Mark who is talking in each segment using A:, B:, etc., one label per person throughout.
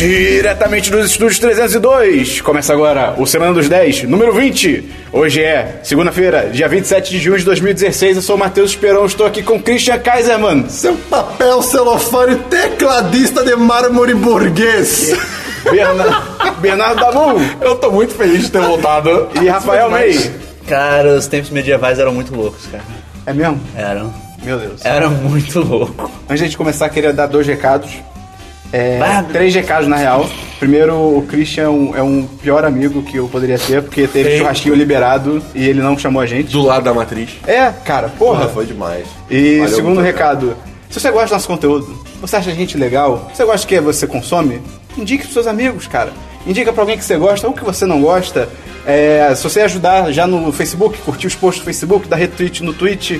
A: Diretamente dos estúdios 302, começa agora o Semana dos 10, número 20. Hoje é segunda-feira, dia 27 de junho de 2016. Eu sou o Matheus Esperão, estou aqui com Christian Kaiserman.
B: Seu papel celofane tecladista de mármore burguês.
A: Bernardo, Bernardo Dabu
B: Eu tô muito feliz de ter voltado.
A: e Rafael May.
C: Cara, os tempos medievais eram muito loucos, cara.
A: É mesmo?
C: Eram.
A: Meu Deus.
B: É.
C: Era muito louco.
A: Antes de gente começar, queria dar dois recados. É,
C: Vai.
A: três recados, na real. Primeiro, o Christian é um, é um pior amigo que eu poderia ter, porque teve
C: Feio.
A: churrasquinho liberado e ele não chamou a gente.
B: Do lado da matriz.
A: É, cara, porra.
B: Porra, foi demais.
A: E
B: Valeu
A: segundo
B: muito,
A: recado, se você gosta do nosso conteúdo, você acha a gente legal, você gosta que você consome, indique pros seus amigos, cara. Indica pra alguém que você gosta ou que você não gosta. É, se você ajudar já no Facebook, curtir os posts do Facebook, dar retweet no Twitch.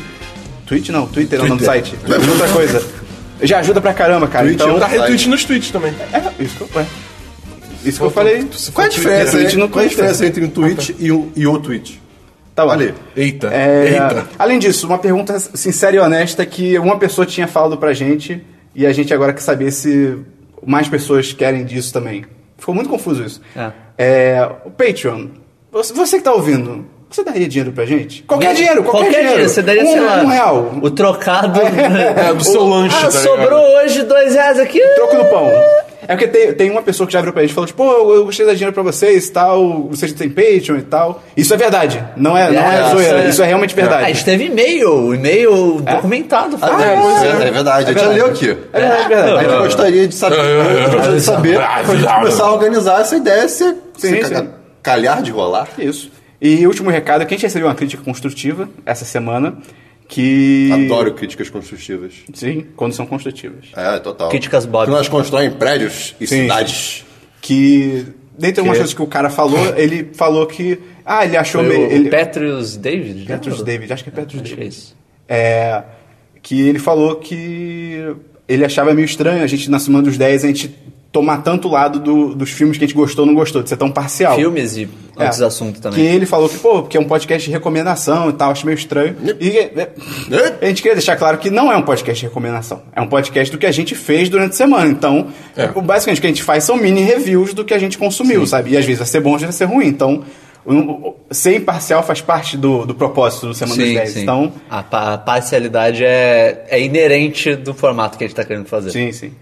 A: Twitch não, Twitter, é o nome do site. Outra coisa. Já ajuda pra caramba, cara.
D: é
B: Twitch
D: um
A: então,
B: Dá Tá retweet nos tweets também.
A: é, isso que eu, é. Isso que eu falei.
B: Qual é a diferença,
A: Retweet
B: hein?
A: no
B: Qual é a
A: Twitter. Ah,
B: diferença entre um tweet e, um, e o tweet?
A: Tá bom.
B: Olha. Eita.
A: É, Além disso, uma pergunta sincera e honesta que uma pessoa tinha falado pra gente e a gente agora quer saber se mais pessoas querem disso também. Ficou muito confuso isso.
C: É.
A: É, o Patreon. Você, você que tá ouvindo, você daria dinheiro pra gente? Qualquer dinheiro, qualquer, dinheiro.
C: É, Você daria,
A: um,
C: sei lá,
A: um real.
C: o trocado.
B: É, do seu lanche, tá
C: ah,
B: ligado?
C: sobrou hoje dois reais aqui.
A: Troco no pão. É porque tem, tem uma pessoa que já virou pra gente e falou, tipo, pô, eu, eu gostei da dinheiro pra vocês e tal, vocês têm Patreon e tal. Isso é verdade. Não é, não é,
C: isso
A: zoeira.
C: é-
A: Isso é realmente verdade.
C: Ah, a gente teve e-mail, e-mail documentado.
D: Ah,
C: foi.
D: é, pois é, é verdade, a gente já leu aqui.
A: É verdade, é verdade.
D: A gente gostaria de
B: É,
D: saber, gostaria de saber,
B: Ah,
D: pra gente começar a organizar essa ideia se, é, se
A: Sim,
D: ca-
A: sim.
D: calhar de rolar.
A: Isso. E último recado, é que a gente recebeu uma crítica construtiva essa semana, que...
D: Adoro críticas construtivas.
A: Sim, quando são construtivas.
D: É, total.
C: Críticas Bob.
D: Que nós constroem prédios e
A: Sim.
D: cidades.
A: Que, dentre algumas
C: Que-
A: coisas que é o cara falou, ele falou que... Ah, ele achou...
C: Foi
A: meio-
C: o
A: ele...
C: Petrus David? né?
A: Petrus David, acho que é Petrus
C: Acho que é
A: David.
C: isso.
A: É, que ele falou que ele achava meio estranho a gente, na Semana dos 10, a gente tomar tanto lado do- dos filmes que a gente gostou ou não gostou, de ser tão parcial.
C: Filmes e
A: É,
C: outros assuntos
A: Que
C: também.
A: ele falou que, pô, porque é um podcast de recomendação e tal, acho meio estranho. E é, a gente queria deixar claro que não é um podcast de recomendação. É um podcast do que a gente fez durante a semana. Então, o- basicamente, o que a gente faz são mini reviews do que a gente consumiu, sabe? E às vezes vai ser bom, às vezes vai ser ruim. Então, um- ser imparcial faz parte do, do propósito do Semana dos 10. Então,
C: A, pa- a parcialidade é, é inerente do formato que a gente tá querendo fazer.
A: sim, sim.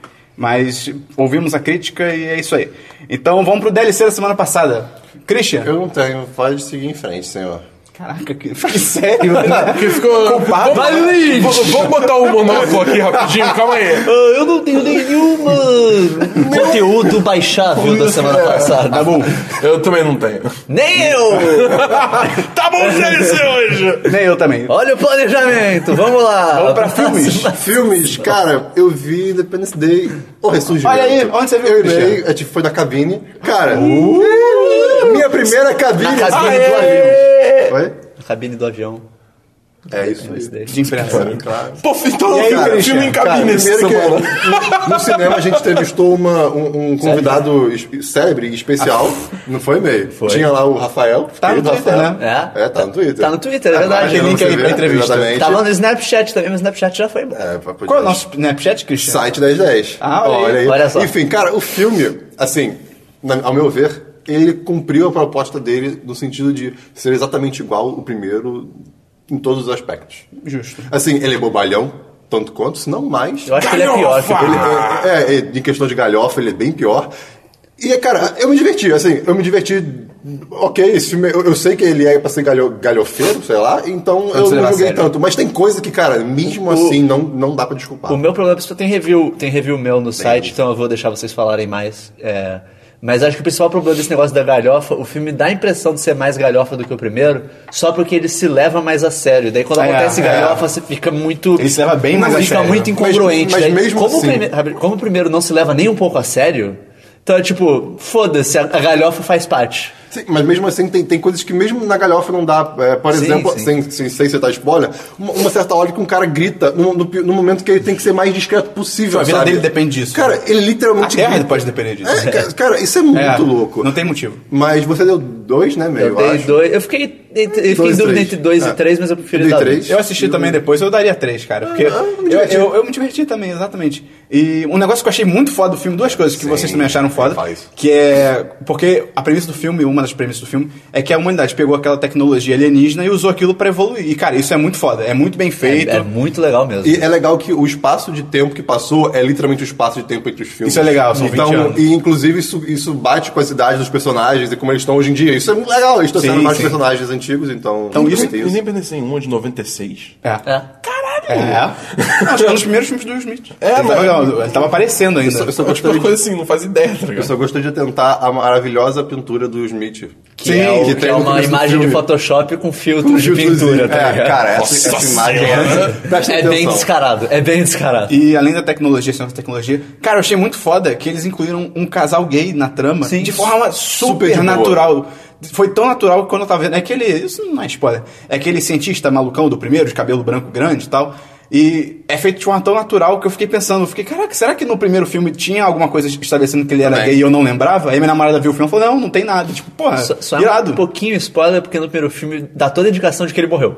A: Mas ouvimos a crítica e é isso aí. Então, vamos pro DLC da semana passada. Christian.
D: Eu não tenho, pode seguir em frente, senhor.
A: Caraca, que, que sério, né?
B: Porque ficou.
A: Culpado.
B: Vamos, vamos- vamos botar o monóculo aqui rapidinho, calma aí.
C: Ah, Eu não tenho nenhuma conteúdo baixável da semana
A: Tá
C: passada.
A: bom.
B: Eu também não tenho.
C: Nem eu!
B: Tá bom, DLC
E: é
B: hoje!
A: Nem eu também.
C: Olha o planejamento, vamos lá!
A: Vamos pra filmes.
D: Filmes, cara, eu vi Independence Day, o Ressurgimento.
A: Olha aí, onde você viu,
D: Eu
A: Cristiano?
D: dei, a gente É tipo, foi na cabine. Cara, minha primeira cabine.
C: Na cabine
D: assim,
C: do
D: avião. Oi?
C: A cabine do avião.
D: É isso aí.
A: De imprensa.
D: Claro.
B: Pô, então,
D: É
A: E aí,
B: cara,
A: Christian?
B: filme em cabine
D: Cara,
B: essa
D: primeiro que
B: semana.
D: no, no cinema a gente entrevistou uma- um, um convidado es- célebre e especial, não foi meio? Tinha lá o Rafael.
A: Tá no
D: querido
A: Twitter,
D: Rafael.
C: né?
D: É? tá no Twitter.
C: Tá no Twitter, é
D: A
C: verdade.
D: imagem
C: Tem
A: link
D: não
A: aí
D: se
A: pra
D: vê,
A: entrevista.
D: Exatamente.
C: Tava no Snapchat também, mas o Snapchat já foi embora.
D: É, pra- pra-
A: Qual é o nosso Snapchat, Christian?
D: Site 1010.
A: Ah, olha aí.
C: Olha só.
D: Enfim, cara, o filme, assim, na- ao meu ver, ele cumpriu a proposta dele no sentido de ser exatamente igual o primeiro em todos os aspectos.
A: Justo.
D: Assim, ele é bobalhão, tanto quanto, se não mais.
C: Eu acho que ele é pior. que o
B: Galhofa!
C: primeiro.
D: É, é, é, em questão de galhofa, ele é bem pior. E, cara, eu me diverti, assim, eu me diverti. Ok, esse filme, eu, eu sei que ele é pra ser galho, galhofeiro, sei lá, então eu
A: se levar
D: não
A: a
D: joguei
A: sério.
D: tanto. Mas tem coisa que, cara, mesmo assim, não, não dá pra desculpar.
C: O meu problema é que só tem review, tem review meu no site, então eu vou deixar vocês falarem mais. é. Mas acho que o principal problema desse negócio da galhofa, o filme dá a impressão de ser mais galhofa do que o primeiro, só porque ele se leva mais a sério. Daí quando
A: É,
C: acontece
A: é.
C: galhofa, você fica muito.
A: Ele se leva bem mais a
C: fica
A: sério.
C: muito
D: Mas-
C: incongruente.
D: mas
C: Daí,
D: mesmo
C: como,
D: assim-
C: o prime- Rabi- como o primeiro não se leva nem um pouco a sério, então é tipo, foda-se, a a galhofa faz parte.
D: Sim, mas mesmo assim, tem, tem coisas que mesmo na galhofa não dá. É, por
C: Sim,
D: exemplo,
C: sim.
D: Sem, sem, sem citar spoiler, uma, uma certa hora que um cara grita no, no, pi- no momento que ele tem que ser mais discreto possível.
A: A vida
D: sabe?
A: dele depende disso.
D: Cara, ele literalmente.
A: A terra
D: grita.
A: pode depender disso.
D: É, cara, cara, isso é muito
A: É,
D: louco.
A: Não tem motivo.
D: Mas você deu dois, né, meio?
C: Eu, dei
D: acho.
C: dois. Eu fiquei, entre- eu fiquei
D: Dois,
C: em dúvida
D: três.
C: entre dois
D: É.
C: e três, mas eu
D: Eu
C: prefiro
D: dei
C: dar
D: três.
C: dois.
A: Ah, Eu assisti também depois, eu daria três, cara. Porque eu, eu, eu me diverti também, exatamente. E um negócio que eu achei muito foda do filme, duas coisas que
D: Sim,
A: vocês também acharam foda,
D: faz.
A: que é porque a premissa do filme, uma das premissas do filme, é que a humanidade pegou aquela tecnologia alienígena e usou aquilo pra evoluir. E cara, isso é muito foda, é muito bem feito.
C: É, é muito legal mesmo.
D: E é legal que o espaço de tempo que passou é literalmente o espaço de tempo entre os filmes.
A: Isso é legal, são 20
D: Então,
A: anos.
D: e inclusive isso, isso bate com as idades dos personagens e como eles estão hoje em dia. Isso é muito legal, eles estão
A: Sim,
D: sendo mais
A: sim.
D: personagens antigos, então.
A: Então, isso-
D: aproveita
E: E nem pensei em um é de 96.
A: É.
C: É.
A: É. Não, acho que é um dos primeiros filmes do Will Smith.
E: É,
A: ele, tava,
E: mas-
A: ele tava aparecendo ainda.
D: Eu só
E: É tipo
D: gostaria
E: uma
D: de,
E: coisa assim, não faz ideia, tá
D: eu
E: ligado?
D: só gostaria de tentar a maravilhosa pintura do Smith.
C: Que é, o-
D: que
C: que
D: tem
C: é
D: no
C: uma
D: começo do
C: imagem de
D: filme.
C: Photoshop com filtros de pintura, tá
D: É,
C: ligado?
D: cara, essa,
E: Nossa
D: essa imagem
E: Senhora.
D: é. Presta
C: é bem
D: atenção.
C: descarado, é bem descarado.
A: E além da tecnologia, ciência da tecnologia, cara, eu achei muito foda que eles incluíram um casal gay na trama
C: Sim.
A: de forma super,
D: de boa.
A: natural. Foi tão natural que quando eu tava vendo. É aquele. Isso não é spoiler. É aquele cientista malucão do primeiro, de cabelo branco grande e tal. E é feito de forma tão natural que eu fiquei pensando, eu fiquei, caraca, será que no primeiro filme tinha alguma coisa estabelecendo que ele era
D: Também.
A: gay e eu não lembrava? Aí minha namorada viu o filme e falou, não, não tem nada. Tipo, porra,
C: Só, só é
A: irado.
C: um pouquinho spoiler, porque no primeiro filme dá toda a indicação de que ele morreu.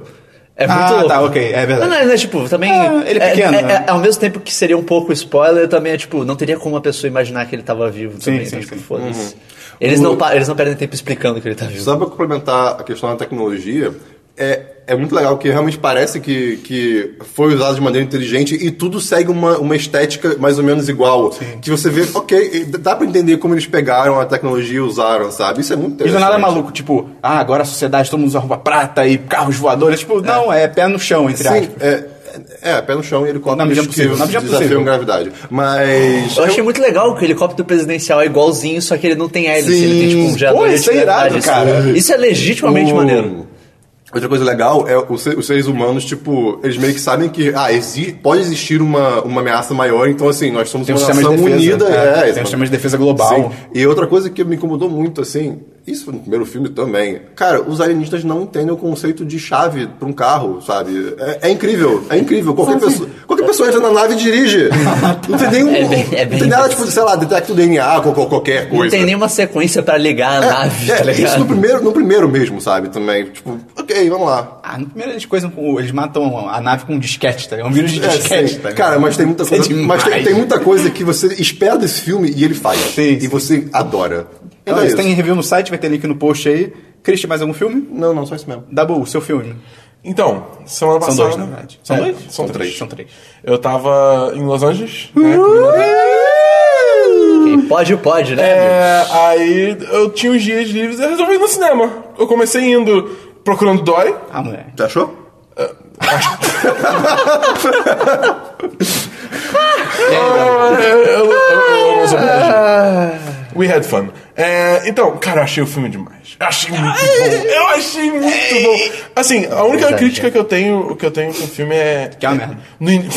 C: É
A: Ah,
C: muito louco.
A: tá, ok, é verdade.
C: Não, não, não, é tipo, também.
A: É, ele é pequeno,
C: É,
A: né?
C: é- ao mesmo tempo que seria um pouco spoiler, também é tipo, não teria como a pessoa imaginar que ele tava vivo também.
A: sim,
C: então,
A: sim. Uhum.
C: tipo, foda-se. Eles, não, pa- eles não perdem tempo explicando que ele tá vivo.
D: Só para complementar a questão da tecnologia, é, é muito legal que realmente parece que, que foi usado de maneira inteligente e tudo segue uma, uma estética mais ou menos igual. Que você vê, ok, dá pra entender como eles pegaram a tecnologia e usaram, sabe? Isso é muito
A: E
D: interessante.
A: do nada é maluco, tipo, ah, agora a sociedade, todo mundo usa roupa prata e carros voadores. Tipo, não, é pé no chão, entre aspas.
D: Sim, é, é, pé no chão e
A: Na
D: helicópteros
A: medida
D: que
A: possível, na medida
D: desafiam
A: possível.
D: gravidade. Mas...
C: é Eu achei muito legal que o helicóptero presidencial é igualzinho, só que ele não tem hélice,
D: Sim.
C: ele tem tipo um gerador
A: Pô,
C: de
A: isso é irado,
C: gravidade,
A: cara.
C: assim. Isso é legitimamente
D: O-
C: maneiro.
D: Outra coisa legal é o se- os seres humanos, tipo, eles meio que sabem que ah, exi- pode existir uma, uma ameaça maior, então assim, nós somos
A: Tem um
D: uma
A: sistema
D: nação
A: de defesa, é, tem
D: unida.
A: um
D: exatamente.
A: sistema de defesa global.
D: E outra coisa que me incomodou muito, assim, isso foi no primeiro filme também. Cara, os alienistas não entendem o conceito de chave pra um carro, sabe? É, é incrível, é incrível. Qualquer, pessoa, qualquer pessoa entra na nave e dirige. não tem nenhum.
C: assim? É bem- é
D: não
C: bem
D: tem nada,
C: isso.
D: tipo, sei lá, detecta o DNA ou qual- qualquer coisa.
C: Não tem nenhuma sequência pra ligar a nave,
D: É,
C: tá
D: é, isso no
C: ligado?
D: primeiro, no primeiro mesmo, sabe? Também, tipo, ok, vamos lá.
A: Ah, no primeiro eles, coisam com, eles matam a nave com um disquete, tá ligado? Um vírus de
D: É,
A: disquete,
D: sim.
A: tá ligado?
D: Cara, mas tem muita
A: Isso é
D: coisa. mas tem,
A: demais.
D: tem muita coisa que você espera desse filme e ele faz.
A: Sim,
D: e
A: sim.
D: você adora.
A: Então,
D: Então é
A: isso
D: isso.
A: tem review no site, vai ter link no post aí. Christian, mais algum filme?
D: Não, não, só isso mesmo.
A: Dabu, seu filme.
E: Então,
A: São
E: semana passada.
A: dois, na verdade.
E: São
A: É,
E: dois?
A: são três,
E: três.
A: são três.
E: Eu tava em Los Angeles, né? com-
C: Quem pode, pode, né?
E: É, aí eu tinha uns dias livres e eu resolvi ir no cinema. Eu comecei indo procurando Dory.
A: Ah, moleque.
D: Já achou?
E: Eu, eu- eu- eu não sou bom de- We had fun. É, então, cara, eu achei o filme demais. Eu achei muito bom. Eu achei muito bom. Assim, a única
C: Exagero.
E: crítica que eu tenho, que eu tenho com o filme é.
A: Que é uma merda.
E: No in-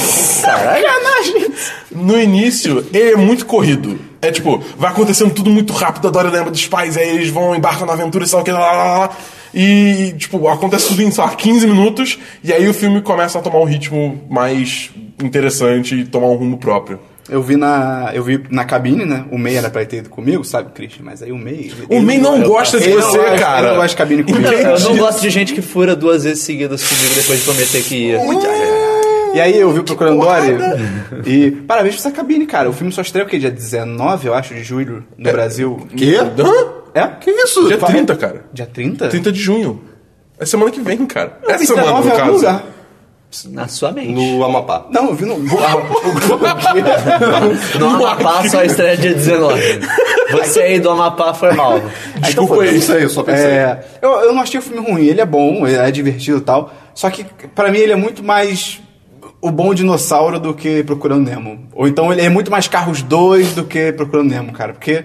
E: No início, ele é muito corrido. É tipo, vai acontecendo tudo muito rápido, a Dora lembra dos pais, aí eles vão, embarcam na aventura e sei lá o que, lá, lá, lá, lá. E, tipo, acontece tudo em, sei lá, 15 minutos, e aí o filme começa a tomar um ritmo mais interessante e tomar um rumo próprio.
A: Eu vi na. Eu vi na cabine, né? O Mei era pra ter ido comigo, sabe, Christian? Mas aí o Mei.
E: O May não gosta de
A: ele não
E: você,
A: gosta-
E: cara.
A: ele não gosta de cabine comigo.
E: Entendi.
C: Então, Eu não gosto de gente que fura duas vezes seguidas comigo depois de prometer que ia.
A: E aí eu vi o Procurando Dory. E parabéns pra essa cabine, cara. O filme só estreia o quê? Dia 19, eu acho, de julho, no Brasil.
D: É, Quê?
E: Hã?
A: É? Que isso?
E: Dia 30, cara.
A: Dia 30?
E: 30 de junho. É semana que vem, cara.
A: Eu
E: É
A: vi
E: semana,
A: 19
E: no
A: em algum
E: caso.
A: lugar.
C: Na sua mente.
D: No Amapá.
A: Não, eu vi no.
C: No Amapá só estreia dia 19. Você aí do Amapá foi mal.
D: Desculpa,
A: foi.
D: Ah, então isso aí, eu só pensei.
A: É, eu, eu não achei o filme ruim, ele é bom, ele é divertido e tal. Só que, pra mim, ele é muito mais o bom dinossauro do que Procurando Nemo. Ou então ele é muito mais Carros 2 do que Procurando Nemo, cara. Porque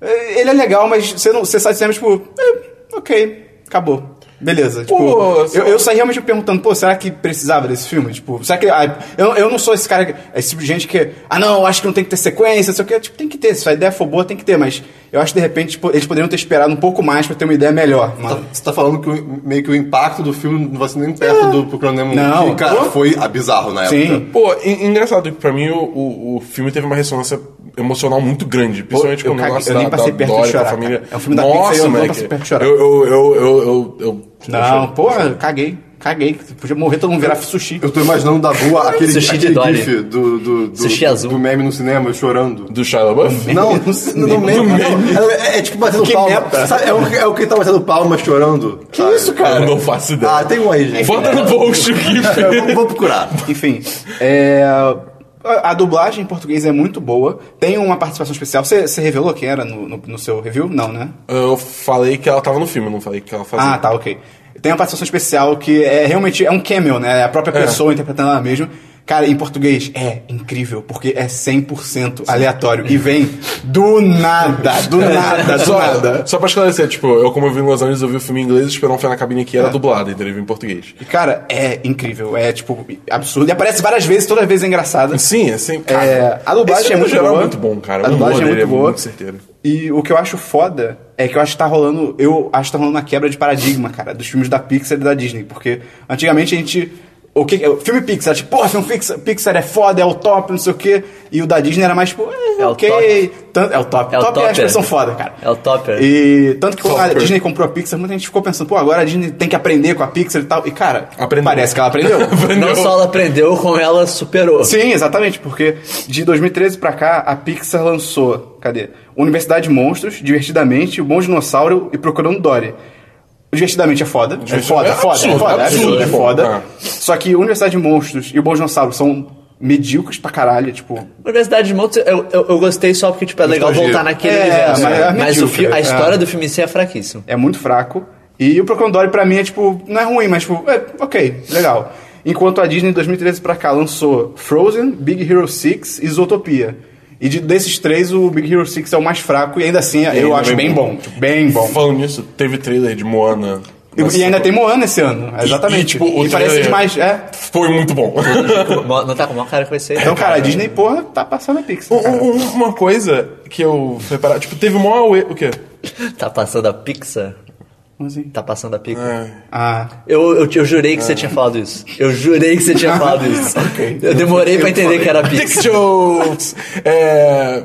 A: eh, ele é legal, mas você, não, você sai sempre tipo, eh, ok, acabou. Beleza. Tipo,
E: Pô,
A: eu, eu saí realmente me perguntando, pô, será que precisava desse filme? Tipo, será que. ah, eu, eu não sou esse cara, que- esse tipo de gente que. Ah, não, acho que não tem que ter sequência, não sei o que. Tipo, tem que ter. Se a ideia for boa, tem que ter, mas eu acho que de repente tipo, eles poderiam ter esperado um pouco mais pra ter uma ideia melhor.
D: Tá-
A: Mano.
D: Você tá falando que o- meio que o impacto do filme não vai ser nem perto do Procurando Nemo.
A: Não.
D: Que, cara,
A: Pô.
D: foi ah, bizarro na época.
A: Sim.
E: Pô, en- engraçado que pra mim o, o, o filme teve uma ressonância emocional muito grande, principalmente
A: eu
E: com o
A: caguei-
E: negócio
A: eu
E: da,
A: nem passei
E: da
A: perto de
E: Dory com a
A: chorar,
E: família.
A: cara. É um filme da
E: Nossa,
A: Pixar e eu não
E: moleque.
A: passei perto de chorar.
E: Eu, eu, eu, eu, eu- eu- eu
A: Não,
E: chorei.
A: porra, caguei. Caguei, podia morrer, todo mundo virar sushi.
D: Eu tô imaginando da rua aquele,
C: Sushi de
D: aquele
C: Dory.
D: gif do, do, do,
C: Sushi azul.
D: do meme no cinema chorando.
E: Do Shia LaBeouf?
D: Não, não meme. não. É, é tipo batendo
A: Que
D: palma.
A: meta.
D: Sabe, é, o, é o que tá batendo palma chorando. Que isso,
E: Eu não faço ideia.
D: Ah, tem um aí, gente. É,
E: Bota no post o
D: Eu
E: GIF.
D: vou, vou procurar.
A: Enfim, é, a, a dublagem em português é muito boa. Tem uma participação especial. Você você revelou quem era no, no- no seu review? Não, né?
E: Eu falei que ela tava no filme, eu não falei que ela fazia.
A: Ah, tá, ok. Tem uma participação especial que é realmente é um cameo, né? É a própria
E: É.
A: pessoa interpretando ela mesma. Cara, em português é incrível, porque é 100% aleatório. E vem do nada, do nada, É do
E: É. só,
A: nada.
E: só pra esclarecer, tipo, eu como eu vi em Los Angeles, eu vi o filme em inglês, esperou um foi na cabine
A: É.
E: que era dublado, então ele viu em português.
A: E, cara, é incrível. É, tipo, absurdo. E aparece várias vezes, todas as vezes é engraçada.
E: Sim, é sempre. cara,
A: É, a dublagem
E: esse
A: é
E: filme, no
A: muito
E: geral,
A: boa.
E: é muito bom, cara.
A: A
E: O
A: dublagem é
E: humor
A: muito
E: dele é
A: boa.
E: muito certeiro.
A: E o que eu acho foda é que eu acho que tá rolando. Eu acho que tá rolando uma quebra de paradigma, cara, dos filmes da Pixar e da Disney. Porque antigamente a gente. O que, o filme Pixar, tipo, porra, filme Pixar, Pixar é foda, é o top, não sei o quê. E o da Disney era mais, tipo, é,
C: É o
A: ok. Tanto, é o top.
C: É
A: top é a
C: o topper.
A: expressão foda, cara.
C: É o topper.
A: E tanto que quando a
E: Topper.
A: Disney comprou a Pixar, muita gente ficou pensando, pô, agora a Disney tem que aprender com a Pixar e tal. E, cara,
E: Aprendeu.
A: parece que ela aprendeu.
E: Aprendeu.
C: Não só ela aprendeu, como ela superou.
A: Sim, exatamente, porque de 2013 pra cá, a Pixar lançou, cadê? Universidade de Monstros, Divertidamente, O Bom Dinossauro e Procurando Dory. O Divertidamente é foda, é
E: Divertidamente
A: foda,
E: é
A: é foda, é
E: absurdo,
A: foda, é
E: absurdo,
A: absurdo, é
E: bom,
A: foda.
E: tá.
A: Só que Universidade de Monstros e O Bom Dinossauro são medíocres pra caralho, tipo...
C: Universidade de Montes, eu, eu, eu gostei só porque, tipo, é legal
D: Nostalgia.
C: voltar naquele
A: É,
C: universo.
A: mas é
C: Mas, o
A: medíocre,
C: fi- a
A: é.
C: história do filme em si é fraquíssima.
A: é muito fraco. E o Procurando Dory pra mim é tipo, não é ruim, mas tipo, é ok, legal. Enquanto a Disney em 2013 pra cá lançou Frozen, Big Hero 6 e Zootopia. E de- desses três, o Big Hero 6 é o mais fraco e ainda assim eu
E: ainda
A: acho
E: bem
A: bem
E: bom.
A: bom. tipo, bem bom.
E: Falando nisso, teve trailer de Moana.
A: E,
E: Nossa,
A: e ainda tem Moana esse ano, exatamente.
E: e, tipo, o
A: e parece
E: trailer-
A: demais, é.
E: Foi muito bom.
C: Mó- Não tá com a maior cara que vai ser.
E: É,
A: Então, cara, a Disney, porra, tá passando a Pixar,
E: Um-
A: cara.
E: um- Uma coisa que eu fui parar, tipo, teve mó auê- o quê?
C: Tá passando a Pixar?
A: Como assim?
C: Tá passando a Pixar?
E: É.
A: Ah,
C: Eu, eu, eu jurei que você tinha falado isso. Eu jurei que você tinha falado isso. Eu demorei pra entender que era Pix.
E: Dick Jokes! É,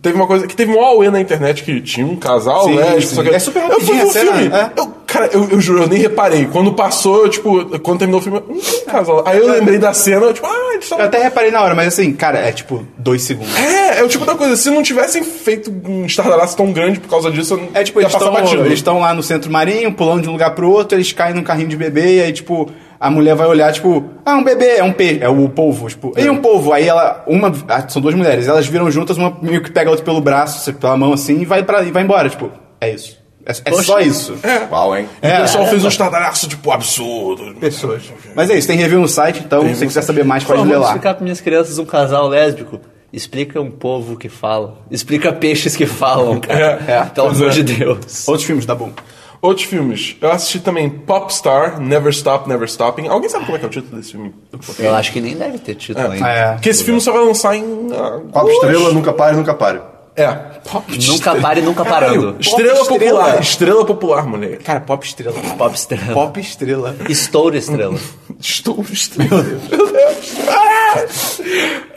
E: Teve uma coisa que teve um auê na internet que tinha um casal,
A: Sim,
E: né?
A: sim.
E: só que-
A: É super
E: eu fui
A: rapidinho
E: ver o
A: a cena,
E: filme.
A: é.
E: Eu, cara, eu, eu juro, eu nem reparei. Quando passou, eu, tipo, quando terminou o filme, eu, não tem casal. Aí eu
A: É.
E: lembrei da cena, eu, tipo, ah, eles
A: eu
E: estavam.
A: até reparei na hora, mas assim, cara, é tipo dois segundos.
E: É, é o tipo da coisa. Se não tivessem feito um estardalhaço tão grande por causa disso, eu não
A: É tipo,
E: ia
A: eles
E: passar
A: estão
E: batido.
A: eles estão lá no centro marinho, pulando de um lugar pro outro, eles caem num carrinho de bebê, e aí, tipo, a mulher vai olhar, tipo, ah, um bebê, é um peixe, é o polvo, tipo, e um polvo. Aí ela, uma, ah, são duas mulheres, elas viram juntas, uma meio que pega a outra pelo braço, se- pela mão assim, e vai, pra, e vai embora, tipo, é isso. É, é
C: Poxa.
A: só isso. É,
D: Uau, hein?
E: E o pessoal fez um estardalhaço, tipo, absurdo.
A: Pessoas. Mas é isso, tem review no site, então, se você quiser saber mais, pode ler
C: Vamos
A: lá.
C: explicar para minhas crianças um casal lésbico. Explica um povo que fala. Explica peixes que falam, cara.
A: É,
C: Pelo
E: pois
C: amor
E: é.
C: de Deus.
A: Outros filmes, tá bom.
E: Outros filmes. Eu assisti também Popstar, Never Stop, Never Stopping. Alguém sabe como é que é o título desse filme?
C: Eu acho que nem deve ter título ainda.
A: É.
E: Porque esse filme só vai lançar em. ah,
D: Quatro
E: hoje.
D: estrelas, nunca pare, nunca pare.
E: É. Pop
C: Nunca pare, nunca parando.
E: Estrela
A: Pop
E: popular. Estrela.
A: estrela.
E: popular, mulher.
A: Cara, pop estrela.
C: Pop estrela.
A: Pop estrela.
C: Estouro estrela.
E: Estou estrela. Meu Deus. Ah!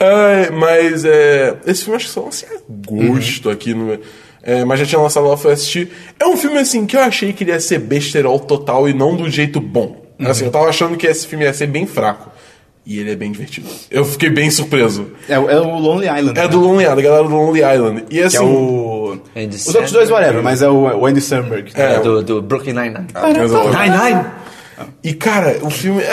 E: Ai, mas é. Esse filme acho que só lança em
A: Uhum.
E: agosto aqui no. é, mas já tinha lançado lá, eu fui assistir. É um filme assim que eu achei que ele ia ser besterol total e não do jeito bom.
A: Uhum.
E: Assim, eu tava achando que esse filme ia ser bem fraco. E ele é bem divertido. Eu fiquei bem surpreso.
A: É, é o Lonely Island.
E: É
A: né?
E: do Lonely Island, a galera do Lonely Island. E assim.
A: Que é o.
C: Andy
A: Os outros dois,
C: Samberg.
A: whatever, mas é o, o Andy Samberg. né?
E: É.
C: Do, do Brooklyn Nine-Nine.
E: mas eu-
A: Tá,
C: Nine-Nine!
E: E, cara, o filme. é-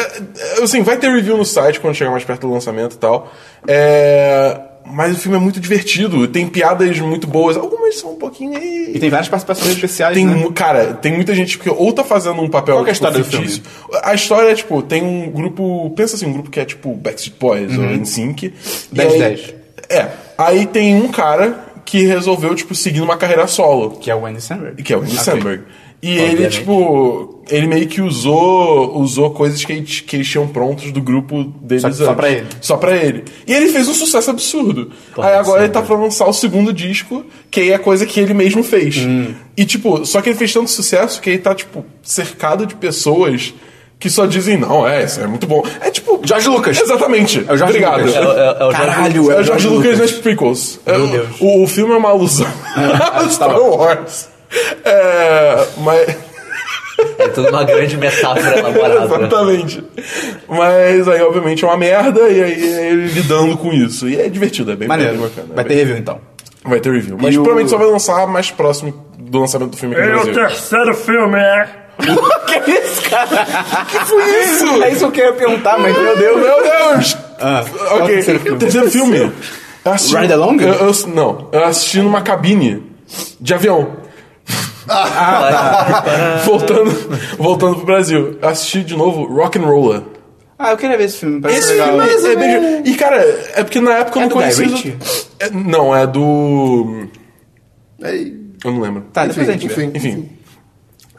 E: é, assim, vai ter review no site quando chegar mais perto do lançamento e tal. É, mas o filme é muito divertido. Tem piadas muito boas. Algumas são um pouquinho.
A: E tem várias participações especiais,
E: Tem,
A: né?
E: mu- Cara, tem muita gente que ou tá fazendo um papel
A: Qual que é a
E: tipo,
A: história do filme?
E: A história é, tipo, tem um grupo. Pensa assim, um grupo que é tipo Backstreet Boys
A: Uhum.
E: ou NSYNC.
A: 10,
E: E aí-
A: 10.
E: É. Aí tem um cara que resolveu, tipo, seguir uma carreira solo.
A: Que é o Andy Samberg.
E: Que é o Andy Samberg. E ele,
C: Obviamente.
E: tipo, ele meio que usou, usou coisas que, eles- que eles tinham prontos do grupo deles
A: Só- só
E: antes.
A: pra ele.
E: Só pra ele. E ele fez um sucesso absurdo.
C: Porra,
E: aí agora
C: sim,
E: ele tá pra lançar o segundo disco, que aí é coisa que ele mesmo fez.
A: Hum.
E: E, tipo, só que ele fez tanto sucesso que ele tá, tipo, cercado de pessoas que só dizem, não, é, isso é muito bom. É tipo.
A: Jorge Lucas.
E: Exatamente.
A: É o Jorge
E: Obrigado.
A: Lucas.
C: É, o- é o Jorge
A: Caralho,
E: É o Jorge Lucas nas prequels. É,
A: Deus. Ah, tá
E: O, o filme é uma alusão a Star Wars. É, mas.
C: É tudo uma grande metáfora elaborada.
E: Exatamente. Mas aí, obviamente, é uma merda e aí é ele lidando com isso. E é divertido, é bem,
A: Maneiro.
E: bem bacana. é
A: Vai ter
E: bem-
A: review então.
E: vai ter review. Mas
A: E o-
E: provavelmente só vai lançar mais próximo do lançamento do filme aqui no Brasil.
F: É terceiro filme. é.
A: Que isso, cara? que foi isso? É isso que eu queria perguntar, mas meu Deus. né?
E: Meu Deus!
A: qual é o
E: ok,
A: terceiro filme?
E: terceiro filme. Eu assisti-
A: Ride Along?
E: Eu, eu- não, eu assisti numa cabine de avião.
A: Ah.
E: voltando, voltando pro Brasil. Eu assisti de novo Rock and Roller.
A: Ah, eu queria ver esse filme. Parece
E: Esse
A: legal.
E: filme é, é bem... E, cara, é porque na época eu
A: É
E: não
A: do Guy
E: conhecia... os-
A: Ritchie?
E: É- não, é do...
D: Aí,
E: Eu não lembro.
A: Tá, depois a gente vê.
D: enfim.
E: Enfim.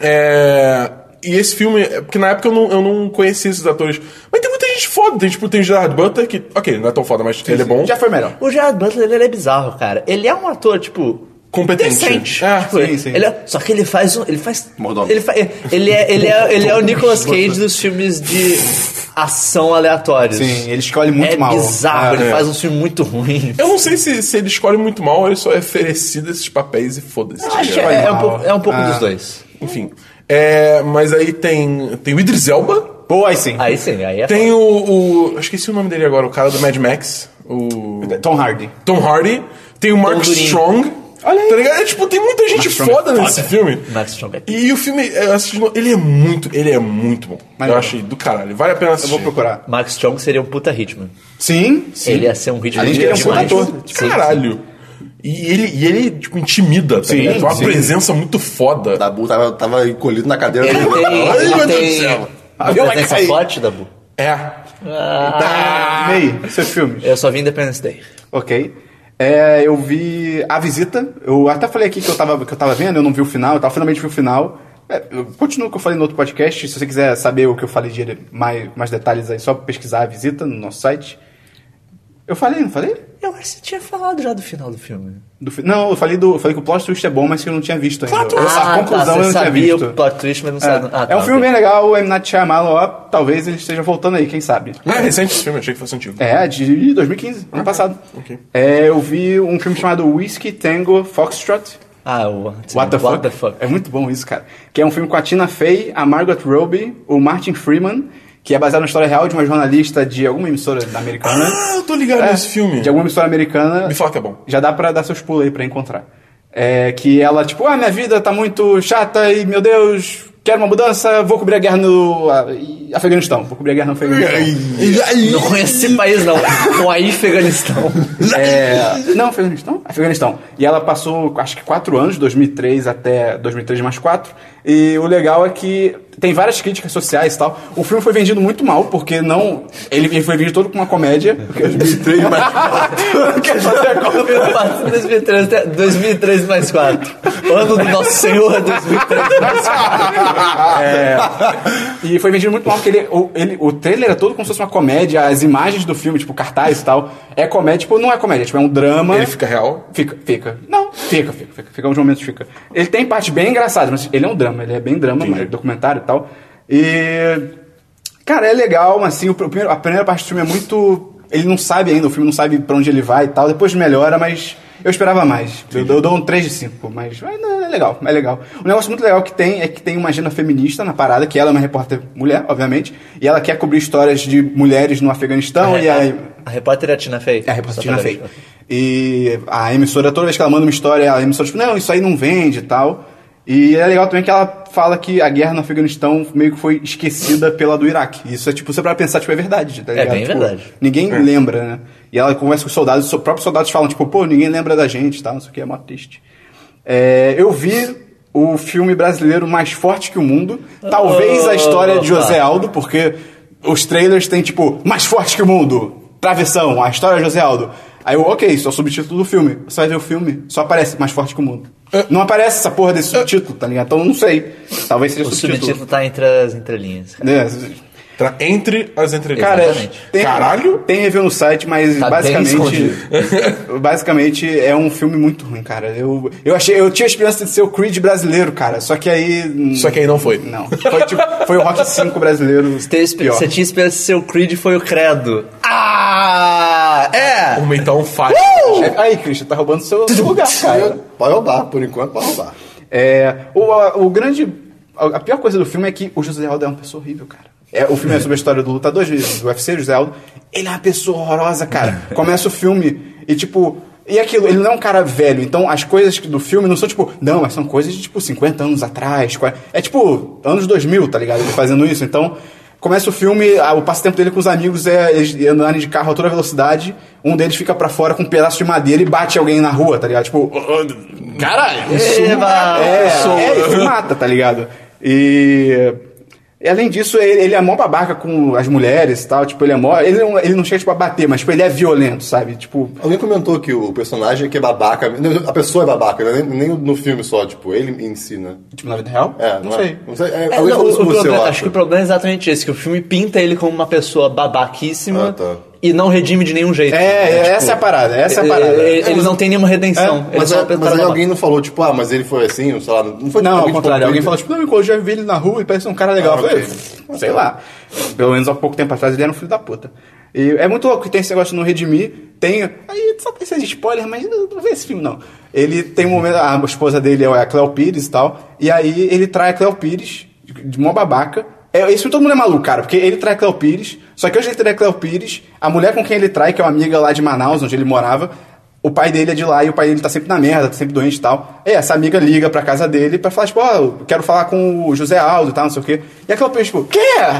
E: É, E esse filme, é porque na época eu não, eu não conhecia esses atores. Mas tem muita gente foda. Tem, tipo, tem o Gerard Butler, que, ok, não é tão foda, mas ele é bom.
A: Já foi melhor.
C: O Gerard Butler, ele é bizarro, cara. Ele é um ator, tipo...
E: Competente.
C: Decente.
E: É,
C: Tipo,
A: sim,
C: ele-
A: sim.
C: ele é- só que ele faz um... Ele faz...
D: Mordomo.
C: Ele, fa- ele, é, ele, é, ele é o Nicolas Cage dos filmes de ação aleatórios.
A: Sim, ele escolhe muito
C: é
A: mal.
C: bizarro,
A: Ah,
C: ele
E: é.
C: faz um filme muito ruim.
E: Eu não sei se, se ele escolhe muito mal ou ele só é oferecido esses papéis e foda-se.
C: Acho que
E: tá ligado?
C: é, é um pouco, é um pouco
A: Ah.
C: dos dois.
E: Enfim. É, mas aí tem, tem o Idris Elba.
A: é. Boa, aí sim.
C: Aí sim, aí é
E: Tem o, o- Eu esqueci o nome dele agora, o cara do Mad Max. O.
A: Tom Hardy.
E: Tom Hardy. Tem o Mark
C: Durin.
E: Strong.
A: Olha aí.
E: Tá ligado? É, tipo, tem muita gente
A: Strong é
E: foda nesse filme.
C: Max Strong é
E: E o filme, eu assisti de novo, ele é muito, ele é muito bom.
A: Maneiro.
E: Eu achei do caralho. Vale a pena
A: Eu
E: assistir.
A: vou procurar.
C: Max Strong seria um puta Hitman.
A: Sim, sim.
C: Ele ia ser um Hitman
A: Além de que ele é um puta
C: demais.
A: ator.
E: De
C: Sim,
E: caralho. E ele, e ele, tipo, intimida, tá
A: Sim,
E: ligado? Tem uma
A: sim.
E: presença muito foda.
D: o Dabu tava, tava encolhido na cadeira.
C: Ele tem.
D: Ai, meu
C: Ele
D: Deus do
C: tem.
D: céu.
A: Ah,
C: Ele
A: eu
C: tem
A: caí.
C: capote, Dabu?
E: É.
C: Ah.
A: Meio, Ah, seus filmes.
C: Eu só vi Independence Day.
A: Ok. É, eu vi A Visita. Eu até falei aqui que eu tava, que eu tava vendo, eu não vi o final, eu tava, finalmente vi o final. É, eu continuo o que eu falei no outro podcast. Se você quiser saber o que eu falei de mais, mais detalhes aí, só pesquisar a visita no nosso site. Eu falei, não falei?
C: Eu acho que você tinha falado já do final do filme.
A: Do fi- não, eu falei, do, eu falei que o plot twist é bom, mas que eu não tinha visto ainda. Eu-
C: ah,
A: a conclusão
C: tá, você
A: eu não tinha
C: sabia
A: visto.
C: o plot twist, mas não
A: É,
C: sabe. Ah, tá,
A: é um filme
C: ok.
A: bem legal, o M. Night Shyamalan, ó, talvez ele esteja voltando aí, quem sabe.
E: Ah, é recente esse filme, achei que fosse antigo.
A: É, de 2015, ano passado.
E: ok.
A: É, eu vi um filme chamado Whiskey Tango Foxtrot.
C: Ah, o What,
A: What the, fuck?
C: the fuck?
A: É muito bom isso, cara. Que é um filme com a Tina Fey, a Margaret Robbie, o Martin Freeman, que é baseado na história real de uma jornalista de alguma emissora americana.
E: Ah, eu tô ligado
A: É,
E: nesse filme.
A: De alguma emissora americana.
E: Me fala que é bom.
A: Já dá pra dar seus pulos aí pra encontrar. É, que ela, tipo, ah, minha vida tá muito chata e, meu Deus, quero uma mudança, vou cobrir a guerra no ah, e- Afeganistão. Vou cobrir a guerra no Afeganistão.
C: Não conheço esse país, não. Com aí, Afeganistão.
A: É, não, Afeganistão? Afeganistão. E ela passou, acho que quatro anos, 2003 até 2003 mais quatro. E o legal é que tem várias críticas sociais e tal. O filme foi vendido muito mal, porque não... Ele, ele foi vendido todo com uma comédia.
D: Entrei, mas-
A: Quer fazer a conta?
C: É, Eu faço 2003, até- 2003 mais 4. Ano do Nosso Senhor 2003 mais 4.
A: É, E foi vendido muito mal, porque ele, o, ele, o trailer é todo como se fosse uma comédia, as imagens do filme, tipo, cartaz e tal, é comédia, tipo, não é comédia, tipo, é um drama.
E: Ele fica real?
A: Fica, fica. Não, fica, fica, fica. Fica uns momentos, fica. Ele tem parte bem engraçada, mas ele é um drama, ele é bem drama, mas é documentário e tal. E. Cara, é legal, mas assim, o primeiro, a primeira parte do filme é muito. Ele não sabe ainda, o filme não sabe pra onde ele vai e tal. Depois melhora, mas eu esperava mais. Eu, dou- eu dou um 3 de 5, mas mas não, é legal, é legal. Um negócio muito legal que tem é que tem uma agenda feminista na parada, que ela é uma repórter mulher, obviamente, e ela quer cobrir histórias de mulheres no Afeganistão e aí.
C: A repórter é a Tina Fey.
A: É, a repórter Tina
C: Só pra
A: Fey.
C: ver.
A: E a emissora, toda vez que ela manda uma história, a emissora, tipo, não, isso aí não vende e tal. E é legal também que ela fala que a guerra no Afeganistão meio que foi esquecida pela do Iraque. Isso é tipo, você pra pensar, tipo, é verdade, tá
C: É
A: ligado?
C: bem
A: Tipo,
C: verdade. É.
A: Ninguém lembra, né? E ela conversa com os soldados, os próprios soldados falam, tipo, pô, ninguém lembra da gente, tá? Isso aqui é mó triste. É, eu vi o filme brasileiro mais forte que o mundo. Talvez a história de
C: Opa.
A: José Aldo, porque os trailers têm, tipo, mais forte que o mundo. Travessão, a história de José Aldo. Aí eu, ok, isso é o subtítulo do filme. Você vai ver o filme, só aparece mais forte que o mundo. Não aparece essa porra desse subtítulo, tá ligado? Então eu não sei. Talvez seja
C: O
A: subtítulo.
C: subtítulo tá entre as entrelinhas.
A: É,
E: Tá entre as entrelinhas.
A: Cara,
C: Exatamente.
A: tem,
E: Caralho.
A: tem review no site, mas
C: Tá bem
A: basicamente.
C: escondido.
A: basicamente é um filme muito ruim, cara. Eu, eu, achei, eu tinha a esperança de ser o Creed brasileiro, cara. Só que aí.
E: Só que aí não foi.
A: Não. Foi, tipo, foi o Rock 5 brasileiro.
C: Você, teve esper-
A: pior.
C: você tinha esperança que seu Creed foi o Credo. Ah! É!
E: O Meitão faz.
A: É, Aí, Christian, tá
D: Ah,
A: roubando seu, seu lugar, cara.
D: Pode roubar, por enquanto pode roubar.
A: É, o, a- o grande A a pior coisa do filme é que o José Aldo é uma pessoa horrível, cara. É, o filme é sobre a história do lutador de- do UFC, José Aldo. Ele é uma pessoa horrorosa, cara. Começa o filme e, tipo... E aquilo, ele não é um cara velho, então as coisas que- do filme não são tipo, não, mas são coisas de tipo 50 anos atrás. qua- É tipo anos 2000, tá ligado? Ele fazendo isso. Então, começa o filme, ah, o passatempo dele com os amigos é eles andarem de carro a toda velocidade. Um deles fica pra fora com um pedaço de madeira e bate alguém na rua, tá ligado? Tipo,
E: Caralho!
C: Eba!
A: é, é, isso mata, tá ligado? E. e além disso, ele, ele é mó babaca com as mulheres e tal. Tipo, ele é mó. Ele não, ele não chega tipo, a bater, mas tipo, ele é violento, sabe? Tipo.
D: Alguém comentou que o personagem é que é babaca. não, A pessoa é babaca, né? nem, nem no filme só, tipo, ele em si, né?
A: Tipo, na vida real?
D: É,
A: não,
D: é?
A: sei.
D: Não sei. É,
C: É,
D: alguém
C: não,
D: falou
C: o-
D: isso
C: o
D: com você, eu
C: problema-
D: acho.
C: acho que o problema é exatamente esse, que o filme pinta ele como uma pessoa babaquíssima
D: Ah, tá.
C: e não redime de nenhum jeito. tipo,
A: É, é, essa é a parada, essa é a parada.
C: Ele, ele não tem nenhuma redenção. ele
D: Mas,
C: só
D: é-
C: é uma pessoa
D: mas aí
C: babaca.
D: alguém não falou, tipo, ah, mas ele foi assim, ou sei lá, não foi
A: Não, ao contrário.
D: tipo,
A: Alguém falou, tipo, não, eu já vi ele na rua e parece um cara legal.
D: Ah,
A: Eu falei,
D: ok.
A: "Pff, sei lá. Pelo menos há pouco tempo atrás ele era um filho da puta. E é muito louco que tem esse negócio no Redmi. Tem. Aí só tem esses spoilers, mas não, não vê esse filme, não. Ele tem um momento. A esposa dele é a Cleo Pires e tal. E aí ele trai a Cleo Pires, de mó babaca. É, esse filme todo mundo é maluco, cara, porque ele trai a Cleo Pires. Só que hoje ele trai a Cleo Pires. A mulher com quem ele trai, que é uma amiga lá de Manaus, onde ele morava, o pai dele é de lá e o pai dele tá sempre na merda, tá sempre doente e tal. E essa amiga liga pra casa dele pra falar, tipo, ó, eu quero falar com o José Aldo e tal, não sei o quê. E aquela pessoa, tipo, quê?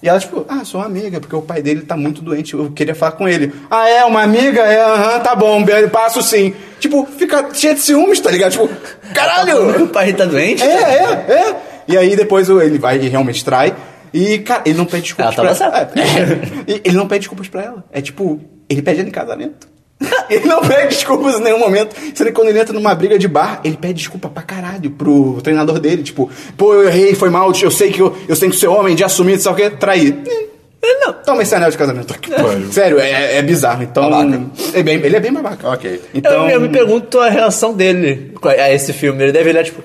A: E ela, tipo, ah, sou uma amiga, porque o pai dele tá muito doente, eu queria falar com ele. Ah, é, uma amiga? É, aham, tá bom, be- passo sim. Tipo, fica cheio de ciúmes, tá ligado? Tipo, caralho!
C: O pai tá doente?
A: É, é, é. E aí depois o- ele vai e realmente trai. E, cara, ele não pede desculpas
C: Ela tava
A: pra
C: certa.
A: É. E ele não pede desculpas pra ela. É tipo, ele pede ela em casamento. ele não pede desculpas em nenhum momento. Sendo que quando ele entra numa briga de bar, ele pede desculpa pra caralho pro treinador dele. Tipo, pô, eu errei, foi mal, eu sei que eu, eu tenho que ser homem, de assumir, sabe o quê? Trair.
C: É,
A: Não. Toma esse anel de casamento.
E: pariu.
A: Sério, é, é bizarro. Então.
D: Babaca.
A: É bem, ele é bem babaca.
D: Ok.
A: Então.
C: Eu, eu me pergunto a relação dele com a- a esse filme. Ele deve olhar, tipo.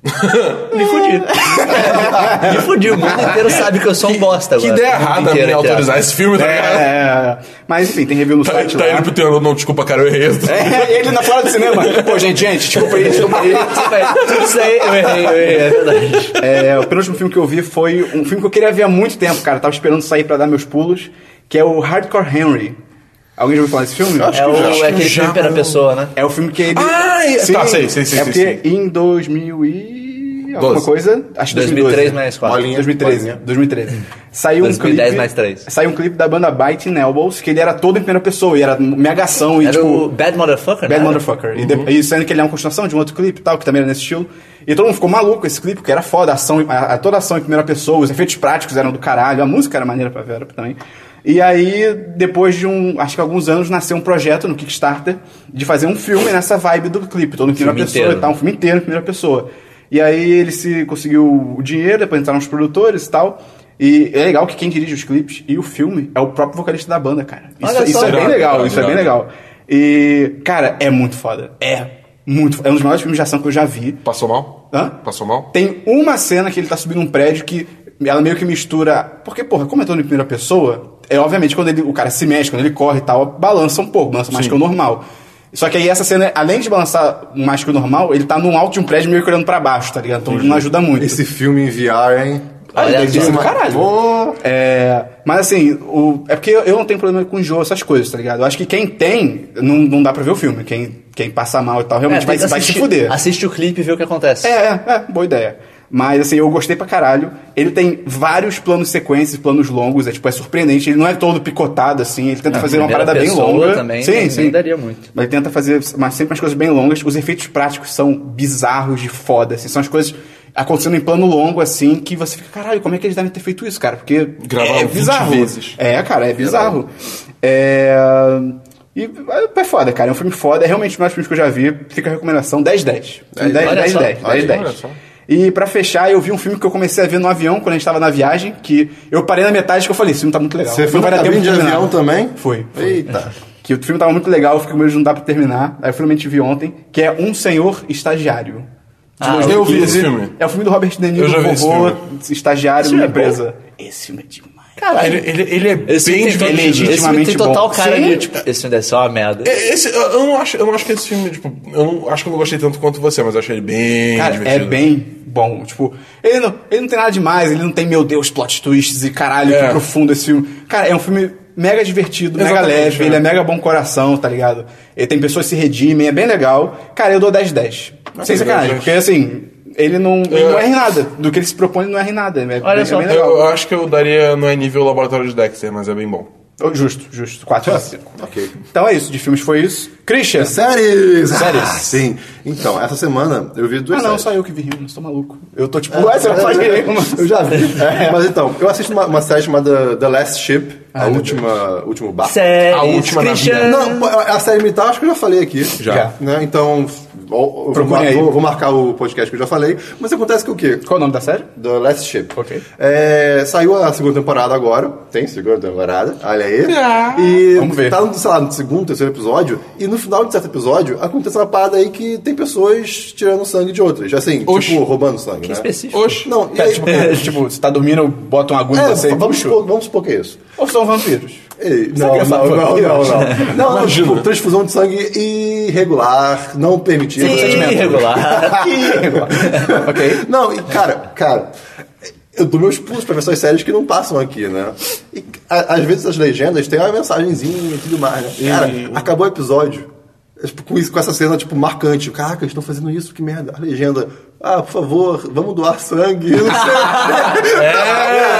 C: Me fudi. Me fudi. O mundo inteiro sabe que eu sou um bosta
E: Que
C: agora.
E: ideia errada
C: Inteiro,
E: me
C: entre
E: autorizar
C: aspas.
E: esse filme, tá ligado?
A: É, mas enfim, tem review no
E: Tá,
A: site
E: tá
A: lá.
E: indo pro teatro, não, desculpa, cara, eu errei.
A: É, ele na sala de cinema. Pô, gente, gente, desculpa aí, desculpa aí.
C: Tudo isso aí, eu errei, eu errei, é verdade.
A: É, o penúltimo filme que eu vi foi um filme que eu queria ver há muito tempo, cara. Tava esperando sair pra dar meus pulos, que é o Hardcore Henry. Alguém já ouviu falar desse filme?
C: É, o,
E: acho que
C: é aquele
E: já-
C: filme pela pessoa, né?
A: É o filme que ele.
E: Ah, é- tá, sei, sei, sei,
A: É
E: sei,
A: porque em 2000 e. alguma
E: Doze.
A: coisa. Acho que
C: 2003
A: 2012.
C: mais 4.
D: Bolinha.
A: 2013, 2013. Saiu
C: 2010
A: um clipe.
C: mais três.
A: Saiu um clipe da banda Bite and Elbows, que ele era todo em primeira pessoa, e era mega ação, e
C: Era
A: tipo.
C: o Bad Motherfucker,
A: Bad
C: né?
A: Motherfucker. E, de- e sendo que ele é uma continuação de um outro clipe e tal, que também era nesse estilo. E todo mundo ficou maluco com esse clipe, porque era foda, a ação, a, a- toda a ação em primeira pessoa, os efeitos práticos eram do caralho, a música era maneira pra ver também. E aí, depois de um, acho que alguns anos, nasceu um projeto no Kickstarter de fazer um filme nessa vibe do clipe, todo em primeira
C: Filme
A: pessoa
C: inteiro.
A: e tal, um filme inteiro em primeira pessoa. E aí ele se conseguiu o dinheiro, depois entraram os produtores e tal. E é legal que quem dirige os clipes e o filme é o próprio vocalista da banda, cara. Isso,
C: Olha
A: isso é
C: só.
A: bem
E: Irado,
A: legal,
E: irado,
A: isso é bem
E: irado.
A: legal. E, cara, é muito foda. É muito foda. É um dos maiores filmes de ação que eu já vi.
E: Passou mal?
A: Hã?
E: Passou mal?
A: Tem uma cena que ele tá subindo um prédio que ela meio que mistura. Porque, porra, como é todo em primeira pessoa, é obviamente quando ele, o cara se mexe, quando ele corre e tal, balança um pouco, balança mais que o normal. Só que aí essa cena, além de balançar mais que o normal, ele tá num alto de um prédio meio que olhando pra baixo, tá ligado? Então não ajuda muito.
D: Esse filme em VR, hein?
A: Ah,
C: Olha
D: Deve
C: só.
D: ser uma-
A: Caralho.
D: Boa.
A: É, mas assim, o- é porque eu- eu não tenho problema com enjoo, essas coisas, tá ligado? Eu acho que quem tem, não, não dá pra ver o filme. Quem, quem passa mal e tal, realmente
C: É,
A: vai,
C: mas
A: vai se
C: assiste-
A: fuder.
C: Assiste o clipe e vê o que acontece.
A: É, é, é, boa ideia. Mas assim, eu gostei pra caralho. Ele tem vários planos sequências, planos longos, é tipo, é surpreendente. Ele não é todo picotado, assim, ele tenta fazer uma
C: primeira
A: parada bem
C: pessoa
A: longa.
C: também,
A: sim,
C: também
A: sim.
C: daria muito.
A: Mas ele tenta fazer mas sempre umas coisas bem longas. Os efeitos práticos são bizarros de foda, assim, são as coisas acontecendo em plano longo, assim, que você fica, caralho, como é que eles devem ter feito isso, cara? Porque
C: um
E: Gravaram
A: é
E: 20
A: bizarro.
E: vezes.
A: É, cara, é bizarro. É... E é é foda, cara. É um filme foda. É realmente um dos melhores filmes que eu já vi. Fica a recomendação 10-10. 10-10,
C: Olha só.
A: 10-10.
C: Olha,
A: 10-10.
E: olha só.
A: E pra fechar, eu vi um filme que eu comecei a ver no avião, quando a gente tava na viagem, que eu parei na metade que eu falei, esse filme tá muito legal.
D: Você
A: Não
D: foi
A: vai
D: pra
A: dar tempo
D: cabine de
A: terminar.
D: avião também?
A: Foi, foi.
D: Eita.
A: Que o filme tava muito legal, eu fiquei com medo de não dar pra terminar. Aí eu finalmente vi ontem, que é Um Senhor Estagiário.
C: Ah,
E: eu vi esse filme.
A: É o filme do Robert De Niro,
E: Eu já vi esse
A: vovô,
E: filme.
A: estagiário numa empresa. Esse filme é demais.
C: Caralho.
E: Ele, ele, ele é
C: Esse
E: bem
C: filme tem, todo-
E: divertido.
A: ele é
C: esse filme tem
A: legitimamente
C: total
A: bom.
C: cara
A: Sim.
C: de, tipo, esse filme deve ser uma merda.
E: É, Esse, eu eu não acho, eu não acho que esse filme, tipo, eu não, acho que eu não gostei tanto quanto você, mas eu achei ele bem
A: Cara,
E: divertido.
A: é bem bom. Tipo, ele não, ele não tem nada demais, ele não tem, meu Deus, plot twists e caralho,
E: É.
A: que profundo esse filme. Cara, é um filme mega divertido,
E: Exatamente,
A: mega leve,
E: é.
A: ele é mega bom coração, tá ligado? Ele tem pessoas que se redimem, é bem legal. Cara, eu dou 10 10. Sem
E: Ah, eu dou
A: sacanagem,
E: 10.
A: porque assim, ele não, ele
E: É.
A: não erra em nada. Do que ele se propõe, ele não erra em nada. É, bem-
C: Olha
A: é
C: só,
A: bem
E: Eu,
A: legal.
E: eu acho que eu daria, não é nível laboratório de Dexter, mas é bem bom.
A: Oh, Justo, justo. 4 a 5.
D: Ok.
A: Então é isso, de filmes foi isso.
E: É,
A: Christian!
D: Séries!
A: Séries.
D: Ah, sim. Então, essa semana eu vi duas
A: Ah, não,
D: séries.
A: só eu que vi Rio, tô maluco. Eu tô
E: É.
A: tipo, ué, você não faz nenhuma. É.
D: Eu já vi. Mas então, eu assisto uma, uma série chamada The Last Ship,
A: Ah,
D: a última, último barco.
C: Séries,
E: A última na vida.
C: Christian.
D: Não, pô, a série militar acho que eu já falei aqui.
A: Já.
D: Né? Então, ó, eu vou,
A: Procure
D: mar-
A: aí.
D: vou- vou marcar o podcast que eu já falei. Mas acontece que o quê?
A: Qual o nome da série?
D: The Last Ship.
A: Ok.
D: É, saiu a segunda temporada agora. Tem segunda temporada, olha aí. E
A: Vamos ver.
D: tá no, sei lá, no segundo, terceiro episódio. E no final de certo episódio, acontece uma parada aí que tem pessoas tirando sangue de outras. Assim,
E: Oxi.
D: tipo, roubando sangue, né?
C: específico.
E: Oxe.
D: Não, e
A: Pera,
D: aí,
A: tipo, assim, tipo, você tá dormindo, bota uma agulha
D: é,
A: em você e
D: vamos,
A: vamos
D: supor, vamos supor que é isso.
A: Ou são vampiros?
D: Ei, não,
A: que é
D: não,
A: safado?
D: não, não, não, não. Não,
E: Imagina.
D: tipo, transfusão de sangue irregular, não permitida.
C: Irregular.
D: É.
A: ok.
D: Não, e cara, cara, eu dou meus pulos pra pessoas sérias que não passam aqui, né? E a- às vezes as legendas têm uma mensagenzinha e tudo mais, né? Cara, acabou o episódio. é, tipo, com, isso, com essa cena, tipo, marcante. Caraca, eles estão fazendo isso, que merda. A legenda. Ah, por favor, vamos doar sangue. Não sei.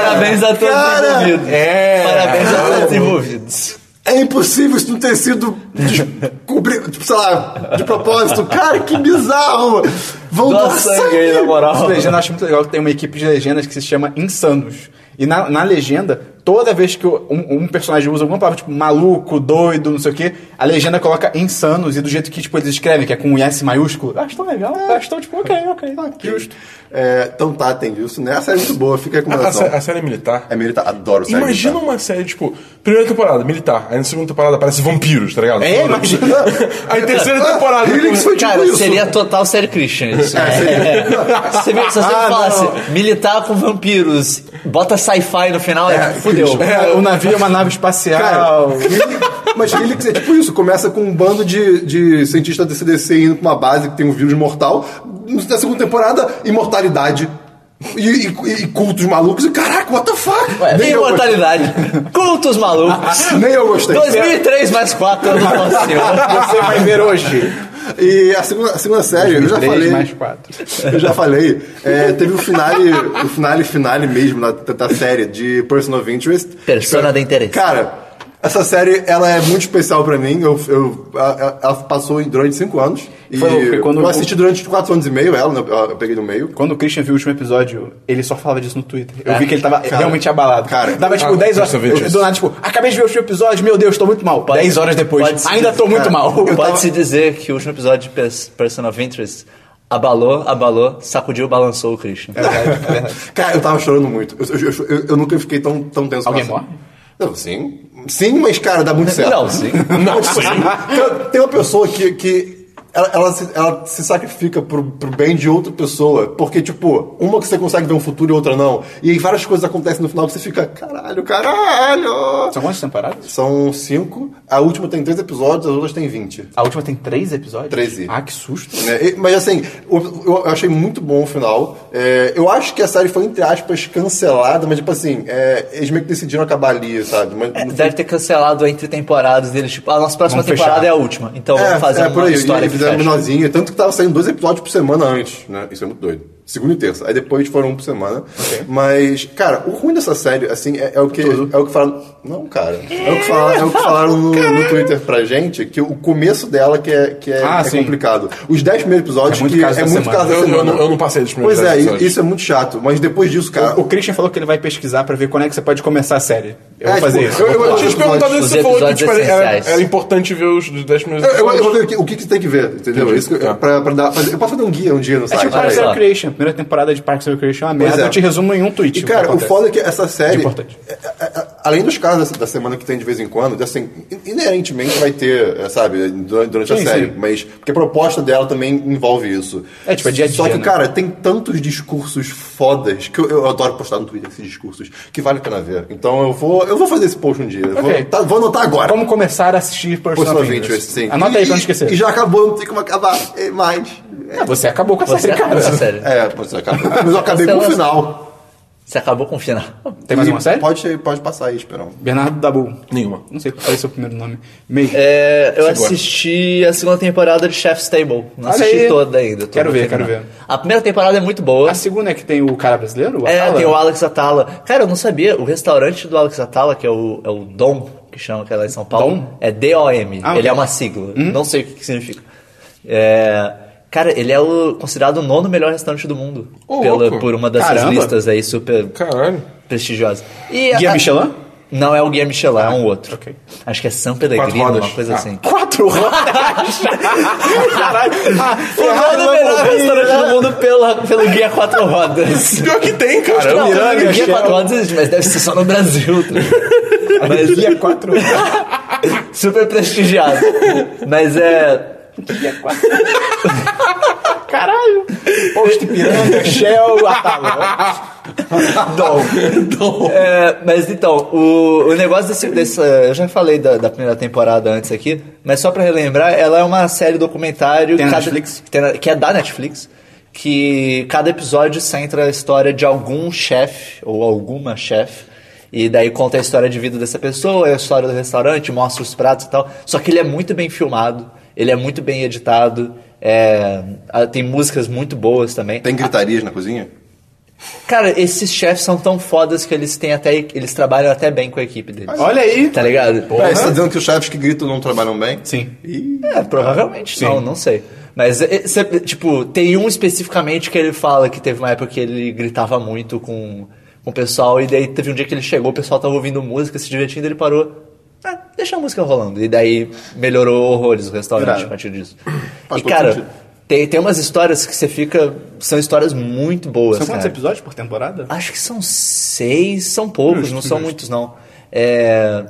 C: Parabéns a todos
D: Cara,
C: os envolvidos.
E: é.
C: Parabéns a todos os envolvidos.
D: É impossível isso não ter sido descobri- tipo, sei lá, de propósito. Cara, que bizarro! Vão
C: Dó
D: doar
C: sangue aí, na
A: Essa
C: moral.
A: legenda eu acho muito legal que tem uma equipe de legendas que se chama Insanos. E na, na legenda, toda vez que o- um, um personagem usa alguma palavra, tipo, maluco, doido, não sei o quê, a legenda coloca insanos e do jeito que, tipo, eles escrevem, que é com um S maiúsculo. Eu acho tão legal, eu acho tão, tipo, ok, ok, justo.
D: É, então tá, tem isso, né? A série é muito boa, fica com
E: A, a sé- a
D: relação.
E: série é militar.
D: É militar, adoro série
E: Imagina
D: militar.
E: uma série, tipo, primeira temporada, militar. Aí na segunda temporada aparece vampiros, tá ligado?
A: É, imagina.
E: Aí terceira
D: Ah,
E: temporada.
D: Helix foi tipo
C: Cara,
D: isso.
C: seria total série Christian isso. É. Se você se você
D: Ah,
C: falasse
D: não.
C: militar com vampiros, bota sci-fi no final, é, tipo, fudeu.
A: É, o navio é uma nave
E: um
A: espacial.
D: Cara, Helix- mas Helix é tipo isso, começa com um bando de, de cientistas da CDC indo pra uma base que tem um vírus mortal. Na segunda temporada, imortalidade. E, e- e cultos malucos. E caraca, what the fuck?
C: Ué,
D: Nem eu gostei.
C: imortalidade. Cultos malucos.
D: Nem eu gostei.
C: 2003 mais 4 anos do Senhor.
A: Você vai ver hoje.
D: E a segunda, a segunda série, eu já
A: Três
D: falei.
A: mais quatro.
D: Eu já falei. É, teve o finale, o finale, finale mesmo da, da série de Person of Interest.
C: Persona de interesse.
D: Cara, essa série, ela é muito especial pra mim. Eu, eu, a- a- ela passou durante cinco anos. E
A: Foi louco, e quando-
D: eu assisti durante quatro anos e meio ela, né? eu peguei no meio.
A: Quando o Christian viu o último episódio, ele só falava disso no Twitter. Eu
C: É.
A: vi que ele tava realmente abalado.
D: cara.
A: Dava tipo
E: Ah,
A: 10 horas.
E: eu vi
A: Eu,
E: disso.
A: do nada, tipo, acabei de ver o último episódio, meu Deus, tô muito mal. 10 horas
C: pode
A: depois,
C: se É.
A: ainda tô muito mal.
C: Pode se dizer que o último episódio de Pers- Person of Interest abalou, abalou, sacudiu, balançou o Christian.
A: É,
D: Cara, eu tava chorando muito. Eu, eu- eu- eu- eu nunca fiquei tão, tão tenso com
A: Alguém
D: essa-
A: morre?
D: Não, sim. Sim, mas, cara, dá muito certo.
C: Não, sim.
E: Não sei.
D: Tem- Tem uma pessoa que, que ela, ela se, ela se sacrifica pro, pro bem de outra pessoa, porque, tipo, uma que você consegue ver um futuro e outra não. E aí várias coisas acontecem no final que você fica, caralho, caralho!
A: São quantas temporadas?
D: São cinco, a última tem três episódios, as outras tem vinte.
A: A última tem 3 episódios?
D: 13.
A: Ah, que susto.
D: né? E- Mas assim, eu, eu achei muito bom o final. É, eu acho que a série foi, entre aspas, cancelada, mas tipo assim, é, eles meio que decidiram acabar ali, sabe? Mas,
C: É, Deve ter cancelado entre temporadas deles, tipo, a nossa próxima
A: Vamos
C: temporada
A: fechar.
C: é a última. Então vamos fazer uma
D: aí,
C: história
D: e
C: que
D: fizeram
C: fecha.
D: menorzinho, tanto que tava saindo dois episódios por semana antes, né? Isso é muito doido. Segunda e terça. Aí depois foram um por semana. Mas, cara, o ruim dessa série, assim, é, é o que. É o que falaram. Não, cara. É o que falaram, é o que falaram no, no Twitter pra gente, que o começo dela que é, que é,
A: Ah,
D: é
A: sim.
D: complicado. Os dez primeiros episódios
A: É muito
D: que
A: caso
D: é
A: da
D: muito
A: semana.
D: caso da
E: Eu- eu
D: semana.
E: não- eu não passei dos primeiros
D: Pois
E: dez
D: é, e-
E: episódios.
D: isso é muito chato. Mas depois disso, cara.
A: O Christian falou que ele vai pesquisar pra ver quando é que você pode começar a série. Eu
D: É,
A: vou fazer
D: tipo,
A: isso.
E: Eu, eu tinha te perguntado
C: Os
E: se você falou que
C: episódios
E: tipo, era,
C: essenciais.
E: era importante ver os 10 minutos.
D: Eu, eu- eu vou ver o que, o que que você tem que ver, entendeu?
E: Entendi.
D: Isso que eu-
E: Tá.
D: pra- pra dar- fazer- eu posso fazer um guia um dia no
A: É
D: site.
A: tipo
D: olha aí.
A: Parks and
C: só.
A: Recreation. A primeira temporada de Parks and Recreation é uma
D: Pois
A: merda.
D: é.
A: Eu te resumo em um tweet.
D: E, cara, o
A: acontece.
D: foda é que essa série.
A: De importante.
D: A- a- além dos casos da semana que tem de vez em quando, assim, inerentemente vai ter, é, sabe, durante, durante a
A: Sim,
D: série.
A: sim.
D: Mas. Porque a proposta dela também envolve isso.
A: É, tipo, é dia a
D: Só
A: dia,
D: que,
A: né?
D: cara, tem tantos discursos fodas que eu, eu adoro postar no Twitter esses discursos, que vale a pena ver. Então eu vou, eu vou fazer esse post um dia. Eu Vou,
A: Ok.
D: tá- vou anotar agora.
A: Como começar a assistir
D: Post
A: Person
D: of
A: of
D: Interest, sim.
A: Anota aí pra
D: E-
A: não esquecer.
D: E já acabou, não tem como acabar é, mais.
A: Ah, você acabou com a
C: Você
A: série,
C: acabou
A: cara.
C: com a série.
D: É, pois é, acabou. Mas eu acabei com o
C: Cancelou.
D: final.
C: Você acabou com o final.
A: Tem mais
D: E
A: uma série?
D: Pode, pode passar aí, Esperão.
A: Bernardo Dabu.
E: Nenhuma.
A: Não sei qual é o seu primeiro nome. Meio.
C: É, eu
E: gosta.
C: assisti a segunda temporada de Chef's Table.
A: Olha
C: Não assisti
A: aí.
C: toda ainda. tô
A: Quero
C: no
A: ver, quero
C: final.
A: ver.
C: A primeira temporada é muito boa.
A: A segunda é que tem o cara brasileiro?
C: É,
A: Atala?
C: tem o Alex Atala. Cara, eu não sabia. O restaurante do Alex Atala, que é o, é o Dom, que chama que é lá em São Paulo,
A: Dom?
C: é D-O-M.
A: Ah,
C: ele
A: ok.
C: é uma sigla. Não sei o que, que significa. É, cara, ele é o, considerado o nono melhor restaurante do mundo.
E: Ô,
C: pela-
E: louco.
C: por uma dessas
A: Caramba.
C: listas aí super
E: Caralho.
C: prestigiosas. E
A: Guia
C: a-
A: Michelin?
C: Não é o Guia Michelin, é um outro.
A: ok.
C: Acho que é São Pellegrino,
E: rodas.
C: uma coisa
E: Ah.
C: assim.
A: Quatro rodas! Caralho! Ah,
C: é O
A: Ferrari
C: nono melhor
A: Lamborghini,
C: restaurante
A: né?
C: do mundo pela, pelo Guia Quatro Rodas.
E: Pior que tem, cara.
C: Não,
A: Miranda,
C: o Guia
A: Shell.
C: Quatro Rodas existe, mas deve ser só no Brasil. tá ligado? Mas-
A: Guia quatro rodas.
C: Super prestigiado. Mas é.
A: Caralho! Posto Piranga, Shell, Atala.
C: é, mas então, o, o negócio desse, dessa. Eu já falei da, da primeira temporada antes aqui, mas só pra relembrar, ela é uma série documentário
A: Tem na Netflix?
C: tem na- que é da Netflix. Que cada episódio centra a história de algum chefe ou alguma chefe. E daí conta a história de vida dessa pessoa, a história do restaurante, mostra os pratos e tal. Só que ele é muito bem filmado, ele é muito bem editado, é, ah, tem músicas muito boas também.
D: Tem gritarias na cozinha?
C: Cara, esses chefs são tão fodas que eles têm até. Eles trabalham até bem com a equipe deles.
A: Olha aí!
C: Tá ligado?
D: É, você tá dizendo que os chefes que gritam não trabalham bem?
A: Sim.
C: É, provavelmente não, não sei. Mas, é, é, cê- tipo, tem um especificamente que ele fala que teve uma época que ele gritava muito com, com o pessoal, e daí teve um dia que ele chegou, o pessoal tava ouvindo música, se divertindo, ele parou. Ah, deixa a música rolando. E daí melhorou horrores o restaurante
A: Irado.
C: a partir disso.
D: Faz
C: e,
D: todo
C: cara,
D: sentido.
C: tem, tem umas histórias que você fica. São histórias muito boas.
A: São quantos
C: cara. Ah,
A: episódios por temporada?
C: Acho que são seis, são poucos,
A: Justo,
C: não são
A: justo.
C: muitos, não. É,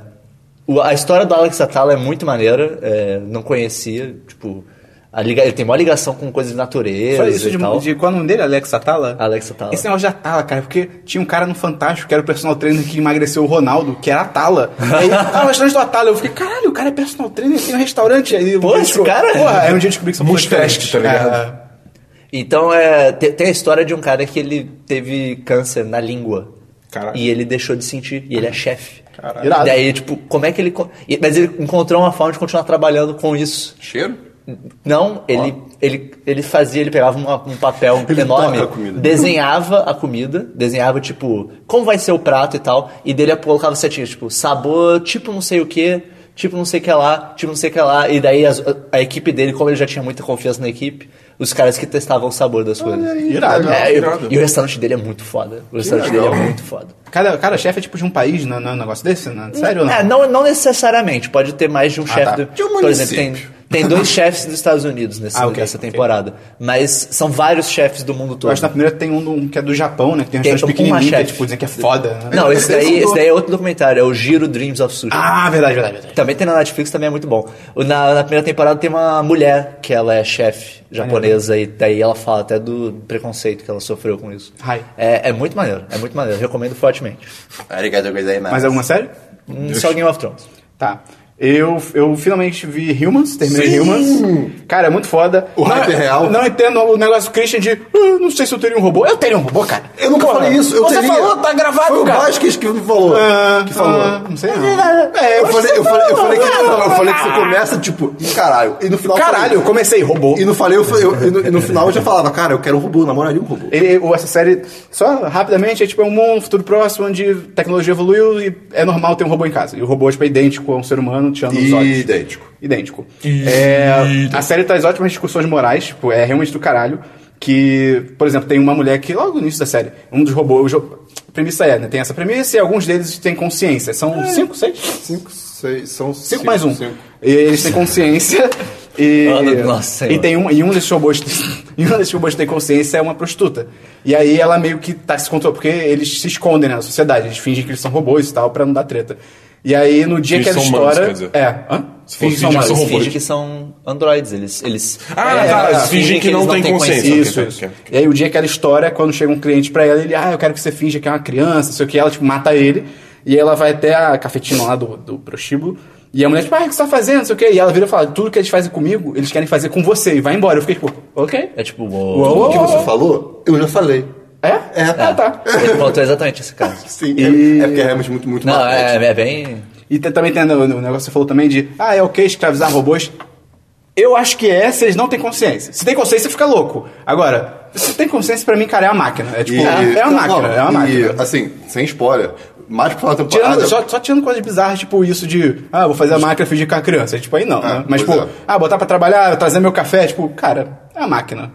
C: o- a história do Alex Atala é muito maneira, é, não conhecia, tipo, a liga- ele tem maior ligação com coisas de natureza
A: Só isso
C: e
A: de,
C: tal.
A: de qual é o nome dele? Alex Atala?
C: Alex Atala.
A: Esse negócio de Atala, cara, porque tinha um cara no Fantástico que era o personal trainer que emagreceu o Ronaldo, que era Atala. Aí, ah, o restaurante do Atala. Eu fiquei, caralho, o cara é personal trainer, tem um restaurante. Aí, um
C: Pô,
A: dia
C: esse
A: descob-
C: cara- é
A: Porra, aí um dia eu descobri que são pessoas
E: Multitask,
A: diferentes.
E: tá ligado?
A: É,
C: Então, é, te- tem a história de um cara que ele teve câncer na língua.
E: Caralho.
C: E ele deixou de sentir, e ele é chefe.
A: Caralho. Irado.
C: Daí, tipo, como é que ele... co- e- Mas ele encontrou uma forma de continuar trabalhando com isso.
D: Cheiro?
C: Não, ele, ele, ele fazia, ele pegava uma- um papel
D: Ele
C: enorme,
D: toca a comida.
C: desenhava a comida, desenhava tipo, como vai ser o prato e tal, e dele colocava setinhas, tipo, sabor, tipo não sei o que, tipo não sei o que lá, tipo não sei o que lá, e daí as- a, equipe dele, como ele já tinha muita confiança na equipe, os caras que testavam o sabor das coisas.
A: irado.
C: É,
A: É,
C: e-
E: irado.
C: e, o restaurante dele é muito foda. O restaurante dele é muito foda.
A: Cada, cada chefe é tipo de um país, não, não é um negócio desse? Não, sério ou não?
C: É, não, não necessariamente, pode ter mais de um chefe.
A: tá.
C: do-
D: De um
C: Por exemplo, tem,
D: município.
C: tem dois chefes dos Estados Unidos nesse-
A: Ah, ok,
C: nessa
A: ok.
C: temporada. Mas são vários chefes do mundo
A: Eu
C: todo.
A: acho que na primeira tem um, do- um que é do Japão, né? Que tem um
C: Tem
A: restaurante
C: uma
A: pequenininho, que é,
C: chefe.
A: tipo, dizer que é foda.
D: tá-
A: né?
C: Não, esse daí,
A: Esse
C: esse daí é outro documentário, é o Giro Dreams of Sushi.
A: Ah, verdade, verdade, verdade.
C: Também tem na Netflix, também é muito bom. O- Na, na primeira temporada tem uma mulher que ela é chefe japonesa e daí ela fala até do preconceito que ela sofreu com isso.
A: Ai.
C: É, é muito maneiro, é muito maneiro. Recomendo fortemente.
D: Obrigado, coisa
A: Mais alguma série?
C: Hum, Só Game of Thrones.
A: Tá. Eu, eu finalmente vi Humans, terminei Humans. Cara, é muito foda.
D: O hype é real.
A: Não entendo o negócio do Christian de, "Ah, não sei se eu teria um robô. Eu teria um robô, cara.
D: Eu nunca
A: Porra,
D: falei isso, eu
A: Você
D: teria.
A: falou, tá gravado,
D: Foi
A: cara.
D: o Vasquez que me falou.
A: Ah,
D: que falou.
A: ah, não sei não.
D: É, eu falei, eu falei, eu falei que eu falei que você começa, tipo, e caralho. E no final. eu
A: Caralho, eu
D: falei-
A: comecei robô.
D: E no, falei, eu, falei- eu- e no, e no final eu já falava, cara, eu quero um robô, eu namoraria um robô.
A: Ele, ou essa série, só rapidamente, é tipo é um mundo, um futuro próximo, onde a tecnologia evoluiu e é normal ter um robô em casa. E o robô tipo, é idêntico a um ser humano, tirando os olhos.
D: Idêntico.
A: Idêntico. É, a série traz ótimas discussões morais, tipo, é realmente do caralho. Que, por exemplo, tem uma mulher que, logo no início da série, um dos robôs. A premissa é, né? Tem essa premissa e alguns deles têm consciência. São cinco, um. seis?
D: Cinco, seis, são
A: Cinco mais um. E eles têm consciência. E,
C: Ana,
A: e
C: nossa Senhora.
A: tem um, e um desses robôs, e um desses robôs que tem consciência é uma prostituta. E aí ela meio que tá se controlando, porque eles se escondem né, na sociedade, eles fingem que eles são robôs e tal, pra não dar treta. E aí no dia
E: Eles
A: que ela
E: são humanos,
A: estoura.
E: quer dizer.
A: É. Hã?
E: Se for
A: Fingem que são
E: fingem que
A: humanos.
E: são
C: Eles
E: robôs.
C: fingem que são androides, eles... eles
E: Ah,
C: é,
E: tá, eles fingem que não têm consciência.
A: Isso,
C: Isso.
E: Ok,
A: isso.
E: ok,
A: E aí o dia que ela estoura, quando chega um cliente pra ela, ele, ah, eu quero que você finja que é uma criança, não sei o que, ela, tipo, mata ele. E ela vai até a cafetina lá do, do prostíbulo. E a mulher, tipo, ah, o que você tá fazendo? Não sei o que. E ela vira e fala, tudo que eles fazem comigo, eles querem fazer com você. E vai embora. Eu fiquei, tipo, ok.
C: É tipo,
A: Uou,
C: uou.
A: uou,
D: O que você
A: uou.
D: falou, eu já falei.
A: É? É. Ah, tá.
C: Ele contou exatamente esse caso.
D: Sim, é, é porque é realmente muito, muito
C: Não,
D: marcante.
C: é, é bem...
A: E tem- também tem o o negócio que você falou também de, ah, é ok escravizar robôs. Eu acho que é se eles não têm consciência. Se tem consciência, fica louco. Agora, se tem consciência, pra mim, cara, é uma máquina. É tipo, é uma
D: não,
A: máquina,
D: não,
A: é uma máquina.
D: então, E, assim, sem spoiler, mais pra uma temporada...
A: Tirando, só, só tirando coisas bizarras, tipo isso de, ah, vou fazer a máquina fingir que é uma criança. Tipo, aí não, né? Mas, tipo,
D: pois é.
A: ah, botar pra trabalhar, trazer meu café, tipo, cara, é a máquina.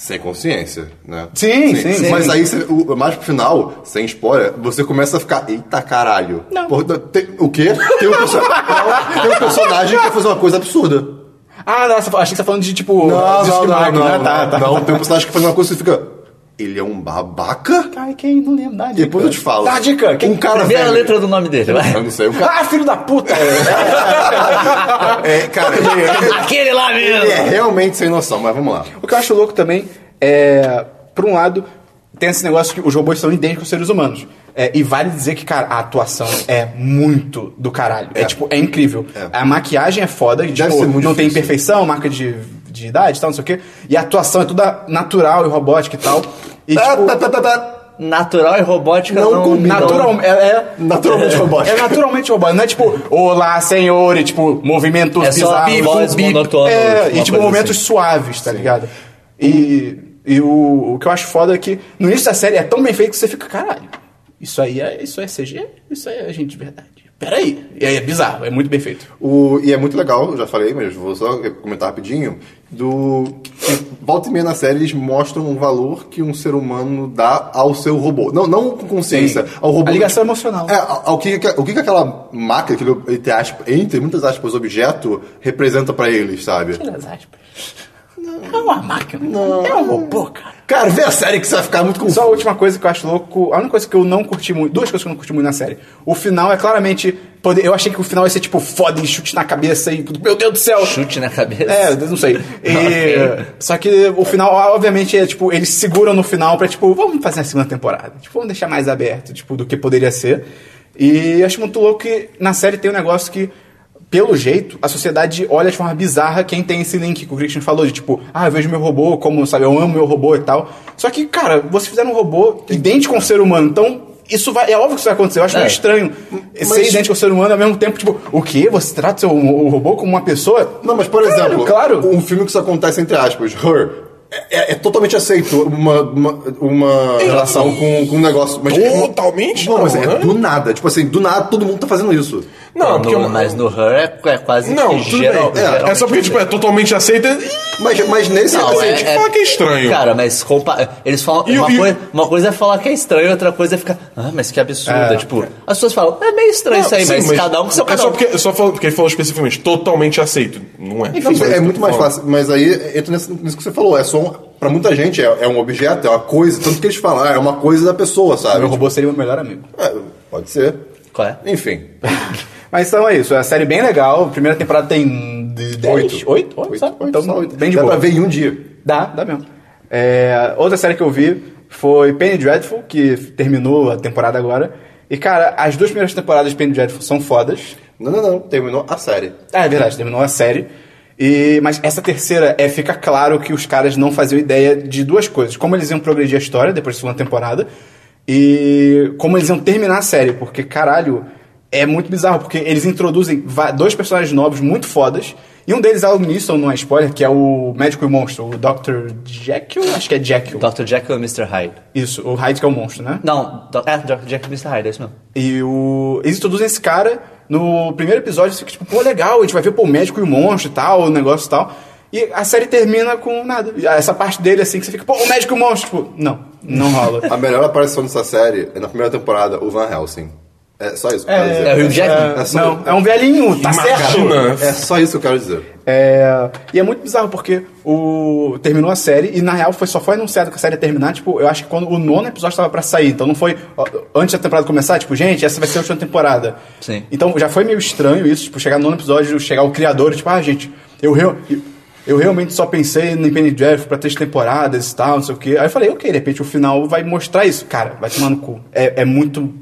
D: Sem consciência, né?
A: Sim, sim,
D: Mas
A: sim.
D: aí, você- o- mais pro final, sem spoiler, você começa a ficar, eita caralho.
A: Não.
D: Porra, tem- o quê? Tem um, perso- Não, tem um personagem que quer fazer uma coisa absurda.
A: Ah, nossa, achei que você tá falando de, tipo, disco de máquina. Ah, tá, tá.
D: não. Tem um personagem que faz uma coisa e você fica, ele é um babaca?
A: Ai, quem não lembra da dica?
D: Depois eu te falo.
A: Dá a Tá, dica. Quem...
D: Um cara
C: Primeira
D: velho.
C: letra do nome dele,
D: Eu
C: vai.
D: não sei, um cara...
A: Ah, filho da puta!
D: É, cara, ele é-
C: Aquele lá mesmo!
D: ele é realmente sem noção, mas vamos lá.
A: O que eu acho louco também é, por um lado, tem esse negócio que os robôs são idênticos aos seres humanos. É, e vale dizer que, cara, a atuação é muito do caralho. É,
D: É.
A: tipo, é incrível. A maquiagem é foda, e,
D: Deve
A: tipo,
D: ser muito
A: não tem
D: difícil.
A: imperfeição, marca de, de idade e tal, não sei o quê. E a atuação é toda natural e robótica e tal. E,
D: Tá,
A: tipo,
D: tá, tá, tá, tá.
C: Natural e robótica
D: Não
C: não...
D: combinam.
A: natural, é, é-
D: Naturalmente
A: é
D: robótica.
A: naturalmente robótica. Não é tipo, olá, senhor, e tipo, movimentos
C: É só
A: bizarros.
C: voz
A: bip, bip.
C: monotona,
A: É,
C: uma
A: e tipo,
C: coisa
A: momentos
C: assim.
A: suaves, tá ligado? E, e o, o que eu acho foda é que no início da série é tão bem feito que você fica, caralho, isso aí é, isso é CG? Isso aí é gente de verdade. Peraí. E aí é bizarro, é muito bem feito.
D: O- e é muito legal, eu já falei, mas vou só comentar rapidinho, do que volta e meia na série eles mostram o valor que um ser humano dá ao seu robô. Não, não com consciência,
A: Sim.
D: ao robô.
A: A ligação emocional.
D: É, ao, ao que, o que que aquela máquina, aquele, entre, aspas, entre muitas aspas, objeto, representa pra eles, sabe?
A: Pelas aspas. É uma máquina. É um robô, cara.
D: Cara, vê a série que você vai ficar muito confuso.
A: Só a última coisa que eu acho louco, a única coisa que eu não curti muito, duas coisas que eu não curti muito na série. O final é claramente. poder- eu achei que o final ia ser tipo foda e chute na cabeça e. Meu Deus do céu!
C: Chute na cabeça.
A: É, eu não sei. E-
C: Ok.
A: Só que o final, obviamente, é tipo, eles seguram no final pra tipo, vamos fazer a segunda temporada. Tipo, vamos deixar mais aberto, tipo, do que poderia ser. E acho muito louco que na série tem um negócio que, pelo jeito, a sociedade olha de forma bizarra quem tem esse link que o Christian falou, de tipo, ah, eu vejo meu robô, como, sabe, eu amo meu robô e tal. Só que, cara, você fizer um robô idêntico a um ser humano, então. Isso vai, é óbvio que isso vai acontecer, eu acho
C: É.
A: meio estranho ser idêntico ao ser humano ao mesmo tempo, tipo, o quê? Você trata seu, o robô como uma pessoa?
D: Não, mas por
A: Caralho,
D: exemplo,
A: claro.
D: um filme que isso acontece entre aspas, Her, é, é totalmente aceito uma, uma, uma relação com, com um negócio. Mas
E: Totalmente
D: Não, mas
E: não,
D: é
E: né?
D: do nada. Tipo assim, do nada todo mundo tá fazendo isso.
E: Não,
C: No-
E: porque eu-
C: Mas no Her é, é quase
E: Não,
C: que
E: tudo
C: geral, É
D: bem. É,
E: É só porque, tipo, é totalmente aceita.
D: Mas, mas nesse
C: Não,
D: assim,
E: gente fala que é estranho.
C: Cara, mas compa- eles falam.
E: E o-
C: uma,
E: e o-
C: coisa, uma coisa é falar que é estranho, outra coisa é ficar. Ah, mas que absurdo. Tipo, as pessoas falam, é meio estranho isso aí,
E: É. Sim,
C: mas, cada um com seu
E: é
C: cada
E: só
C: um.
E: porque, eu só falo, porque ele falou especificamente, totalmente aceito. Não é.
D: não, é muito mais fácil. Mas aí entra nesse- nisso que você falou. É só um, pra muita gente, é, é um objeto, é uma coisa. Tanto que eles falam, ah, é uma coisa da pessoa, sabe?
A: Meu robô seria o meu melhor amigo.
D: É, pode ser.
C: Qual é?
D: Enfim.
A: Mas então é isso, é uma série bem legal. Primeira temporada tem 10? 8? 8?
D: Oito,
A: sabe?
D: oito,
A: então,
D: só oito.
A: bem de
D: Dá
A: boa.
D: pra ver em um dia.
A: Dá, dá mesmo. É, outra série que eu vi foi Penny Dreadful, que terminou a temporada agora. E, cara, as duas primeiras temporadas de Penny Dreadful são fodas.
D: Não, não, não. Terminou a série.
A: Ah, é verdade, terminou a série. E, mas essa terceira é fica claro que os caras não faziam ideia de duas coisas: como eles iam progredir a história depois da segunda temporada e como eles iam terminar a série, porque caralho, é muito bizarro, porque eles introduzem va- dois personagens novos muito fodas. E um deles é o Nisson, não é spoiler, que é o médico e o monstro, o Dr. Jekyll? Acho que é Jekyll.
C: Dr. Jekyll e Mr. Hyde.
A: Isso, o Hyde que é o monstro, né?
C: Não, do... é, Dr. Jekyll e Mr. Hyde, é isso mesmo.
A: E o... eles introduzem esse cara no primeiro episódio, você fica tipo, pô, legal, a gente vai ver pô, o médico e o monstro e tal, o negócio e tal. E a série termina com nada. E Essa parte dele, assim, que você fica, pô, o médico e o monstro. Tipo, não, não rola.
D: A melhor aparição dessa série é na primeira temporada, o Van Helsing. É só isso que eu quero dizer.
C: É o Hugh Jackman.
D: É só-
A: Não, é um velhinho, tá certo?
E: Imagina.
D: É só isso que eu quero dizer.
A: É, e é muito bizarro porque o terminou a série e na real foi só foi anunciado que a série ia terminar, tipo, eu acho que quando o nono episódio estava pra sair, então não foi ó, antes da temporada começar, tipo, gente, essa vai ser a última temporada.
C: Sim.
A: Então já foi meio estranho isso, tipo, chegar no nono episódio, chegar o criador, tipo, ah, gente, eu real- eu realmente só pensei no Penny Jeff pra três temporadas e tal, não sei o quê. Aí eu falei, ok, de repente o final vai mostrar isso. Cara, vai tomar no cu. É, é muito.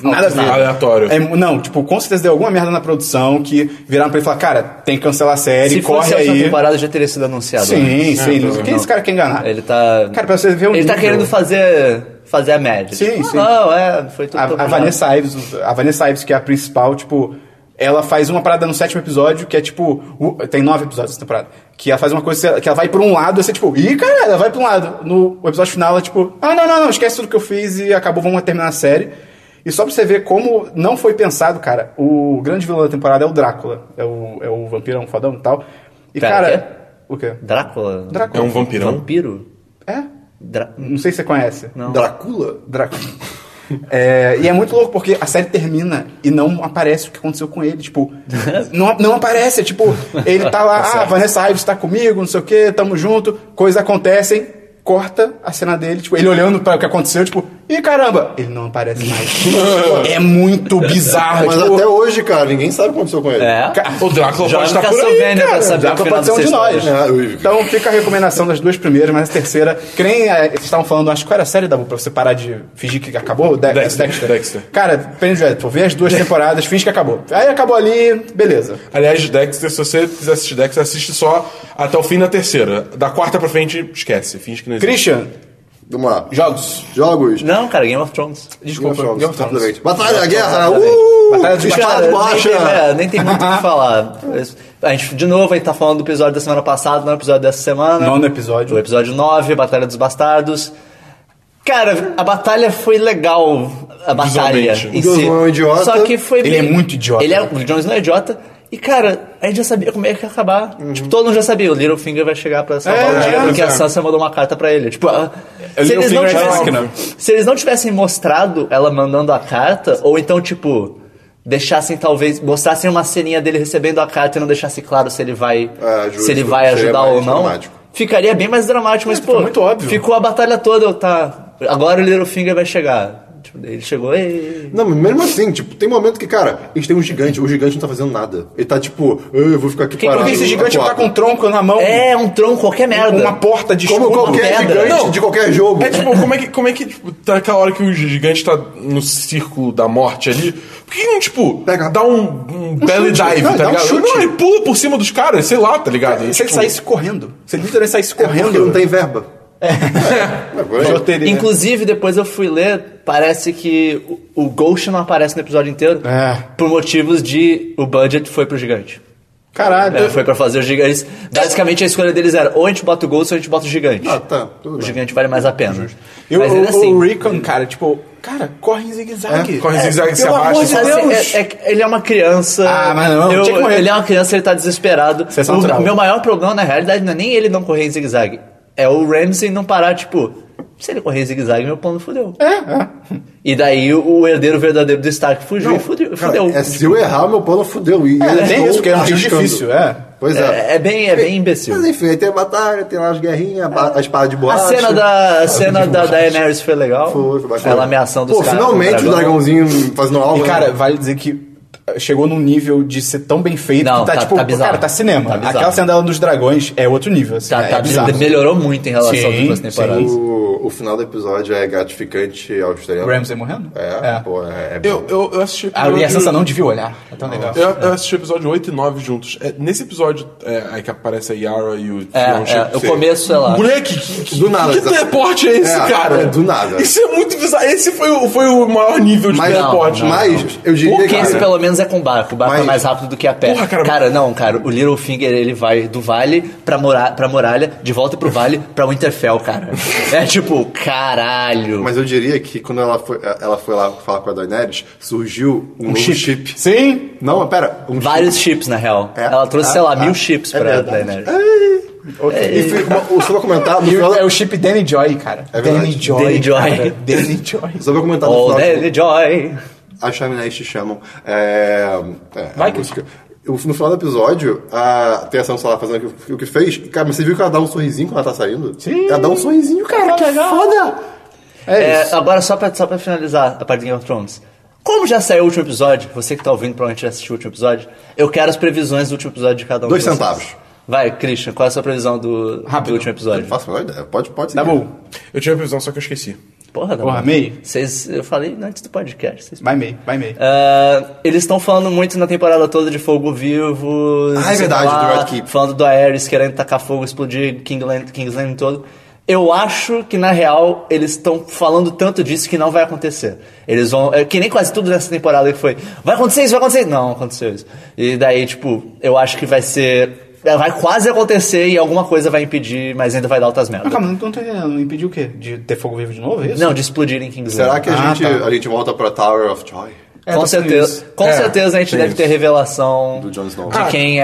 A: Nada a ver.
E: Aleatório.
A: É, não, tipo, com certeza deu alguma merda na produção que viraram pra ele e falaram, cara, tem que cancelar a série,
C: Se
A: corre
C: fosse a última
A: aí.
C: temporada, já teria sido anunciado. né?
A: Sim, sim.
E: não,
A: Quem é esse cara que é enganar?
C: Ele tá.
A: Cara, pra você ver o
C: Ele tá
A: nível.
C: querendo fazer. Fazer a média.
A: Sim,
C: Tipo, ah,
A: sim.
C: Não, é, foi tudo.
A: A, a
C: planejado.
A: Vanessa Ives, a Vanessa Ives, que é a principal, tipo, ela faz uma parada no sétimo episódio que é tipo. o- tem nove episódios essa temporada. Que ela faz uma coisa que ela vai pra um lado e você, tipo, ih, cara, ela vai pra um lado. No o episódio final, ela, tipo, ah, não, não, não, esquece tudo que eu fiz e acabou, vamos terminar a série. E só pra você ver como não foi pensado, cara, o grande vilão da temporada é o Drácula. É o, é o vampirão fodão e tal. E,
C: Pera,
A: cara. O quê?
C: Drácula?
A: Drácula.
E: É um vampirão.
C: Vampiro?
A: É?
C: Drá-
A: Não sei se você conhece.
C: Não.
D: Dracula?
A: Drácula. É, e é muito louco porque a série termina e não aparece o que aconteceu com ele. Tipo, não, não aparece. é Tipo, ele tá lá, ah, Vanessa Ives tá comigo, não sei o que, tamo junto, coisas acontecem, corta a cena dele, tipo, ele olhando para o que aconteceu, tipo, ih caramba, ele não aparece mais. é muito bizarro.
D: Mas
A: tipo,
D: até hoje, cara, ninguém sabe o que aconteceu com ele.
C: É?
A: Ca-
E: O Drácula
C: Joga
E: pode
C: no
E: estar por aí,
C: Castlevania pra
E: cara.
C: saber o
A: Drácula
C: final
A: pode ser um
C: dessa
A: de
C: história.
A: nós.
D: É, eu-
A: Então fica a recomendação das duas primeiras, mas a terceira, que nem eh, vocês estavam falando, acho que era a série da pra você parar de fingir que acabou, De-
E: Dexter,
A: Dexter.
E: Dexter.
A: Cara, Penny Dreadful, vê as duas temporadas, finge que acabou. Aí acabou ali, beleza.
E: Aliás, Dexter, se você quiser assistir Dexter, assiste só até o fim da terceira. Da quarta pra frente, esquece. Finge que não existe.
A: Christian,
D: Vamos lá.
A: jogos.
D: Jogos.
C: Não, cara, Game of Thrones.
A: Desculpa,
D: Game
A: Game of
D: of
A: Thrones.
D: Thrones. Batalha da Guerra!
C: Exatamente.
D: Uh!
A: Batalha dos
D: Espada
C: Cara, nem
D: baixa!
C: tem, é, nem tem muito o que falar. A gente, de novo, a gente tá falando do episódio da semana passada, não é o episódio dessa semana.
A: Nono episódio.
C: O episódio 9, Batalha dos Bastardos. Cara, a batalha foi legal. A batalha
E: Visualmente.
C: em
D: O Jon
C: si.
D: Snow é um idiota.
C: Só que foi
A: Ele é muito idiota.
C: Ele é, o Jon Snow é idiota. E, cara, a gente já sabia como é que ia acabar. Tipo, todo mundo já sabia. O Littlefinger vai chegar pra salvar
A: É,
C: o dia,
A: é,
C: porque
E: é.
C: a Sansa mandou uma carta pra ele. Tipo, ah, se eles
A: Littlefinger
C: não
A: é
C: tivessem...
A: óbvio.
C: Se eles não tivessem mostrado ela mandando a carta, ou então, tipo, deixassem talvez. mostrassem uma ceninha dele recebendo a carta e não deixassem claro se ele vai.
D: Ah, justo.
C: se ele vai
D: Seria
C: ajudar
D: mais
C: ou não.
D: dramático.
C: Ficaria bem mais dramático, mas,
A: ficou
C: pô,
A: É, muito óbvio.
C: ficou a batalha toda, eu tá. Agora o Littlefinger vai chegar. Tipo, daí ele chegou e.
D: Não, mas mesmo assim, tipo, tem momento que, cara, eles têm um gigante, o gigante não tá fazendo nada. Ele tá tipo, "Ah, eu vou ficar aqui
C: Que-
D: parado.
A: Porque esse gigante tá
D: acuado."
A: com um tronco na mão,
C: É, um tronco, qualquer merda.
A: uma porta de
D: Como
A: escudo.
D: qualquer
C: pedra.
D: gigante
E: Não.
D: de qualquer jogo.
E: É tipo, como é que, como é que tipo, tá aquela hora que o gigante tá no círculo da morte ali? Por que não, tipo,
D: Pega.
E: dá um, um, belly
D: chute.
E: dive,
D: Não,
E: tá
D: dá um
E: ligado?
D: chute.
E: não, ele pula por cima dos caras, sei lá, tá ligado?
A: Se ele
E: Tipo,
A: saísse correndo, se ele literalmente saísse
D: É porque
A: correndo,
D: não tem verba. É. Agora
A: eu
D: eu-
A: teria.
C: Inclusive, depois eu fui ler, parece que o, o Ghost não aparece no episódio inteiro.
A: É.
C: Por motivos de o budget foi pro gigante.
A: Caralho.
C: É, foi pra fazer os gigantes. Basicamente a escolha deles era ou a gente bota o Ghost ou a gente bota o gigante.
D: Ah, tá. Tudo
C: O
D: bem.
C: gigante vale mais a pena.
A: Eu,
C: Mas
A: o,
C: ainda assim.
A: o Recon, cara, tipo, cara, corre em zigue-zague.
D: É,
E: Corre zigue-zague, se
A: pelo amor
E: abaixa.
A: de
E: se abaixa.
C: Mas, assim,
A: Deus.
C: é- é que ele é uma criança.
A: Ah, mas não,
C: eu-
A: tinha que morrer.
C: ele é uma criança, ele tá desesperado.
A: Sessão
C: O
A: natural.
C: meu maior problema, na realidade, não é nem ele não correr em zigue-zague. É o Ramsey não parar, tipo, se ele correr em zigue-zague, meu plano fudeu.
A: É, é.
C: E daí o herdeiro verdadeiro do Stark fugiu e um fudeu.
D: Cara,
C: fudeu.
D: é, se eu errar, meu plano fudeu. E
A: É,
D: eles
A: tem
D: estão
A: isso, que é um tiro
D: arriscando.
A: difícil, é.
D: Pois é.
C: É, é bem, é bem imbecil.
D: Mas enfim, aí tem a batalha, tem lá as guerrinhas, ba- a espada de
C: A
D: borracha.
C: cena da, a cena da Daenerys foi legal.
D: Foi, foi bacana.
C: Ela ameaçando os
D: Pô,
C: caras. com
D: finalmente o
C: dragão.
D: dragãozinho fazendo algo.
A: E,
D: né?
A: cara, vale dizer que chegou num nível de ser tão bem feito
C: Não,
A: que tá,
C: tá-
A: tipo,
C: tá bizarro.
A: cara, tá cinema.
C: Tá bizarro.
A: Aquela cena dela dos dragões é outro nível. Assim,
C: Tá,
A: é,
C: tá-
A: é bizarro.
C: melhorou muito em relação às
A: Sim,
C: últimas temporadas.
D: o, o final do episódio é gratificante ao extremo.
A: Ramsay morrendo?
D: É, pô, é, é bom.
E: Eu, eu, eu assisti.
C: Ah,
A: A minha
E: eu-
A: Sansa não devia olhar. É tão legal.
E: Eu, eu assisti o episódio 8 e 9 juntos. É, nesse episódio é, aí que aparece a Yara e o
C: É, é, o
E: Sim.
C: começo, ela.
E: Moleque, que, que,
D: Do nada,
E: que
D: exato.
E: teleporte é esse,
D: É,
E: cara?
D: é, do nada.
E: Isso é muito bizarro. Esse foi, o- foi o maior nível de
D: Mas,
E: teleporte. né?
D: mas eu diria
C: Porque
D: que.
C: esse pelo menos é com barco. O barco é
D: Mas-
C: mais rápido do que a pé.
E: Porra, cara.
C: não, cara. O Littlefinger, ele vai do vale pra, mora pra muralha, de volta pro vale, pra Winterfell, cara. É tipo, caralho.
D: Mas eu diria que quando ela foi, ela foi lá falar com a Daenerys, surgiu um, novo chip.
A: Sim.
D: Não, mas pera. Um
C: Vários chips, na real.
D: É,
C: ela trouxe,
D: é,
C: sei lá,
D: é.
C: mil chips
D: É
C: pra né? É.
D: verdade.
C: Daenerys.
D: chip. E foi, uma- só pra comentar, no
A: E
D: final,
A: o- é o chip Danny Joy, cara.
D: É verdade.
A: Danny Joy.
C: Danny Joy.
A: cara. Danny Joy.
D: só pra comentar no
C: Oh,
D: final.
C: Danny Joy.
D: As chaminés te chamam. É, é,
F: Vai,
D: a música. Eu- No final do episódio, a, tem a Sansa lá fazendo o que, o que fez. E, cara, mas você viu que ela dá um sorrisinho quando ela tá saindo? Sim. Ela dá um sorrisinho, cara, que foda!
C: É, agora, só pra, só pra finalizar a parte de Game of Thrones. Como já saiu o último episódio, você que tá ouvindo provavelmente já assistiu o último episódio, eu quero as previsões do último episódio de cada um.
D: Dois
C: de vocês.
D: centavos.
C: Vai, Christian, qual é a sua previsão do, do último episódio?
D: Faço a menor ideia. Pode, pode seguir.
A: Tá bom.
E: Eu tinha a previsão, só que eu esqueci.
C: Porra,
A: Porra, meio.
C: Vocês, eu falei antes do podcast. Vocês...
A: Vai meio, vai meio.
C: Ah, eles estão falando muito na temporada toda de fogo vivo.
D: Ah, é
C: sei
D: verdade,
C: lá,
D: do Red Keep.
C: Falando do Aerys querendo tacar fogo, explodir Kingsland, Kingsland todo. Eu acho que, na real, eles estão falando tanto disso que não vai acontecer. Eles vão... É que nem quase tudo nessa temporada que foi... Vai acontecer isso, vai acontecer isso. Não, aconteceu isso. E daí, tipo, eu acho que vai ser... é, Vai quase acontecer e alguma coisa vai impedir, mas ainda vai dar altas
A: Mas
C: merdas.
A: calma, então não tô entendendo. Impediu o quê? De ter fogo vivo de novo, é isso?
C: Não, de explodir em Kingsland.
D: Será que a,
A: Ah,
D: gente,
A: tá.
D: a gente volta pra Tower of Joy?
A: É,
C: com
A: tá sendo
C: certeza,
A: isso.
C: com
E: É,
C: certeza a gente
E: tem
C: deve
E: isso.
C: ter revelação
D: Do Jon Snow.
C: de
D: Ah.
C: quem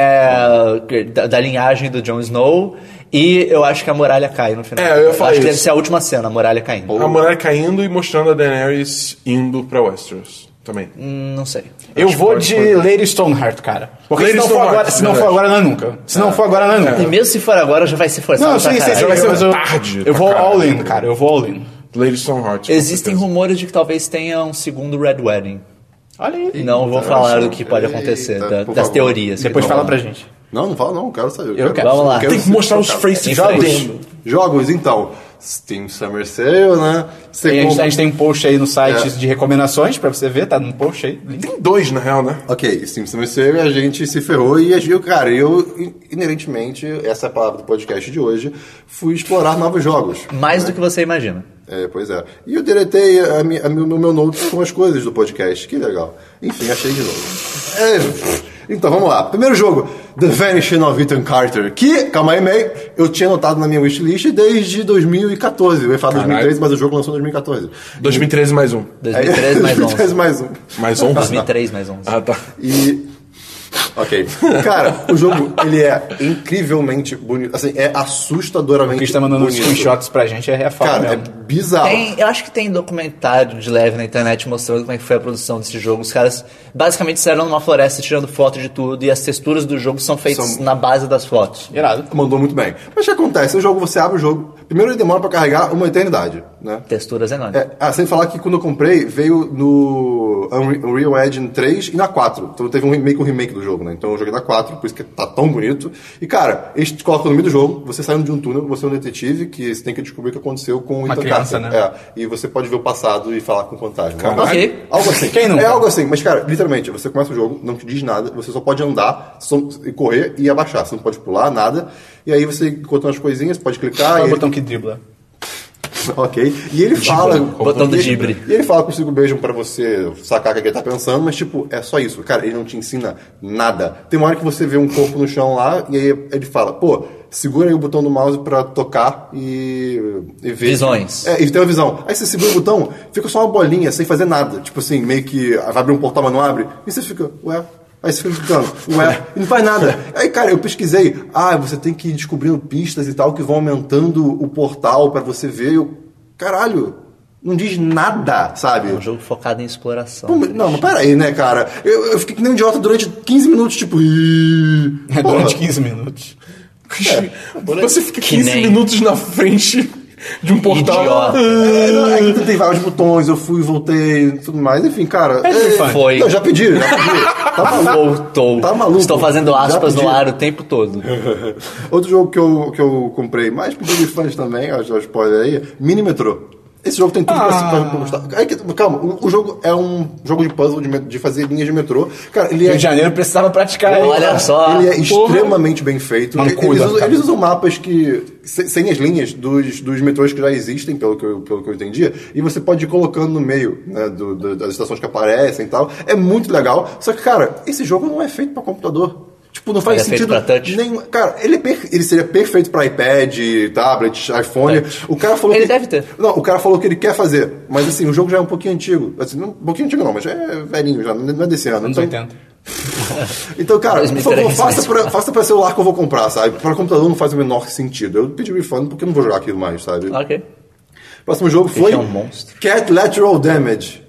C: é da, da linhagem do Jon Snow e eu acho que a muralha cai no final.
E: É, eu ia falar
C: acho que
E: isso.
C: deve ser a última cena, a muralha caindo.
E: A muralha caindo e mostrando a Daenerys indo pra Westeros também.
C: Hum, Não sei.
A: Eu vou
E: pode-
A: de
E: pode-
A: Lady Stoneheart, cara. Porque
E: Lady
A: se não for
E: Stoneheart,
A: agora, se não for
E: verdade.
A: agora, não é nunca. Se não for agora, não é
C: E
A: nunca.
C: mesmo se for agora, já vai se forçar.
A: Não, eu sei, sei, sei,
E: Vai ser
A: mas eu-
E: tarde
A: Eu
E: pra
A: vou
E: caralho.
A: all in, cara. Eu vou all in.
E: Lady Stoneheart. com
C: Existem
E: certeza.
C: rumores de que talvez tenha um segundo Red Wedding.
A: Olha aí.
C: Não vou falar do que pode
D: Eita,
C: acontecer, da-
D: por
C: das
D: favor.
C: teorias. que
A: Depois
C: estão
A: fala pra
C: rolando.
A: gente.
D: Não, não fala não, eu quero saber. Tá. Eu
A: quero.
C: Vamos lá.
E: Tem que mostrar os faces
D: Jogos. Jogos, então. Steam Summer Sale, né? Você
A: E a, gente,
D: compra-
A: a gente tem um post aí no site
D: É.
A: de recomendações pra você ver, tá no post aí.
E: Tem dois, na real, né?
D: Ok, Steam Summer Sale, a gente se ferrou e agiu, cara. Eu, in- inerentemente, essa é a palavra do podcast de hoje, fui explorar novos jogos. Né?
C: Mais do que você imagina.
D: É, pois é. E eu deletei a mi- a mi- no meu notes com as coisas do podcast. Que legal. Enfim, achei de novo. É, então, vamos lá. Primeiro jogo, The Vanishing of Ethan Carter, que, calma aí, May, eu tinha anotado na minha wishlist desde 2014. Eu ia falar 2013, mas o jogo lançou em 2014.
C: Hum.
E: 2013 mais um.
C: 2013 mais
D: 2013
C: 11.
D: É, mais um.
E: Mais 11?
C: 2003 mais 11.
E: Ah, tá.
D: E... Ok. Cara, o jogo, ele é incrivelmente bonito. Assim, é assustadoramente
A: O
D: bonito.
A: Cris tá mandando uns screenshots pra gente, é, é foda
D: Cara, é
A: mesmo.
D: bizarro.
C: Tem- eu acho que tem documentário de leve na internet mostrando como é que foi a produção desse jogo. Os caras basicamente saíram numa floresta tirando foto de tudo e as texturas do jogo são feitas
D: São-
C: na base das fotos.
A: Irado.
D: Mandou muito bem. Mas o que acontece? O jogo, você abre o jogo, primeiro ele demora pra carregar uma eternidade, né?
C: Texturas enormes.
D: É, ah, sem falar que quando eu comprei, veio no Unre- Unreal Engine 3 e na 4. Então teve um remake, um remake do jogo, né? Então eu joguei na 4, por isso que tá tão bonito. E cara, eles te colocam no meio do jogo, você saindo de um túnel, você é um detetive que você tem que descobrir o que aconteceu com o
A: Uma
D: Ethan
A: criança,
D: Carter.
A: né?
D: É, e você pode ver o passado e falar com o fantasma.
C: Ok.
D: Algo assim.
A: Quem nunca?
D: É algo assim, mas cara, literalmente, você começa o jogo, não te diz nada, você só pode andar, só, e correr e abaixar. Você não pode pular, nada. E aí você encontra umas coisinhas, pode clicar.
A: Qual é
D: e
A: o
D: ele-
A: botão que dribla?
D: Ok. E ele fala.
C: Botão do
D: e ele-
C: né? gibre.
D: E ele fala consigo mesmo pra você sacar o que ele tá pensando, mas tipo, é só isso. Cara, ele não te ensina nada. Tem uma hora que você vê um corpo no chão lá e aí ele fala, pô, segura aí o botão do mouse pra tocar e, e ver.
C: Visões.
D: É, e tem uma visão. Aí você segura o botão, fica só uma bolinha sem fazer nada. Tipo assim, meio que vai abrir um portal, mas não abre. E você fica, ué. Aí você fica ficando, ué, e não faz nada. Aí, cara, eu pesquisei. Ah, você tem que ir descobrindo pistas e tal que vão aumentando o portal pra você ver. Eu, caralho, não diz nada, sabe?
C: É um jogo focado em exploração.
D: Pô, mas- Não, mas pera aí, né, cara? Eu, eu fiquei que nem um idiota durante 15 minutos, tipo. "Ih".
A: É
D: Porra.
A: durante 15 minutos.
E: Você fica
C: É, Que
E: 15
C: nem-
E: minutos na frente de um portal.
C: Idiota.
D: É, não, é que tem vários botões, eu fui, voltei, tudo mais, enfim, cara. É,
C: Foi.
D: Não, já pedi, já pedi. Tá maluco.
C: Voltou.
D: Tá maluco.
C: Estou fazendo
D: Já
C: aspas no
D: pedi.
C: ar o tempo todo.
D: Outro jogo que eu, que eu comprei, mais pedido de fãs também, ó, já spoiler aí, Mini Metrô. Esse jogo tem tudo pra, se- pra- pra gostar. Aí que- calma, o, o jogo é um jogo de puzzle, de, me- de fazer linhas de metrô. Cara, ele
A: Rio
D: é
A: de Janeiro precisava praticar. hein?
C: Olha só.
D: Ele é extremamente bem feito.
A: Mancuda,
D: eles, usam,
A: cara.
D: eles usam mapas que. se- sem as linhas dos, dos metrôs que já existem, pelo que, eu, pelo que eu entendi. E você pode ir colocando no meio né, do- do- das estações que aparecem e tal. É muito legal. Só que, cara, esse jogo não é feito pra computador. Tipo, não faz
C: Ele é feito
D: sentido
C: pra touch?
D: nenhum. Cara, ele, é per- ele seria perfeito pra iPad, tablet, iPhone. O cara falou
C: Ele
D: que-
C: deve ter.
D: Não, o cara falou que ele quer fazer. Mas assim, o jogo já é um pouquinho antigo. Assim, não, um pouquinho antigo não, mas já é velhinho, já não é desse ano.
A: Anos
D: Então-
A: 80.
D: então, cara, por
C: 2003,
D: favor, faça
C: né?
D: pra, faça pra celular que eu vou comprar, sabe? Pra computador não faz o menor sentido. Eu pedi um refund porque eu não vou jogar aquilo mais, sabe?
C: Ok.
D: Próximo jogo foi.
C: é um monstro.
D: Cat Lateral Damage.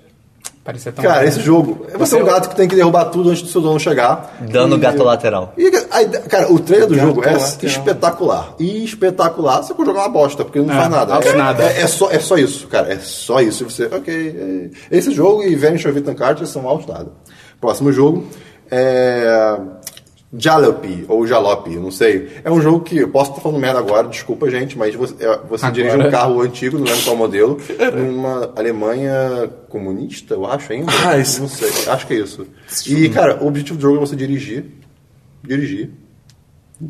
A: Parecia tão
D: Cara,
A: bom.
D: esse jogo. Você é um gato que tem que derrubar tudo antes do seu dono chegar.
C: Dando
D: E-
C: gato lateral.
D: E, aí, cara, o trailer do jogo é
A: lateral.
D: espetacular. E espetacular, você pode jogar uma bosta, porque não
A: É,
D: faz nada.
A: não faz
D: É,
A: nada.
D: É, é só, é só isso, cara. É só isso. E Você, ok. é- Esse jogo e Vanish of Ethan Carter são altos nada. Próximo jogo é. Jalopy, ou Jalopy, não sei. É um jogo que eu posso estar falando merda agora, desculpa gente, mas você, é, você dirige um carro antigo, não lembro qual modelo, numa Alemanha comunista, eu acho ainda.
E: Ah, isso.
D: Não sei, acho que é isso. E, cara, o objetivo do jogo é você dirigir. Dirigir.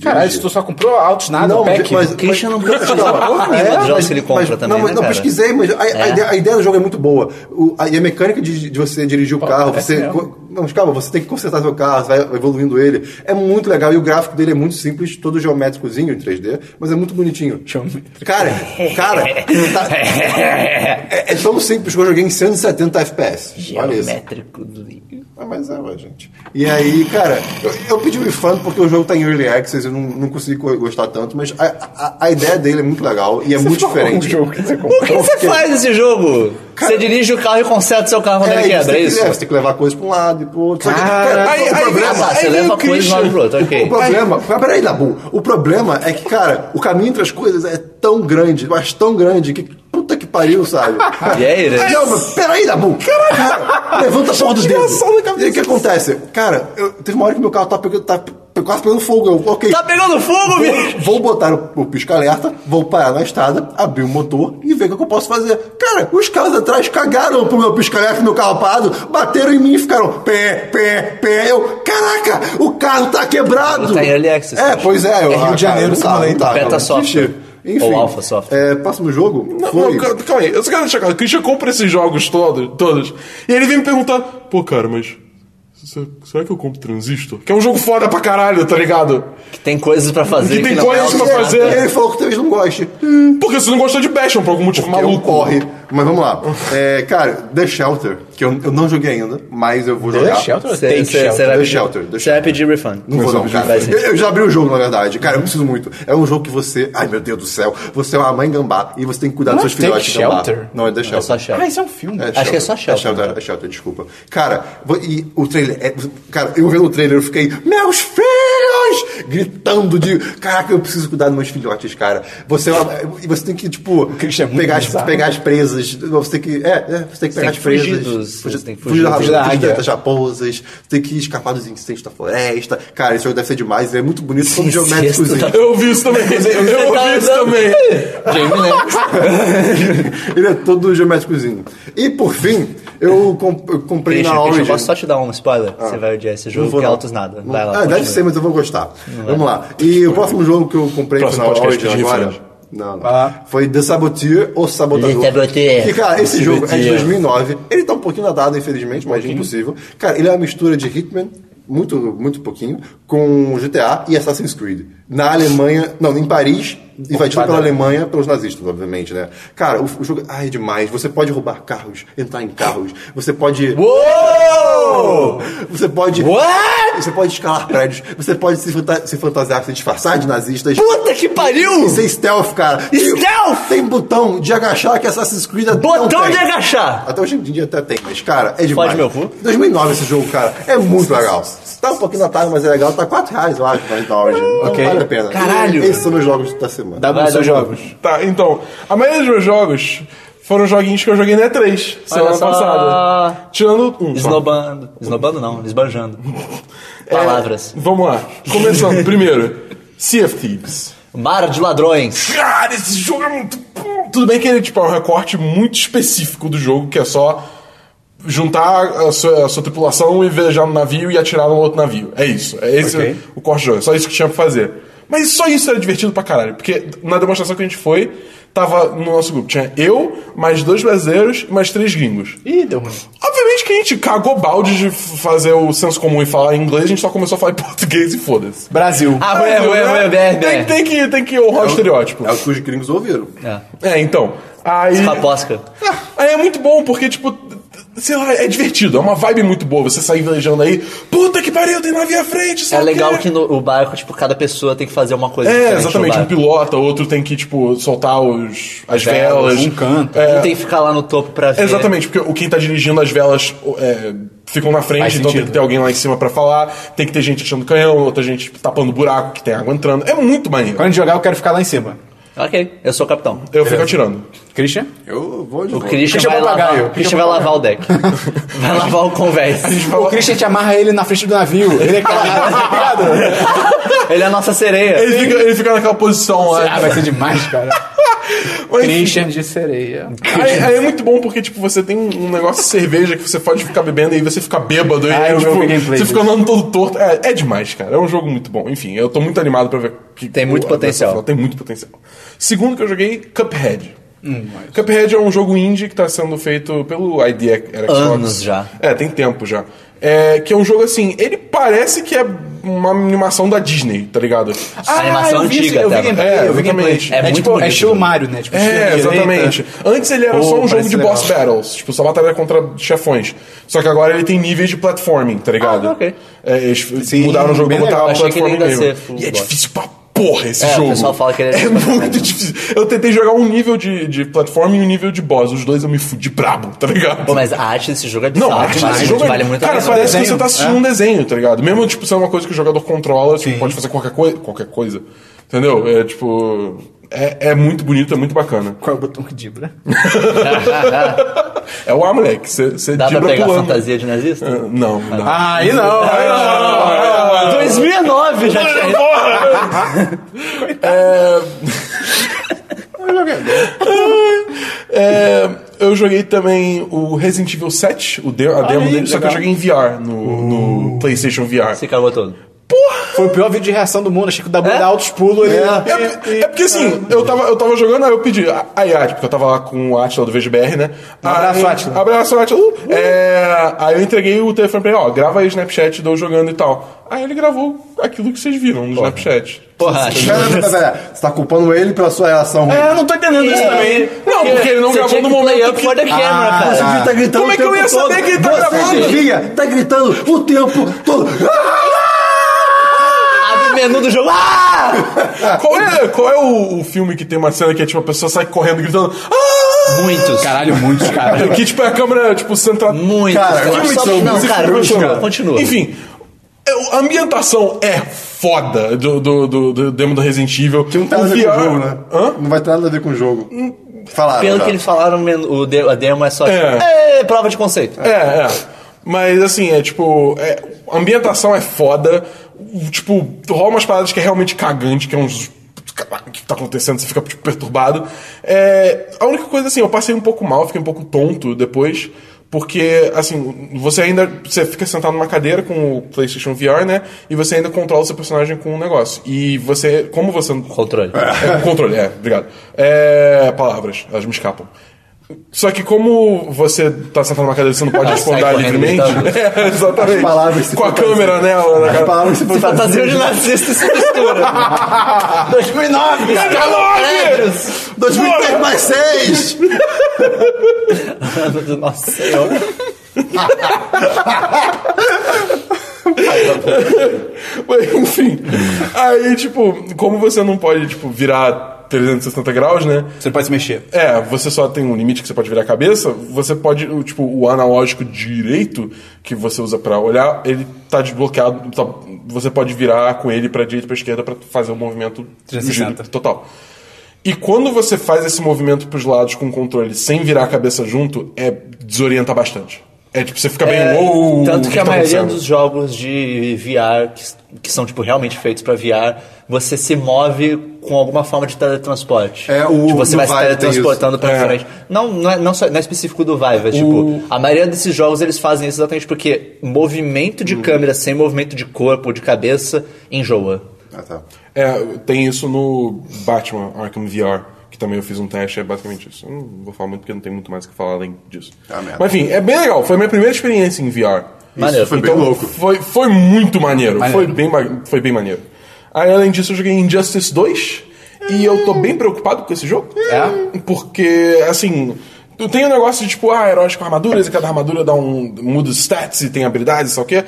A: Caralho, se
D: dirigir.
A: tu só comprou altos nada,
D: um Não,
A: pack.
D: mas-
C: O Christian não pesquisou porra nenhuma dos jogos que ele compra
D: mas-
C: também,
D: Não, mas
C: né,
D: não
C: cara?
D: pesquisei, mas a, a
C: É.
D: ideia, a ideia do jogo é muito boa. O- a, e a mecânica de, de você dirigir o carro,
A: parece
D: você.
A: é mesmo.
D: co- Não, mas calma, você tem que consertar seu carro, você vai evoluindo ele. É muito legal. E o gráfico dele é muito simples, todo geométricozinho em 3D, mas é muito bonitinho.
A: Geométrico.
D: Cara, cara, tá- é, é tão simples que eu joguei em 170 FPS. Olha isso.
C: Geométrico do
D: Ah, mas é, ué, gente. E aí, cara, eu, eu pedi o refund porque o jogo tá em Early Access, eu não, não consegui co- gostar tanto, mas a, a- a ideia dele é muito legal e é muito diferente.
A: O jogo que você comprou.
C: O que você faz nesse jogo? Você dirige o carro e conserta seu carro quando
D: É,
C: ele
D: e você
C: quebra, é
D: tem que-
C: isso?
D: é, você tem que levar coisa pra um lado e pro outro. Só que, cara,
E: aí-
D: o
E: aí-
C: Ah,
D: problema, é
C: tá, você
E: Aí
C: leva
E: vem o
C: uma coisa e
E: Christian.
C: joga pro outro,
D: o
C: ok.
D: problema, mas peraí, Dabu, o problema é que, cara, o caminho entre as coisas é tão grande, mas tão grande, que puta que pariu, sabe?
C: E aí, né?
D: Não, mas peraí, Dabu! Cara, levanta a porra dos dedos.
E: Tiração da cabeça.
D: E aí, o que acontece? Cara, eu, teve uma hora que meu carro tá, pegando, tá pe- quase pegando fogo. Eu, ok,
C: Tá pegando fogo, bicho!
D: Vou botar o, o pisca-alerta, vou parar na estrada, abrir o motor e ver o que eu posso fazer. Cara, os caras atrás cagaram pro meu pisca-alerta e meu carro parado, bateram em mim e ficaram pé, pé, pé. Eu, caraca, o carro tá quebrado.
C: Tá em early access,
D: É,
C: cara.
D: pois é. Eu,
A: É Rio de
D: cara,
A: Janeiro,
D: não tá, não
A: Simulator.
D: tá,
C: Beta
D: cara,
C: Software.
D: triste. Enfim,
C: Ou Alpha Software.
D: É, próximo jogo.
E: Não,
D: foi-
E: não, calma, calma aí, eu só quero deixar claro. O Christian compra esses jogos todos, todos. E ele vem me perguntar: pô, cara, mas. se- Será que eu compro Transistor? Que é um jogo foda pra caralho, tá ligado?
C: Que tem coisas pra fazer.
E: Que tem
C: não é
E: coisas pra
C: automático.
E: fazer.
D: E ele falou que talvez não goste.
E: Porque você não gostou de Bastion por algum motivo
C: é um
D: Maluco.
E: maluco.
D: corre. Mas vamos lá. É, cara, The Shelter, que eu, eu não joguei ainda, mas eu vou jogar.
A: Shelter?
C: Você-
A: Take shelter.
C: Você você vai
D: The
C: pedir-
D: shelter, the
C: você
D: shelter.
C: vai pedir refund.
D: Não vou não, cara.
C: Vai sim.
D: Eu, eu já abri o jogo, na verdade. Cara, eu preciso muito. É um jogo que você... Ai, meu Deus do céu. Você é uma mãe gambá e você tem que cuidar
A: Não
D: dos seus
A: é Take
D: filhotes gambá.
A: Shelter?
D: Não, é The Shelter.
C: É só shelter.
A: Ah, isso é um filme.
D: É
C: Acho que é só Shelter,
D: É Shelter, é Shelter, desculpa. Cara, vou- e o trailer... é- cara, eu vendo o trailer, eu fiquei... Meus filhos! Gritando de... Caraca, eu preciso cuidar dos meus filhotes, cara. Você é uma- E você tem que, tipo...
A: Christian é muito
D: pegar, as,
A: bizarro.
D: pegar as presas. Você tem que... É, é você tem que pegar
C: tem
D: as
C: que fugir
D: presas.
C: dos- você tem que
D: fugir,
C: fugir é.
D: fugir da,
A: da águia.
D: das raposas. Tem que escapar dos incêndios da floresta. Cara, esse jogo deve ser demais. Ele é muito bonito, todo
C: Incesto tá
D: geométricozinho.
C: da-
E: Eu ouvi isso também. Eu ouvi isso também.
C: tá Jamie né? Lannister.
D: Ele é todo geométricozinho. E por fim, eu, comp- eu comprei
C: Christian,
D: na
C: Christian,
D: Origin.
C: eu posso só te dar um spoiler? Você vai odiar esse
D: Ah. Não
C: jogo,
D: vou,
C: que é
D: não.
C: altos nada. Vai lá,
D: ah,
C: continua. é.
D: deve ser, mas eu vou gostar. Vamos lá. E o próximo jogo que eu comprei foi
E: Próximo
D: na
E: podcast
D: Origin
E: de
D: agora.
E: referência.
D: Não, não.
A: Vai lá.
D: Foi The Saboteur ou Sabotador.
C: The é Saboteur.
D: Que, cara, esse
C: The
D: jogo é de
C: Saboteur.
D: 2009. Ele tá um pouquinho datado, infelizmente, mas é impossível. Cara, ele é uma mistura de Hitman, muito, muito pouquinho, com GTA e Assassin's Creed. Na Alemanha, não, em Paris, invadido
C: né?
D: pela Alemanha, pelos nazistas, obviamente, né? Cara, o, o jogo ai, é demais. Você pode roubar carros, entrar em carros. Você pode...
C: Uou!
D: Você pode...
C: What?
D: Você pode escalar prédios, você pode se, fanta- se fantasiar, se disfarçar de nazistas.
C: Puta que pariu!
D: Isso é stealth, cara.
C: Stealth!
D: Tem botão de agachar que Assassin's Creed até não
C: Botão
D: tem.
C: de agachar!
D: Até hoje em dia até tem, mas, cara, é demais.
C: Fode meu cu.
D: 2009 esse jogo, cara. É muito legal. Tá um pouquinho atrás, mas é legal. Tá 4 reais, eu acho, mas na Origin.
A: Ok.
D: Então Vale a pena. é
C: Caralho.
D: Esses são meus jogos da semana.
A: Dá
C: Vai,
A: bons seus
C: dá bom.
A: jogos.
E: Tá, então. A maioria dos meus jogos foram joguinhos que eu joguei na E3 semana
C: só.
E: passada. Tirando um. só.
C: Esnobando. Esnobando não, esbanjando.
E: É,
C: Palavras.
E: Vamos lá. Começando, primeiro. Sea of Thieves.
C: Mar de ladrões.
E: Cara, esse jogo é muito. bom. Tudo bem que ele tipo, é um recorte muito específico do jogo, que é só juntar a sua, a sua tripulação e viajar no navio e atirar no outro navio. É isso. É esse
A: Ok.
E: o corte do jogo. É só isso que tinha pra fazer. Mas só isso era divertido pra caralho. Porque na demonstração que a gente foi, tava no nosso grupo. Tinha eu, mais dois brasileiros e mais três gringos.
A: Ih, deu ruim.
E: Obviamente que a gente cagou balde de f- fazer o senso comum e falar em inglês, a gente só começou a falar em português e foda-se.
A: Brasil.
C: Ah, ué, ué, ué, BR,
E: Tem,
C: BR.
E: tem que, tem que honrar o estereótipo.
D: É o que os gringos ouviram.
C: É.
E: É, então. Aí.
C: Paposca.
E: Aí é muito bom, porque, tipo, Sei lá, é divertido, é uma vibe muito boa. Você sair velejando aí, puta que pariu, tem navio à frente,
C: É
E: sabe?
C: legal que no, o barco, tipo, cada pessoa tem que fazer uma coisa
E: É,
C: diferente no
E: exatamente. Um
C: barco.
E: pilota, outro tem que, tipo, soltar os, as
C: Velas,
E: velas.
A: um canto.
E: É,
C: Um tem que ficar lá no topo pra ver.
E: Exatamente, porque o quem tá dirigindo as velas é, ficam na frente,
A: Faz
E: então tem
A: sentido.
E: que ter alguém lá em cima pra falar, tem que ter gente achando canhão, outra gente tapando buraco que tem água entrando. É muito maneiro.
A: Quando a gente jogar, eu quero ficar lá em cima.
C: Ok, eu sou o capitão.
E: Eu fico atirando.
A: Christian?
D: Eu vou de
C: O
D: volta.
C: Christian,
A: Christian
C: vai
A: Papagaio,
C: lavar, o Christian
A: Christian
C: vai lavar o deck. Vai lavar o convés.
A: O Christian te amarra ele na frente do navio. Ele é aquela.
C: Ele é a nossa sereia.
E: Ele fica, ele fica naquela posição
A: ah,
E: lá.
A: vai ser demais, cara.
E: Mas, enfim,
A: Christian de sereia.
E: Aí, aí é muito bom porque, tipo, você tem um negócio de cerveja que você pode ficar bebendo e aí você fica bêbado.
A: Ah,
C: é um
E: e, aí,
A: eu vi
E: tipo,
A: o gameplay
E: você fica
A: disso.
E: andando todo torto. É, é demais, cara. É um jogo muito bom. Enfim, eu tô muito animado pra ver que.
C: Tem muito
E: o-
C: potencial.
E: Battlefield Tem muito potencial. Segundo que eu joguei, Cuphead. Cuphead é um jogo indie que tá sendo feito pelo ID Era
C: Anos já.
E: É, tem tempo já. É, que é um jogo assim, ele parece que é uma animação da Disney, tá ligado?
A: Ah,
C: animação
A: eu vi, esse-
C: antiga
A: eu vi
C: até.
A: gameplay,
E: É,
A: eu vi gameplay.
E: exatamente.
A: É,
C: É muito
A: tipo,
C: bonito
A: é estilo
C: o jogo.
A: Mario, né? Tipo, estilo
E: É,
A: direita.
E: exatamente. Antes ele era
A: Pô,
E: só um jogo
A: parece
E: de
A: legal.
E: boss battles, tipo, só batalha contra chefões. Só que agora ele tem níveis de platforming, tá ligado?
C: Ah, ok.
E: É, eles
A: Sim,
E: mudaram o jogo pra
A: bem legal.
E: botar
C: Achei que ele
E: platforming
C: ainda ia ser
E: mesmo.
C: full
E: E é
C: boss.
E: difícil pra porra esse
C: É, o
E: jogo.
C: pessoal fala que ele é difícil pra
E: é muito difícil. Eu tentei jogar um nível de, de platforming e um nível de boss. Os dois eu me fudi brabo, tá ligado?
C: Pô, mas a arte desse jogo é
E: Não,
C: bizarra.
E: a arte
C: vale,
E: desse jogo é-
C: vale muito a
E: Cara,
C: pena.
E: parece que
A: Desenho,
E: você tá assistindo
A: é.
E: um desenho, tá ligado? Mesmo, tipo, sendo uma coisa que o jogador controla, tipo,
A: Sim.
E: pode fazer qualquer coisa. Qualquer coisa. Entendeu? É tipo. É, é muito bonito, é muito bacana.
A: Qual é o botão que dibra?
E: É o A, moleque. Você
C: Dá pra
E: dibra
C: pegar
E: pulando.
C: fantasia de nazista? Ah,
E: Ah, Não, não.
A: Ah, aí não, aí não.
E: Ah.
C: 2009 já tinha.
E: É, eu joguei também o Resident Evil 7, o de- a demo
A: aí,
E: dele, só que eu
A: legal. Uh.
E: joguei em VR, no, no PlayStation VR.
C: Se cagou todo.
A: Foi o pior vídeo de reação do mundo. Achei que o Dabu
C: É?
A: dá altos pulos. Ele...
E: É, é porque assim, eu tava, eu tava jogando, aí eu pedi a a Yati, porque eu tava lá com o Atila do VGBR, né?
A: Um abraço,
E: Aí-
A: Átila.
E: Abraço, Atila. Uh, é, aí eu entreguei o telefone pra ele, ó, grava aí o Snapchat de eu jogando e tal. Aí ele gravou aquilo que vocês viram no Snapchat.
C: Porra,
D: Pera, pera, pera. Você tá culpando ele pela sua relação ruim.
A: É, eu não tô entendendo isso também.
E: Não, porque ele não
C: Você
E: gravou
C: tinha
E: no
C: que play
E: momento
C: up
E: que-
C: for the camera,
A: Ah,
C: cara.
A: tá.
B: Ele tá gritando
E: Como é
B: o
E: que eu
B: tempo
E: ia
B: todo.
E: saber que ele tá
B: Você
E: gravando?
B: devia tá gritando o tempo todo.
C: Abre o menu do jogo. Ah!
E: Qual é, qual é o, o filme que tem uma cena que é tipo a pessoa sai correndo gritando. Ah!
C: Muitos.
A: Caralho, muitos, cara.
E: Que tipo é a câmera, tipo, centrada.
C: Muitos.
D: Cara,
C: Só-
D: filme de
C: só-
D: jogo,
C: Não,
E: Esse
C: cara,
E: filme,
C: continua,
E: cara.
C: continua.
E: Enfim, eu- a ambientação é foda do, do, do, do demo do Resident Evil.
D: Que não tem nada a ver
E: O
D: com É o Hum,
E: VR
D: jogo, né?
E: Hã?
D: Não vai ter nada a ver com o jogo. Falaram. tá.
C: Pelo
D: já.
C: que eles falaram, o menu- o de- a demo é só. tipo,
E: É.
C: "Ê, prova de conceito.
E: É, é. Mas assim, é tipo. é- a ambientação é foda. O- Tipo, rola umas paradas que é realmente cagante, que é uns. Caraca, o que tá acontecendo? Você fica tipo, perturbado. É, a única coisa assim, eu passei um pouco mal, fiquei um pouco tonto depois. Porque, assim, você ainda. Você fica sentado numa cadeira com o PlayStation VR, né? E você ainda controla o seu personagem com um negócio. E você. Como você.
C: Controle.
E: É, controle, é, obrigado. É, palavras, elas me escapam. Só que como você tá sentado numa cadeira, você não pode
C: Ah, sai
E: responder
C: correndo,
E: livremente. É, exatamente.
D: então, né? As palavras se
E: Com a
D: fantasiam.
E: câmera nela, na
D: As
E: cara.
D: palavras se
C: Se fantasia
D: fantasiam.
C: de nazista se mistura.
A: 2009, cara.
E: Tá longe!
D: 2003 mais 6!
C: Nossa senhora.
E: Mas, enfim. Aí, tipo, como você não pode, tipo, virar 360 graus, né?
A: Você pode se mexer.
E: É, você só tem um limite que você pode virar a cabeça, você pode, o- tipo, o analógico direito que você usa pra olhar, ele tá desbloqueado, tá- você pode virar com ele pra direita, pra esquerda pra fazer o movimento
A: 360.
E: giro total. E quando você faz esse movimento pros lados com o controle sem virar a cabeça junto, é desorienta bastante. É tipo, você fica bem,
C: É,
E: "Uou, o
C: tanto que, a
E: tá
C: maioria
E: acontecendo?"
C: dos jogos de VR, que, que são tipo, realmente feitos pra VR, você se move com alguma forma de teletransporte.
D: É, o-
C: tipo, você
D: no
C: vai se
D: Vive tem
C: teletransportando pra
E: É.
C: frente. Não, não é, não só- não é específico do Vive, é, tipo, a maioria desses jogos eles fazem isso exatamente porque movimento de câmera sem movimento de corpo ou de cabeça enjoa.
D: Ah, tá.
E: É, tem isso no Batman Arkham VR, que também eu fiz um teste, é basicamente isso. Eu não vou falar muito porque não tem muito mais o que falar além disso.
D: Tá, merda.
E: Mas enfim, é bem legal, foi a minha primeira experiência em VR.
C: Maneiro.
D: foi bem louco.
E: Foi, foi muito maneiro,
A: Maneiro.
E: Foi, bem, ma- foi bem maneiro. Aí além disso eu joguei Injustice 2 e eu tô bem preocupado com esse jogo.
A: É?
E: Porque, assim, Tu tem um negócio de tipo, ah, heróis com armaduras, e cada armadura dá um. muda os stats e tem habilidades, e sei lá o quê.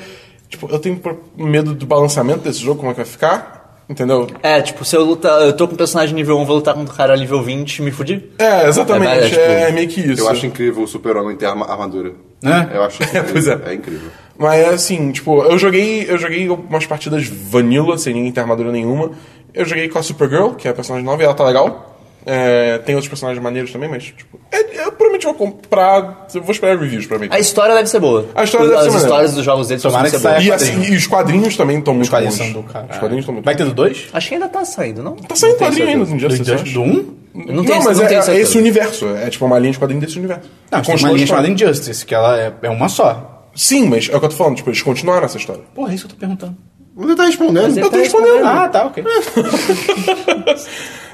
E: Tipo, eu tenho pro- medo do balanceamento desse jogo, como é que vai ficar? Entendeu?
C: É, tipo, se eu lutar, eu tô com um personagem nível 1, vou lutar contra um cara nível 20, me fudi.
E: É, exatamente.
C: É,
E: É,
C: tipo,
E: meio que isso.
D: Eu acho incrível o super-homem ter arma- armadura.
A: Né?
D: Eu acho incrível.
E: pois é.
D: É incrível.
E: Mas assim, tipo, eu joguei, eu joguei umas partidas vanilla, sem ninguém ter armadura nenhuma. Eu joguei com a Supergirl, que é a personagem nova, e ela tá legal. É, tem outros personagens maneiros também, mas, tipo, é- eu provavelmente vou comprar. Eu vou esperar reviews pra mim.
C: A história deve ser boa.
E: A história deve
C: As
E: ser maneira.
C: histórias dos jogos deles
A: Tomara
C: costumam ser
A: que saia-
C: boas.
E: E,
A: é
E: assim,
A: quadrinho.
E: e os quadrinhos também estão muito
A: Os quadrinhos
E: bons.
A: são do caralho.
E: Os quadrinhos estão muito
A: Vai ter do 2?
C: Acho que ainda tá saindo, não?
E: Tá saindo quadrinho ainda
C: certeza.
E: no Injustice, eu acho.
A: Do 1? Um?
C: Não tenho-
E: mas
C: não
E: é,
C: tenho
E: é
C: certeza.
E: esse universo. É tipo uma linha de quadrinho desse universo. Então,
A: Não, mas tem uma
E: Continua a
A: linha chamada
E: história.
A: Injustice, que ela é, é uma só.
E: Sim, mas é o que eu tô falando, tipo, eles continuaram essa história.
A: Porra, é isso que eu tô perguntando.
D: Mas ele tá respondendo.
C: Mas ele
D: Eu tô
C: tá
D: respondendo.
A: Ah, tá, ok.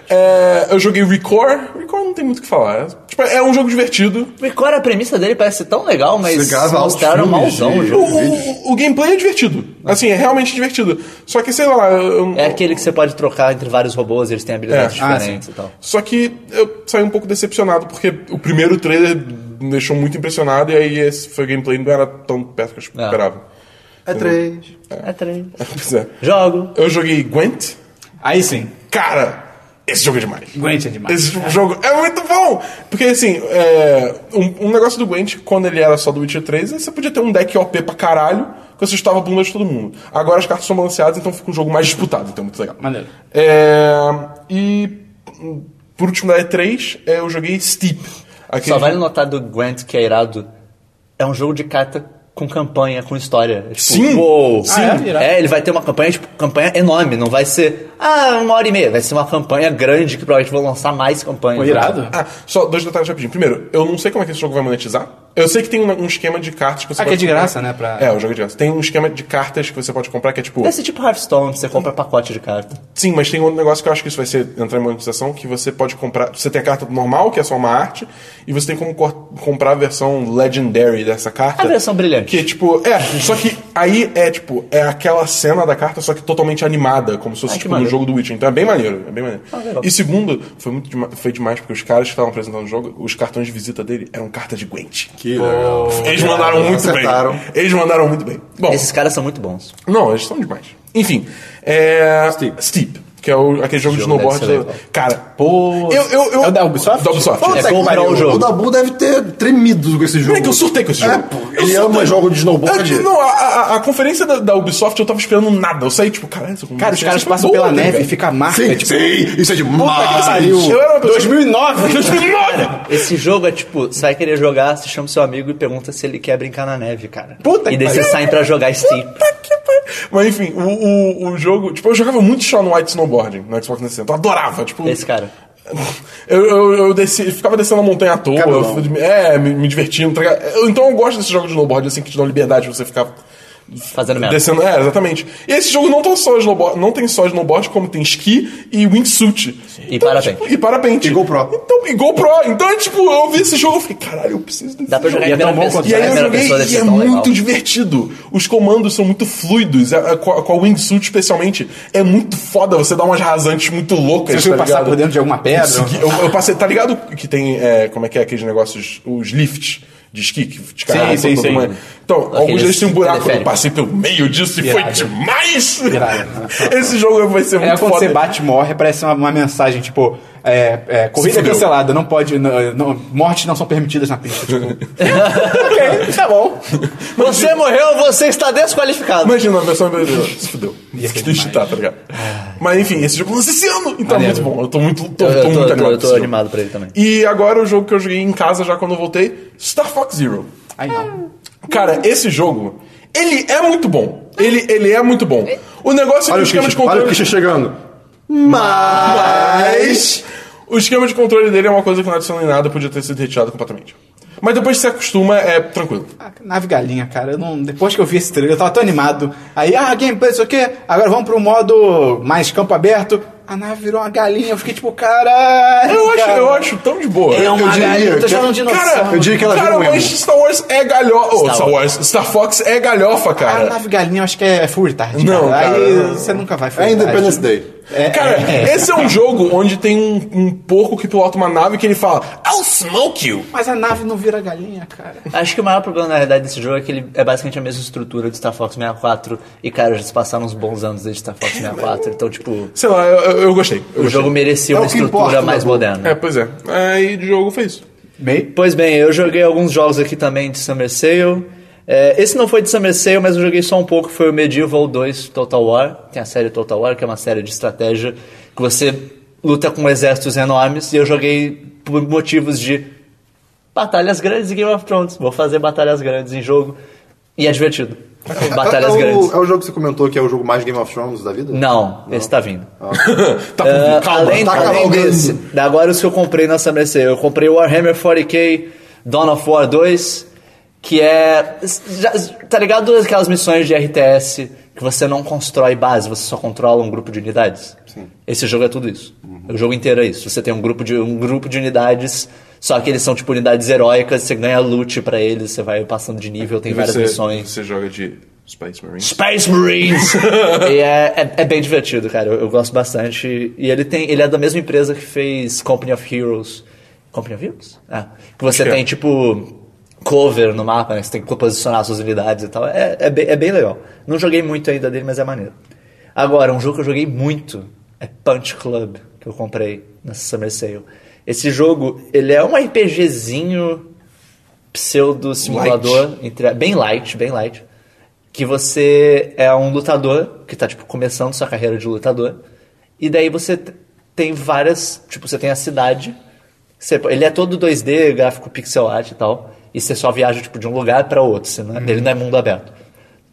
E: É, eu joguei Recore. Recore não tem muito o que falar. É, tipo, é um jogo divertido.
C: Record, a premissa dele parece ser tão legal, mas
D: Você grava
C: mostraram
D: altos
C: malzão o
D: filmes de-
C: jogo.
E: O, o- o gameplay é divertido. Assim, é realmente divertido. Só que, sei lá, eu-
C: É aquele que você pode trocar entre vários robôs, eles têm habilidades
E: É. Ah,
C: diferentes e tal.
E: Só que eu saí um pouco decepcionado, porque o primeiro trailer me deixou muito impressionado, e aí esse foi o gameplay não era tão perto que eu
C: É.
E: esperava.
B: É três.
C: É três.
E: Pois é.
C: Jogo.
E: Eu joguei Gwent.
A: Aí sim,
E: Cara, esse jogo é demais.
A: Gwent é demais.
E: Esse jogo é muito bom! Porque, assim, é, um, um negócio do Gwent, quando ele era só do Witcher 3, você podia ter um deck OP pra caralho, que você estava bunda de todo mundo. Agora as cartas são balanceadas, então fica um jogo mais disputado, então é muito legal.
A: Maneiro.
E: É, e, por último, da E3, é, eu joguei Steep. Aquele
C: Só vale notar do Gwent que é irado. É um jogo de carta com campanha, com história. É Tipo,
E: Sim.
C: uou.
A: Ah,
E: Sim.
A: é? Irado.
C: É, ele vai ter uma campanha, tipo, campanha enorme. Não vai ser, ah, uma hora e meia. Vai ser uma campanha grande que provavelmente vão lançar mais campanhas.
A: Pô, irado.
E: Ah, só dois detalhes rapidinho. Primeiro, eu não sei como é que esse jogo vai monetizar. Eu sei que tem um, um esquema de cartas que você
A: Ah, que
E: pode
A: é de
E: comprar.
A: graça, né, pra-
E: É, o jogo é de graça. Tem um esquema de cartas que você pode comprar que é tipo.
C: Deve ser tipo Hearthstone, você compra pacote de carta.
E: Sim, mas tem outro negócio que eu acho que isso vai ser entrar em monetização, que você pode comprar. Você tem a carta normal, que é só uma arte, e você tem como cor- comprar a versão legendary dessa carta.
C: A versão brilhante.
E: Tá. Que tipo, é, só que aí é tipo, é aquela cena da carta, só que totalmente animada, como se fosse
C: Ah, que
E: tipo, no
C: maneiro. Ah,
E: jogo do Witcher. Então é bem maneiro, é bem maneiro.
C: legal.
E: e segundo, foi muito dema- foi demais, porque os caras que estavam apresentando o jogo, os cartões de visita dele eram cartas de Gwent.
D: Que legal.
E: Eles mandaram muito
D: Acertaram.
E: bem. Eles mandaram muito bem. Bom,
C: Esses caras são muito bons.
E: não, eles são demais. Enfim, é.
D: Steep.
E: Steep, que é o- aquele jogo de
C: jogo deve
E: snowboard.
C: ser
E: da-
C: legal.
E: Cara,
A: Pô,
E: Eu, eu, eu,
A: é o da Ubisoft? tá
E: Da Ubisoft.
C: É
E: é.
A: um
C: comprar o
D: O
C: jogo.
D: Dabu deve ter tremido com esse jogo.
E: Como é que eu surtei com esse jogo?
D: É, pô, ele ama jogo É de
A: é
D: snowboard.
E: Eu- não, a, a- a conferência da, da Ubisoft eu tava esperando nada. Eu saí tipo, caralho, essa
A: Cara,
E: conferência
A: os caras
E: foi
A: passam
E: boa,
A: pela
E: né,
A: neve
E: cara?
A: e fica a marca.
D: Sim,
A: tipo,
D: sim, isso
A: puta que
D: é demais.
A: pariu.
E: Ah, Eu era uma pessoa-
A: 2009.
E: Olha,
C: Esse jogo é tipo, você vai querer jogar, você chama seu amigo e pergunta se ele quer brincar na neve, cara.
A: Puta
C: e
A: que
C: daí vocês
A: pariu.
C: saem pra jogar Steam.
E: puta que pariu. Mas enfim, o, o, o jogo. Tipo, eu jogava muito só no White Snowboarding no Xbox 360. Eu adorava, tipo.
C: Esse cara.
E: Eu, eu, eu desci, ficava descendo a montanha à toa,
D: Cabelão.
E: eu fui- é, me, me divertindo. tá ligado? Eu- então eu gosto desse jogo de snowboard, assim, que te dão liberdade pra você ficar
C: Fazendo merda.
E: descendo. É, exatamente. E esse jogo não, tão só snowboard, não tem só snowboard, como tem esqui e windsuit.
C: E parapente.
E: tipo, e parapente.
D: E GoPro.
E: Então, e GoPro. Então, é, tipo, eu vi esse jogo e falei, caralho, eu preciso desse
C: Dá pra jogar
E: jogo.
C: em
A: E é tão
C: primeira
A: bom
C: pessoa.
A: quanto-
E: E aí
C: em
E: eu
C: primeira
E: joguei
C: pessoa deve
E: e
C: ser
E: é
C: tão legal.
E: muito divertido. Os comandos são muito fluidos. A- a- com, a, com a windsuit, especialmente, é muito foda. Você dá umas rasantes muito loucas,
A: Você viu
E: tá
A: passar
E: ligado?
A: por dentro de alguma pedra?
E: Consegui- Eu, eu passei, tá ligado que tem, é, como é que é, aqueles negócios, os lifts de esqui que te carregam
A: sim,
E: todo
A: sim.
E: mundo. Então, alguns deles têm um buraco. Eu
C: teleférico.
E: passei pelo meio disso e foi
A: Irado.
E: demais!
A: Irado.
E: Esse jogo vai ser muito
A: É, quando
E: foda.
A: você bate e morre, aparece uma, uma mensagem, tipo, é, é, corrida
E: fudeu.
A: cancelada, não pode. Não, não- mortes não são permitidas na pista. Tipo, ok, tá bom.
C: Você morreu, você está desqualificado.
E: Imagina uma versão brasileira. Se fudeu.
A: Ia ser Ah,
E: Que digitar, tá ligado? Mas enfim, esse jogo lança esse ano. Então é
A: Maneiro.
E: muito bom. Eu tô muito, tô,
C: Eu- eu
E: tô
C: tô-
E: muito
C: eu tô- eu
E: animado. com
C: tô
E: esse jogo.
C: animado pra ele também.
E: E agora o jogo que eu joguei em casa já quando eu voltei, Star Fox Zero.
A: Aí não.
E: Cara, esse jogo, ele é muito bom. Ele, ele é muito bom. O negócio é que
D: Olha o
E: o esquema de
D: Christian, olha o
E: controle.
D: Christian chegando. Mas...
E: O esquema de controle dele é uma coisa que não adiciona em nada, podia ter sido retirado completamente. Mas depois que você acostuma, é tranquilo.
A: Ah, Nave galinha, cara. eu não- depois que eu vi esse trailer, eu tava tão animado. Aí, ah, gameplay, isso aqui. Agora vamos pro modo mais campo aberto. A nave virou uma galinha. Eu fiquei tipo, caralho.
E: Eu acho,
A: cara.
E: eu acho tão de boa.
A: É uma
D: eu diria
A: galinha. Eu tô
D: que-
A: chamando de noção.
E: Cara,
D: Eu diria que ela
E: cara,
D: vira um emo.
E: mas Star Wars é galhofa. Oh,
C: Star
E: Star Wars. Star Fox é galhofa,
A: a
E: cara.
A: nave Ah, galinha, eu acho que é full retard.
E: Não, cara,
A: Aí
E: não.
A: você nunca vai full
D: É
A: retard.
D: Independence Day.
E: Cara, esse é um jogo onde tem um, um porco que pilota uma nave que ele fala, I'll smoke you!
A: Mas a nave não vira galinha, cara.
C: Acho que o maior problema, na realidade, desse jogo é que ele é basicamente a mesma estrutura de Star Fox 64. E, cara, já se passaram uns bons anos desde Star Fox 64. Então, tipo,
E: Sei lá, eu, eu- eu gostei. Eu
C: o
E: gostei.
C: jogo merecia
D: É
C: uma
D: o que importa,
C: estrutura mais
D: Dabu.
C: moderna.
E: É, pois é. Aí o jogo foi isso.
A: Meio?
C: Pois bem, eu joguei alguns jogos aqui também de Summer Sale. É, esse não foi de Summer Sale, mas eu joguei só um pouco, foi o Medieval 2 Total War. Tem a série Total War, que é uma série de estratégia que você luta com exércitos enormes, e eu joguei por motivos de batalhas grandes em Game of Thrones. Vou fazer batalhas grandes em jogo, e é divertido. Batalhas
D: é, é
C: grandes.
D: O, é o jogo que você comentou que é o jogo mais Game of Thrones da vida? Ah,
C: Não, esse tá vindo.
E: Tá por
C: Ah,
E: vir. Calma,
C: além
D: tá
C: além
D: cavalgando.
C: desse, da- agora os que eu comprei na Summer Sale, eu comprei Warhammer 40k, Dawn of War 2, que é. já- tá ligado aquelas missões de RTS que você não constrói base, você só controla um grupo de unidades? Sim. Esse jogo é tudo isso. O jogo inteiro é isso. Você tem um grupo de, um grupo de unidades. Só que eles são tipo unidades heróicas, você ganha loot pra eles, você vai passando de nível, tem várias
E: você,
C: missões.
E: Você joga de Space Marines.
C: Space Marines! e é, é, é bem divertido, cara. Eu, eu gosto bastante. E ele tem. Ele é da mesma empresa que fez Company of Heroes. Company of Heroes? É. Que você
E: que é.
C: tem, tipo, cover no mapa, né? Você tem que posicionar suas unidades e tal. É, é, bem, é bem legal. Não joguei muito ainda dele, mas é maneiro. Agora, um jogo que eu joguei muito é Punch Club, que eu comprei na Summer Sale. Esse jogo, ele é um RPGzinho pseudo simulador entre- bem light, bem light, que você é um lutador que tá tipo começando sua carreira de lutador e daí você t- tem várias, tipo, você tem a cidade. você- ele é todo 2D, gráfico pixel art e tal, e você só viaja tipo de um lugar para outro, você não é- ele não é mundo aberto.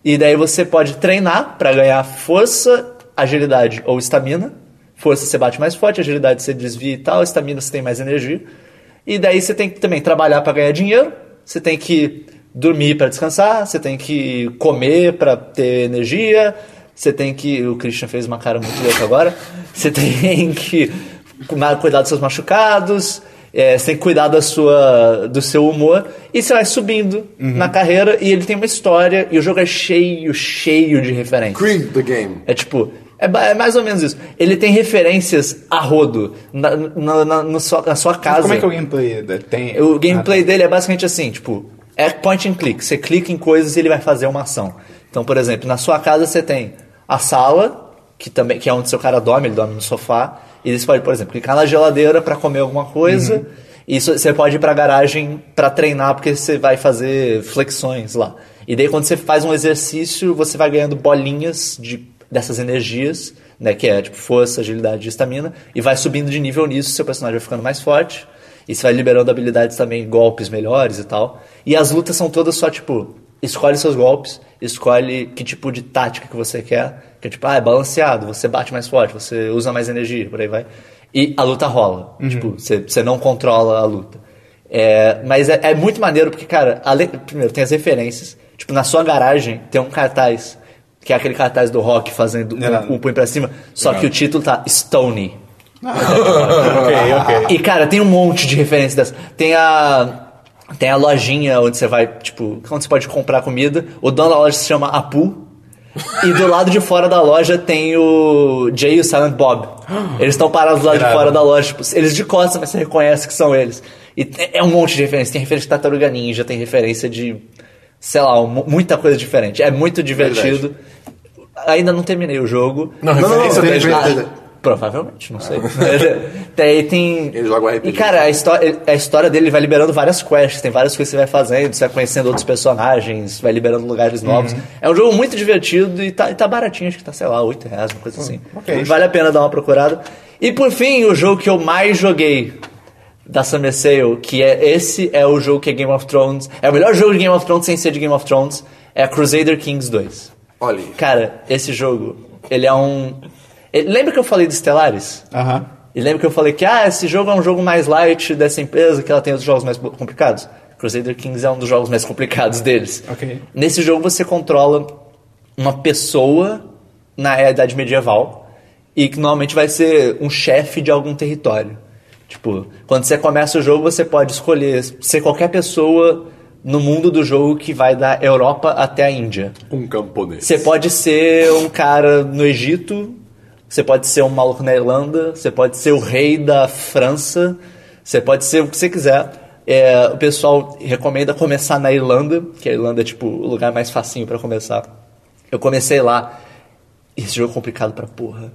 C: E daí você pode treinar pra ganhar força, agilidade ou estamina. Força você bate mais forte, agilidade você desvia e tal, estamina você tem mais energia. E daí você tem que também trabalhar pra ganhar dinheiro, você tem que dormir pra descansar, você tem que comer pra ter energia, você tem que. O Christian fez uma cara muito louca agora. Você tem que cu- cuidar dos seus machucados, é, você tem que cuidar da sua, do seu humor e você vai subindo
A: Uhum.
C: na carreira e ele tem uma história e o jogo é cheio, cheio de referências.
D: Creed the Game.
C: É tipo. É, ba- é mais ou menos isso. Ele tem referências a rodo na, na, na- no sua, na sua casa.
A: Como é que é o gameplay? dele? Tem...
C: O gameplay dele é basicamente assim, tipo, é point and click. Você clica em coisas e ele vai fazer uma ação. Então, por exemplo, na sua casa você tem a sala, que também que é onde seu cara dorme, ele dorme no sofá. E você pode, por exemplo, clicar na geladeira pra comer alguma coisa. E isso- você pode ir pra garagem pra treinar, porque você vai fazer flexões lá. E daí quando você faz um exercício, você vai ganhando bolinhas de, dessas energias, né? Que é tipo força, agilidade e estamina. E vai subindo de nível nisso, seu personagem vai ficando mais forte. E você vai liberando habilidades também, golpes melhores e tal. E as lutas são todas só tipo: escolhe seus golpes, escolhe que tipo de tática que você quer. Que é tipo, ah, é balanceado, você bate mais forte, você usa mais energia, por aí vai. E a luta rola. Tipo, você, você não controla a luta. É, mas é, é muito maneiro porque, cara, além- primeiro tem as referências. Tipo, na sua garagem tem um cartaz, que é aquele cartaz do rock fazendo
A: Irado.
C: o, o punho pra cima, só que o título tá Stony.
A: Ok, ok.
C: E, cara, tem um monte de referência dessa. Tem a. Tem a lojinha onde você vai, tipo, onde você pode comprar comida. O dono da loja se chama Apu. E do lado de fora da loja tem o Jay e o Silent Bob. Eles estão parados do lado de
A: Irado.
C: fora da loja. tipo, eles de costas, mas você reconhece que são eles. E te- é um monte de referência. Tem referência de Tartaruga Ninja, tem referência de. Sei lá, mu- muita coisa diferente. É muito divertido. Ainda não terminei o jogo.
E: Não,
D: não,
E: referência
D: tem-
E: dez
D: tem-
E: vezes.
D: tem-
C: Provavelmente, não sei. Daí tem.
D: Ele joga RPG.
C: E cara, a história, a história dele vai liberando várias quests, tem várias coisas que você vai fazendo, você vai conhecendo outros personagens, vai liberando lugares novos. É um jogo muito divertido e tá, e tá baratinho, acho que tá, sei lá, 8 reais, uma coisa assim.
A: ok.
C: Vale a pena dar uma procurada. E por fim, o jogo que eu mais joguei da Summer Sale, que é esse é o jogo que é Game of Thrones. É o melhor jogo de Game of Thrones sem ser de Game of Thrones, é Crusader Kings 2.
D: Olha aí.
C: Cara, esse jogo, ele é um. ele- Lembra que eu falei de Stellaris?
A: Aham.
C: E lembra que eu falei que ah, esse jogo é um jogo mais light dessa empresa, que ela tem os jogos mais bo- complicados? Crusader Kings é um dos jogos mais complicados deles.
A: Ok.
C: Nesse jogo você controla uma pessoa na idade medieval e que normalmente vai ser um chefe de algum território. Tipo, quando você começa o jogo, você pode escolher ser qualquer pessoa no mundo do jogo que vai da Europa até a Índia.
D: Um camponês.
C: Você pode ser um cara no Egito, Você pode ser um maluco na Irlanda, você pode ser o rei da França, você pode ser o que você quiser. É, o pessoal recomenda começar na Irlanda, que a Irlanda é tipo o lugar mais facinho pra começar. Eu comecei lá. Esse jogo é complicado pra porra.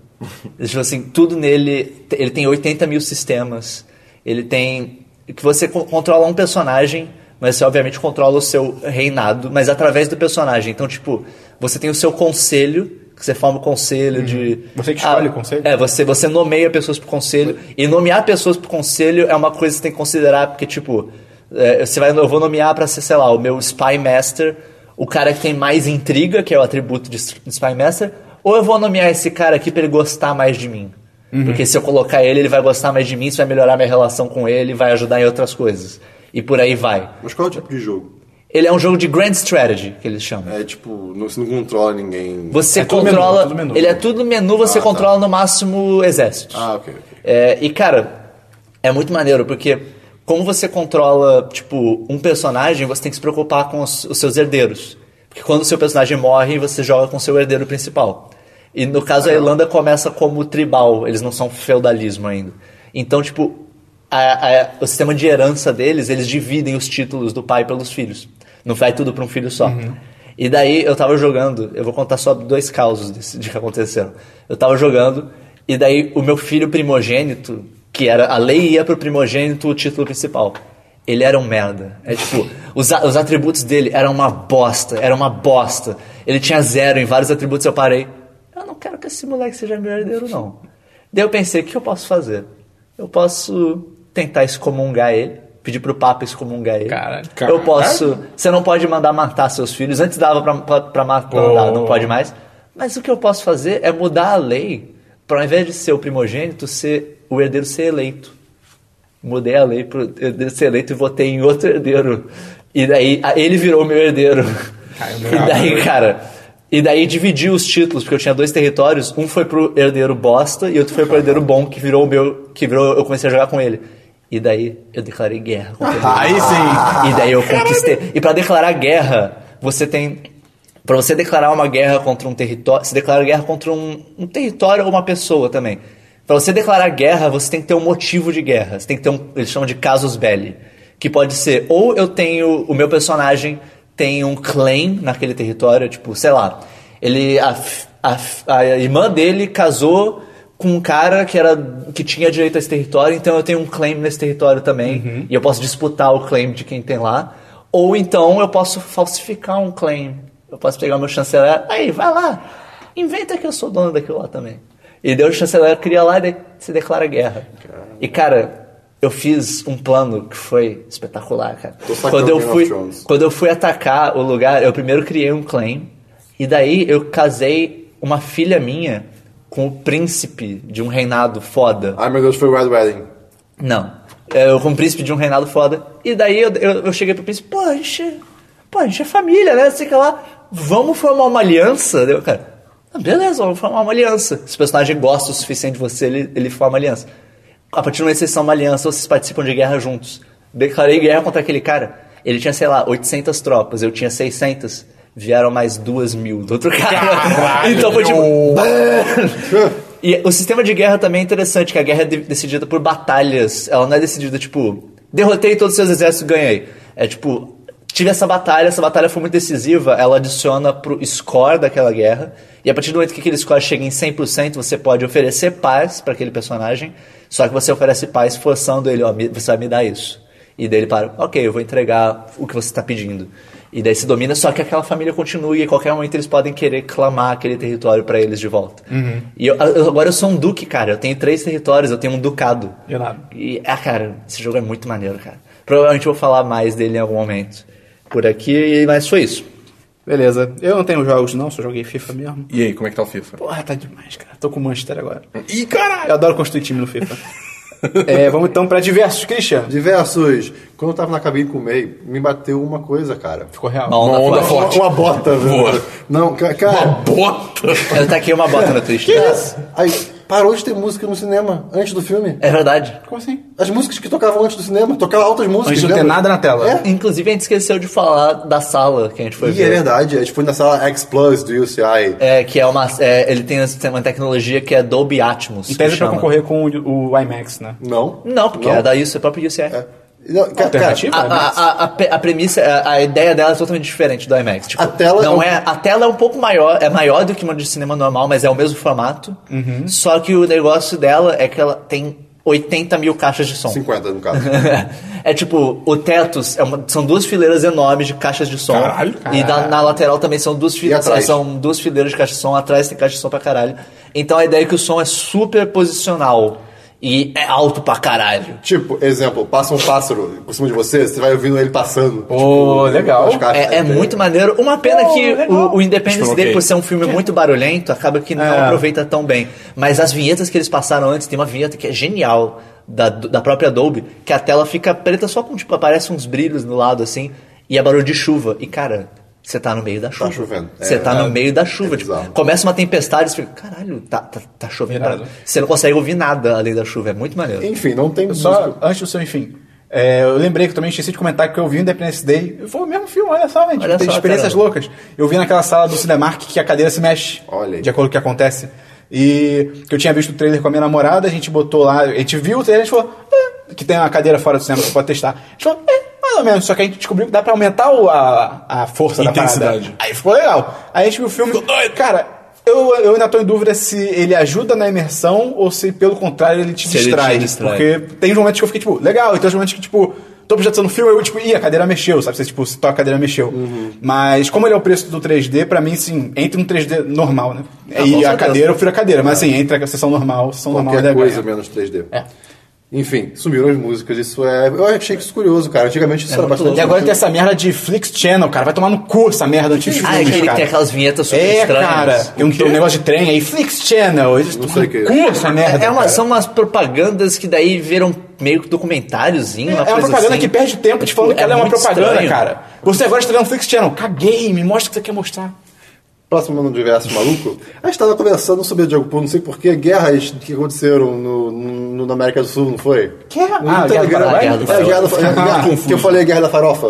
C: Esse jogo, assim, tudo nele. Ele tem 80 mil sistemas. Ele tem. Que você co- controla um personagem, mas você obviamente controla o seu reinado, mas através do personagem. Então, tipo, você tem o seu conselho, que você forma o conselho de.
A: Uhum. Você que escolhe o conselho?
C: É, você, você nomeia pessoas pro conselho. E nomear pessoas pro conselho é uma coisa que você tem que considerar, porque, tipo, é, você vai, eu vou nomear pra ser, sei lá, o meu Spy Master, o cara que tem mais intriga, que é o atributo de s- de Spy Master, ou eu vou nomear esse cara aqui pra ele gostar mais de mim.
A: Uhum.
C: Porque se eu colocar ele, ele vai gostar mais de mim, isso vai melhorar minha relação com ele, vai ajudar em outras coisas. E por aí vai.
D: Mas qual é o tipo de jogo?
C: Ele é um jogo de Grand Strategy, que eles chamam.
D: É tipo, não, você não controla ninguém.
C: Você
A: É tudo
C: controla.
A: menu, tudo menu. Ah, tá.
C: Ele é tudo menu, você controla no máximo exércitos.
D: Ah, ok, ok.
C: É, e, cara, é muito maneiro, porque como você controla, tipo, um personagem, você tem que se preocupar com os, os seus herdeiros. Porque quando o seu personagem morre, você joga com o seu herdeiro principal. E no caso, a Irlanda começa como tribal, eles não são feudalismo ainda. Então, tipo, a- a- o sistema de herança deles, eles dividem os títulos do pai pelos filhos. Não vai tudo pra um filho só. E daí eu tava jogando, eu vou contar só dois causos desse, de que aconteceram. Eu tava jogando, e daí o meu filho primogênito, que era a lei ia pro primogênito o título principal. Ele era um merda. É tipo, os, a- os atributos dele eram uma bosta, era uma bosta. Ele tinha zero em vários atributos, eu parei. Eu não quero que esse moleque seja meu herdeiro, não. Daí eu pensei, o que eu posso fazer? Eu posso tentar excomungar ele, pedir pro Papa excomungar ele.
F: Caralho.
C: Eu posso. Você não pode mandar matar seus filhos. Antes dava pra, pra, pra ma-
F: Oh.
C: pra mandar, não pode mais. Mas o que eu posso fazer é mudar a lei para ao invés de ser o primogênito, ser o herdeiro ser eleito. Mudei a lei pro herdeiro ser eleito e votei em outro herdeiro. E daí a- ele virou meu herdeiro. e daí, cara. E daí dividi os títulos, porque eu tinha dois territórios. Um foi pro herdeiro bosta e outro foi pro herdeiro bom, que virou o meu. Que virou. Eu comecei a jogar com ele. E daí eu declarei guerra contra ele.
F: Aí sim.
C: E daí eu conquistei. E pra declarar guerra, você tem. Pra você declarar uma guerra contra um território. Você declara guerra contra um, um território ou uma pessoa também. Pra você declarar guerra, você tem que ter um motivo de guerra. Você tem que ter um. Eles chamam de casus belli. Que pode ser, ou eu tenho. O meu personagem tem um claim naquele território, tipo, sei lá. Ele. A, f- a, f- a irmã dele casou com um cara que era que tinha direito a esse território, então eu tenho um claim nesse território também e eu posso disputar o claim de quem tem lá, ou então eu posso falsificar um claim. Eu posso pegar o meu chanceler, aí vai lá, inventa que eu sou dono daquilo lá também. E deu o chanceler cria lá e daí se declara guerra. E cara, eu fiz um plano que foi espetacular, cara.
D: sacando
C: Quando eu
D: Game of
C: fui,
D: Thrones.
C: quando eu fui atacar o lugar, eu primeiro criei um claim. E daí eu casei uma filha minha com o príncipe de um reinado foda.
D: Ai meu Deus, foi o Red Wedding.
C: Não. É, Eu com o príncipe de um reinado foda. E daí eu, eu, eu cheguei pro príncipe, pô, a gente, pô, a gente é família, né? Sei que lá, vamos formar uma aliança? Deu, cara, "Ah, beleza, vamos formar uma aliança. Se o personagem gosta o suficiente de você, ele, ele forma aliança. A partir de uma exceção, uma aliança, vocês participam de guerra juntos. Declarei guerra contra aquele cara. Ele tinha, sei lá, 800 tropas, eu tinha 600. Vieram mais duas mil do outro cara. então foi tipo. E o sistema de guerra também é interessante, que a guerra é de- decidida por batalhas. Ela não é decidida, tipo, derrotei todos os seus exércitos e ganhei. É tipo, tive essa batalha, essa batalha foi muito decisiva, ela adiciona pro score daquela guerra. E a partir do momento que aquele score chega em 100%, você pode oferecer paz pra aquele personagem. Só que você oferece paz forçando ele, ó, me- você vai me dar isso. E daí ele para, ok, eu vou entregar o que você está pedindo. E daí se domina, só que aquela família continua e a qualquer momento eles podem querer clamar aquele território pra eles de volta. E eu- eu- agora eu sou um duque, cara. Eu tenho três territórios, eu tenho um ducado.
A: De nada.
C: E, ah, cara, esse jogo é muito maneiro, cara. Provavelmente eu vou falar mais dele em algum momento por aqui, mas foi isso.
A: Beleza. Eu não tenho jogos, não, só joguei FIFA mesmo.
E: E aí, como é que tá o FIFA?
A: Porra, tá demais, cara. Tô com Manchester agora.
E: Ih, caralho!
A: Eu adoro construir time no FIFA. É, vamos então pra diversos, Christian.
D: Diversos. Quando eu tava na cabine com o May, me bateu uma coisa, cara.
A: Ficou real.
C: Uma onda
E: Uma onda
C: forte.
D: Uma,
E: forte.
D: uma bota, velho.
E: Boa.
D: Não, ca- cara.
E: Bota!
C: Eu taquei uma bota no Twitch.
D: Aí, Parou de ter música no cinema antes do filme.
C: É verdade.
A: Como assim?
D: As músicas que tocavam antes do cinema, tocavam altas músicas.
A: Antes de não ter
D: lembra?
A: nada na tela.
D: É.
C: Inclusive, a gente esqueceu de falar da sala que a gente foi
D: E
C: ver.
D: é verdade, a gente foi na sala X Plus do UCI.
C: É, que é uma. é, ele tem essa- uma tecnologia que é Dolby Atmos.
A: Em
C: que
A: tese pra
C: chama.
A: concorrer com o, o IMAX, né?
D: Não?
C: Não, porque é da isso, é próprio UCI.
D: É. Não, ca- cara,
A: Alternativa?
C: A, a, a, a, pe- a premissa, a, a ideia dela é totalmente diferente do IMAX. Tipo,
D: A tela é um-
C: não é, a tela é um pouco maior, é maior do que uma de cinema normal, mas é o mesmo formato. Só que o negócio dela é que ela tem 80 mil caixas de som.
D: 50 ah, no caso.
C: é tipo, o teto é uma- são duas fileiras enormes de caixas de som.
E: Caralho.
C: E na, na lateral também são duas,
D: E
C: fileiras,
D: atrás?
C: são duas fileiras de caixa de som, atrás tem caixa de som pra caralho. Então a ideia é que o som é super posicional e é alto pra caralho.
D: tipo, exemplo, passa um pássaro por cima de você, você vai ouvindo ele passando. Tipo, Pô,
A: legal.
D: Ah,
C: É, é muito maneiro. Uma pena que o, o Independence
E: Tipo,
C: Day,
E: ok.
C: por ser um filme muito barulhento, acaba que não aproveita tão bem. Mas as vinhetas que eles passaram antes, tem uma vinheta que é genial, da, da própria Dolby, que a tela fica preta só com, tipo, aparecem uns brilhos no lado, assim, e é barulho de chuva. E, cara, você tá no meio da chuva.
D: chovendo.
C: Você
D: É,
C: tá
D: é.
C: no meio da chuva.
D: É
C: tipo,
D: bizarro.
C: começa uma tempestade, você fica, caralho, tá, tá, tá chovendo.
A: Irado.
C: cara." Você não consegue ouvir nada além da chuva, é muito maneiro.
D: Enfim, não tem
A: Só
D: música.
A: antes do seu enfim. É, eu lembrei que eu também esqueci de comentar que eu vi o Independence Day. Foi o mesmo filme, olha só, gente.
C: Olha
A: tem
C: só,
A: experiências
C: caramba.
A: loucas. Eu vi naquela sala do Cinemark que a cadeira se mexe.
D: Olha aí.
A: De acordo com o que acontece. E que eu tinha visto o trailer com a minha namorada, a gente botou lá, a gente viu o trailer, a gente falou, "É", que tem uma cadeira fora do cinema que você pode testar. A gente falou, é, mais ou menos, só que a gente descobriu que dá pra aumentar o- a, a força da
E: Intensidade.
A: parada. Aí ficou legal. Aí a gente viu o filme. Cara, eu, eu ainda tô em dúvida se ele ajuda na imersão ou se, pelo contrário, ele te
C: Se ele te
A: distrai.
C: distrai.
A: Porque tem momentos que eu fiquei, tipo, legal, e tem momentos que, tipo, tô projetando o filme, eu, tipo, ih, a cadeira mexeu, sabe? Você, tipo, se toca a cadeira mexeu.
C: Uhum.
A: Mas como ele é o preço do 3D, pra mim, sim, entra um 3D normal, né? e
C: Ah, com
A: a
C: certeza. É.
A: cadeira, eu firo a cadeira. Mas, assim, entra a sessão normal, sessão normal é
D: Qualquer
A: deve
D: coisa
A: ganhar.
D: menos 3D.
A: É.
D: Enfim, sumiram as músicas, isso é. Eu achei isso curioso, cara. Antigamente isso era
C: É muito
D: bastante.
A: E agora tem essa merda de Flix Channel, cara. Vai tomar no cu essa merda antes
C: Ah, é
A: filmes,
C: aquele que
A: cara.
C: tem aquelas vinhetas super
A: É,
C: estranhas.
A: cara. Tem um, tem um negócio de trem aí, Flix Channel. Eles
D: Não sei o que é isso.
A: cu essa merda.
C: É uma,
A: cara.
C: são umas propagandas que daí viram meio que documentáriozinho, uma
A: É uma
C: coisa
A: propaganda
C: assim.
A: que perde tempo te falando
C: Tipo,
A: que ela é uma
C: muito
A: propaganda,
C: estranho.
A: cara. Você agora está vendo um Flix Channel. Caguei, me mostra o que você quer mostrar.
D: Próximo no diverso maluco, a gente tava conversando sobre Diogo Pô, não sei porquê, guerras que aconteceram no, no- na América do Sul, não foi?
A: Guerra?
D: Não,
A: Ah, Guerra
D: tá
A: do
D: ligado?
A: Paraguai?
D: É,
C: Guerra do
D: Guerra do
A: Paraguai.
D: Guerra-
A: Ah,
D: Que eu falei Guerra da Farofa.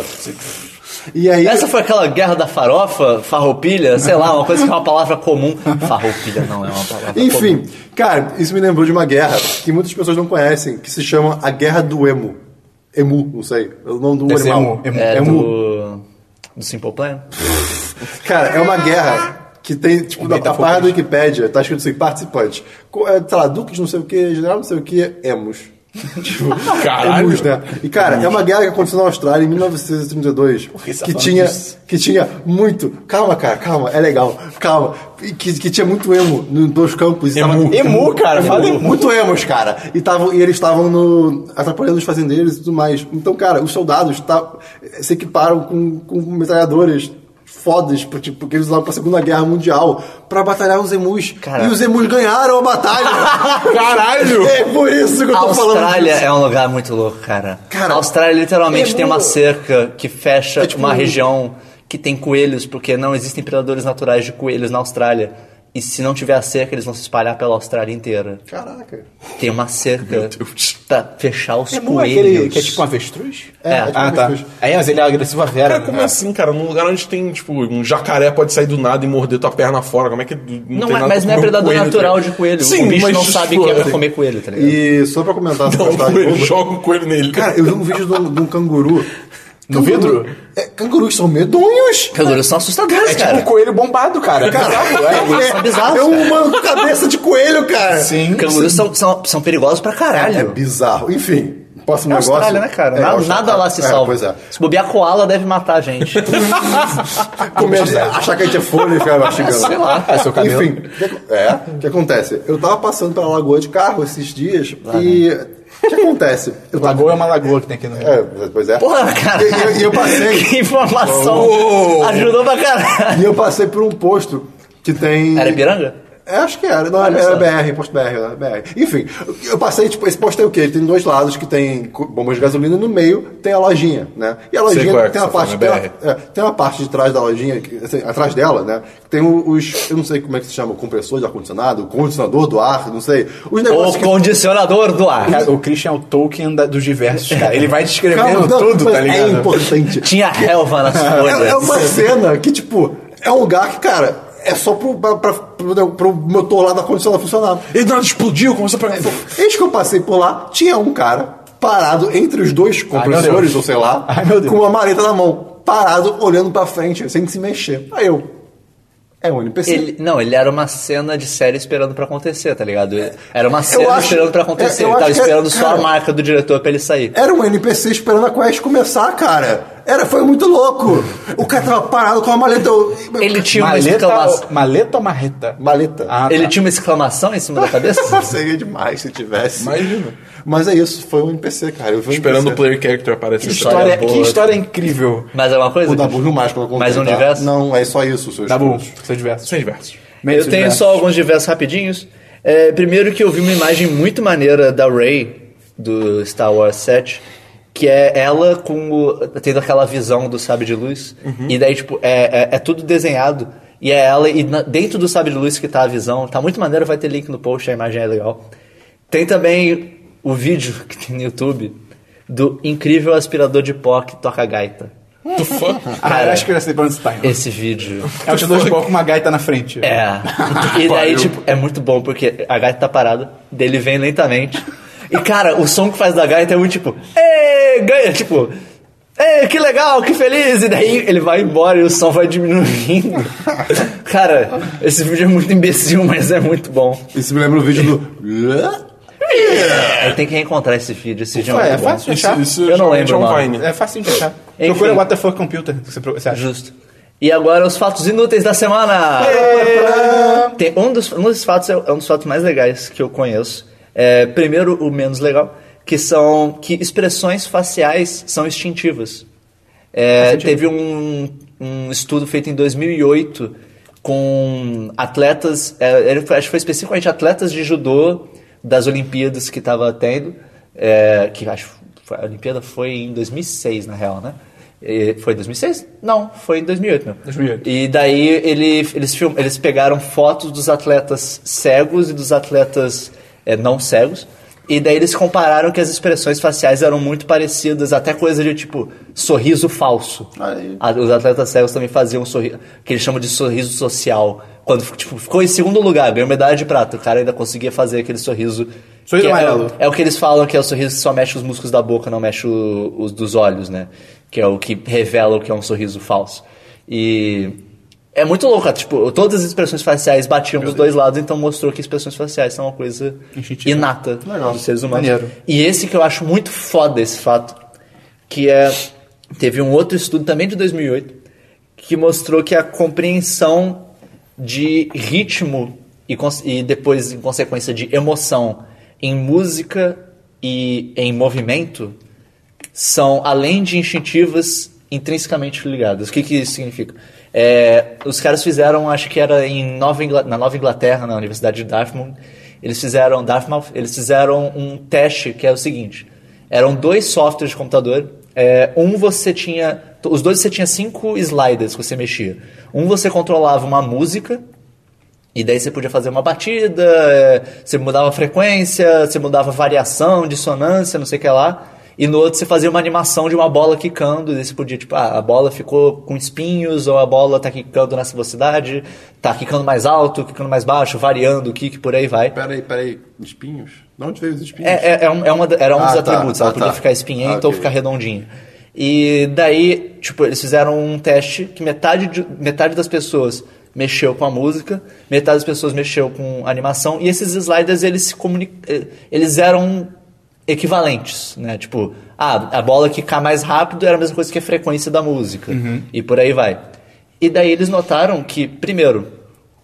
D: E aí.
C: Essa foi aquela guerra da farofa, farroupilha, sei lá, uma coisa que é uma palavra comum. Farroupilha não é uma palavra comum.
D: Enfim, cara, isso me lembrou de uma guerra que muitas pessoas não conhecem, que se chama a Guerra do Emo. Emu, não sei. É o nome do
A: Deve ser
D: animal.
A: emu, emu.
C: É,
D: Emu.
C: do, do Simple Plan.
D: Cara, é uma guerra que tem, tipo,
A: tá
D: na, na página da Wikipédia, tá escrito assim, participantes. Co- é, Sei lá, duques não sei o que, general não sei o que, emos. tipo,
E: é Caralho.
D: Emus, né? E cara, é uma guerra que aconteceu na Austrália em 1932,
A: que você tá
D: que
A: falando
D: tinha,
A: disso?
D: que tinha muito, calma cara, calma, é legal, calma, E que, que tinha muito emo nos dois campos. e tava-
E: Emu.
A: Emu, cara, fala emu.
D: muito emos, cara. E, tavam, e eles estavam no- atrapalhando os fazendeiros e tudo mais. Então, cara, os soldados tá- se equiparam com, com metralhadoras fodas, pro- tipo, que eles usavam pra Segunda Guerra Mundial, pra batalhar os emus.
C: Cara.
D: E os emus ganharam a batalha.
E: Caralho!
D: é por isso que eu
C: A
D: tô falando.
C: Austrália
D: disso.
C: é um lugar muito louco, cara.
D: Cara,
C: a Austrália literalmente
D: é
C: tem uma
D: muito-
C: cerca que fecha
D: É tipo
C: uma
D: um-
C: região que tem coelhos, porque não existem predadores naturais de coelhos na Austrália. E se não tiver a cerca, eles vão se espalhar pela Austrália inteira.
D: Caraca.
C: Tem uma cerca pra fechar os
A: Emu é
C: coelhos.
A: aquele que é tipo um avestruz?
C: É.
D: tipo
A: Ah,
D: um
A: tá.
D: avestruz.
A: Aí, mas ele é agressivo a vera.
E: Cara, como
A: né?
E: assim, cara? Num lugar onde tem, tipo, um jacaré pode sair do nada e morder tua perna fora. Como é que.
C: Não
E: tem
C: é, mas
E: nada pra
C: não é
E: comer um
C: predador
E: coelho,
C: natural
E: cara?
C: de coelho.
E: Sim,
C: o bicho
E: mas
C: não sabe que é pra
E: foda-se.
C: comer coelho, tá ligado?
D: E só pra comentar sobre a
E: Não, o
D: Austrália de
E: coelho
D: novo,
E: tipo, joga o coelho nele.
D: Cara, eu vi um vídeo de um, de um canguru.
A: No vidro?
D: É, cangurus são medonhos.
C: Cangurus são assustadores,
A: É tipo
C: cara.
A: um coelho bombado, cara. Bizarro, é.
C: são bizarros,
D: é uma cabeça de coelho, cara.
A: Sim.
C: Cangurus são, são, são perigosos pra caralho.
D: É bizarro. Enfim, próximo
C: É
D: negócio.
C: Austrália, né, cara?
D: É,
C: nada,
D: Austrália.
C: nada lá se
D: É,
C: salva.
D: Pois é.
C: Se bobear koala, deve matar a gente.
A: Ah,
D: Comer, achar que a gente é folha e ficar
C: Sei
D: mastigando.
C: lá.
A: né? É seu cabelo.
D: Enfim, o que ac- é, o que acontece? Eu tava passando pela lagoa de carro esses dias e. O que acontece? Eu tava-
A: Lagoa é uma lagoa que tem aqui no Rio.
D: É, pois é.
C: Porra, cara.
D: E, e- e eu
C: Que
D: passei.
C: informação. Ajudou pra caralho.
D: e eu passei por um posto que tem.
C: Era Ipiranga?
D: É, acho que era, não, era,
C: só.
D: era BR, posto BR, era BR. Enfim, eu passei, tipo, esse posto tem o quê? Ele tem dois lados que tem co- bombas de gasolina e no meio tem a lojinha, né? E a lojinha
E: qual é que
D: tem
E: você
D: uma
E: tá
D: parte.
E: falando,
D: Tem
E: é
D: uma, é, tem uma parte de trás da lojinha, que- assim, atrás dela, né? Que tem o- os. Eu não sei como é que se chama, o compressor de ar-condicionado, o condicionador do ar, não sei. Os negócios
C: O
D: que.
C: condicionador do ar.
A: Cara, o Christian é o Tolkien da- dos diversos, cara. Ele vai descrevendo
D: Calma, não,
A: tudo,
D: mas
A: tá
D: É
A: ligado?
D: importante.
C: Tinha relva nas
D: É, é
C: folhas.
D: uma cena que, tipo, é um lugar que, cara, é só pro, pra, pra, pro, pro motor lá da condicionada funcionar.
E: Ele do nada explodiu, começou a pegar fogo.
D: Eis que eu passei por lá, tinha um cara parado entre os dois
A: meu
D: compressores,
A: Deus.
D: ou sei lá,
A: Ai, meu Deus.
D: com uma maleta na mão, parado, olhando pra frente, sem se mexer. Aí eu. É um NPC.
C: Ele, não, ele era uma cena de série esperando pra acontecer, tá ligado? Ele- Era uma
D: Eu
C: cena
D: acho-
C: esperando pra acontecer.
D: é, eu
C: ele tava
D: acho que é-
C: esperando só
D: cara-
C: a marca do diretor pra ele sair.
D: Era um NPC esperando a quest começar, cara. Era, foi muito louco. O cara tava parado com a maleta. eu-
C: Ele tinha uma
A: Maleta,
C: exclamação.
A: maleta ou marreta?
D: Maleta.
A: Ah,
C: Ele
A: tá.
C: tinha uma exclamação em cima da cabeça?
D: Seria demais se tivesse.
E: Imagina.
D: Mas é isso, foi um NPC, cara. Eu vi um
E: Esperando o
D: NPC.
E: player character aparecer. é
A: Que história,
C: boa.
A: que história incrível.
C: Mais alguma coisa?
D: O Dabu viu mais pelo
C: Mais um
D: tá?
C: diverso?
D: Não, é só isso, seus
A: Dabu,
D: pontos.
A: seu diverso.
E: Sem versos.
A: Meio
C: eu tenho
A: diverso.
C: só alguns diversos rapidinhos. É, primeiro que eu vi uma imagem muito maneira da Rey do Star Wars 7, que é ela com o, tendo aquela visão do sabre de luz. E daí, tipo, é, é, é tudo desenhado. E é ela, e na- dentro do sabre de luz que tá a visão. Tá muito maneiro, vai ter link no post, a imagem é legal. Tem também o vídeo que tem no YouTube do incrível aspirador de pó que toca gaita.
E: Tu fuck.
A: Ah, eu acho que eu já sei pra onde você tá. indo.
C: Esse vídeo.
A: É o Shadow de Pó com uma gaita na frente.
C: É. E daí, tipo, é muito bom, porque a gaita tá parada, dele vem lentamente. E, cara, o som que faz da gaita é muito tipo, "Ê, ganha, tipo, "Ê, que legal, que feliz! E daí ele vai embora e o som vai diminuindo. Cara, esse vídeo é muito imbecil, mas é muito bom.
D: Isso me lembra o vídeo do.
C: É, Eu tenho que reencontrar esse vídeo, esse vídeo
A: Ué,
C: é
A: é
C: muito bom.
A: fácil de
E: Isso,
A: achar.
E: isso
C: Eu não
E: geralmente
C: lembro,
E: é um
C: mano.
E: Vine.
A: É fácil de achar.
C: Enfim.
A: Procura o WTF Computer que você pro- você acha.
C: Justo. E agora os fatos inúteis da semana. Tem um dos, um dos fatos é um dos fatos mais legais que eu conheço. É, primeiro o menos legal, que são que expressões faciais são instintivas. É, teve um, um estudo feito em 2008 com atletas, é, ele foi- acho que foi especificamente atletas de judô das Olimpíadas que estava tendo, é, que acho que foi- a Olimpíada foi em 2006 na real, né? E- Foi em 2006? Não, foi em 2008 mesmo.
A: 2008.
C: E daí ele, eles, film, eles pegaram fotos dos atletas cegos e dos atletas é, não cegos. E daí eles compararam que as expressões faciais eram muito parecidas, até coisa de tipo sorriso falso.
D: Aí.
C: A- os atletas cegos também faziam sorriso, que eles chamam de sorriso social. Quando tipo, ficou em segundo lugar, ganhou medalha de prata, o cara ainda conseguia fazer aquele sorriso.
A: Sorriso
C: que é-
A: amarelo.
C: é o que eles falam que é o sorriso que só mexe os músculos da boca, não mexe o- os dos olhos, né? Que é o que revela o que é um sorriso falso. E é muito louco, cara. tipo, todas as expressões faciais batiam dos dois lados, então mostrou que expressões faciais são uma coisa
A: Instintiva.
C: inata dos seres humanos.
A: Maneiro.
C: E esse que eu acho muito foda esse fato, que é teve um outro estudo também de 2008 que mostrou que a compreensão de ritmo e, cons- e depois em consequência de emoção em música e em movimento são além de instintivas intrinsecamente ligadas. O que que isso significa? É, os caras fizeram, acho que era em Nova Ingla- na Nova Inglaterra, na Universidade de Dartmouth, eles fizeram Dartmouth, eles fizeram um teste que é o seguinte: eram dois softwares de computador. é, um você tinha, t- os dois você tinha cinco sliders que você mexia. Um você controlava uma música e daí você podia fazer uma batida, é, você mudava a frequência, você mudava a variação, dissonância, não sei o que lá. E no outro você fazia uma animação de uma bola quicando, e daí você podia, tipo, ah, a bola ficou com espinhos, ou a bola tá quicando nessa velocidade, tá quicando mais alto, quicando mais baixo, variando o kick, por aí vai.
D: Peraí, peraí. Espinhos? De onde veio os espinhos?
C: É, é, é um- é uma da- era
D: Ah,
C: um dos
D: tá,
C: atributos.
D: tá,
C: ela podia
D: tá.
C: ficar espinhenta
D: Ah, ok.
C: ou ficar redondinha. E daí, tipo, eles fizeram um teste que metade, de- metade das pessoas mexeu com a música, metade das pessoas mexeu com a animação, e esses sliders, eles se comuni- eh, Eles eram equivalentes, né? Tipo, ah, a bola quicar mais rápido era a mesma coisa que a frequência da música.
D: Uhum.
C: E por aí vai. E daí eles notaram que, primeiro,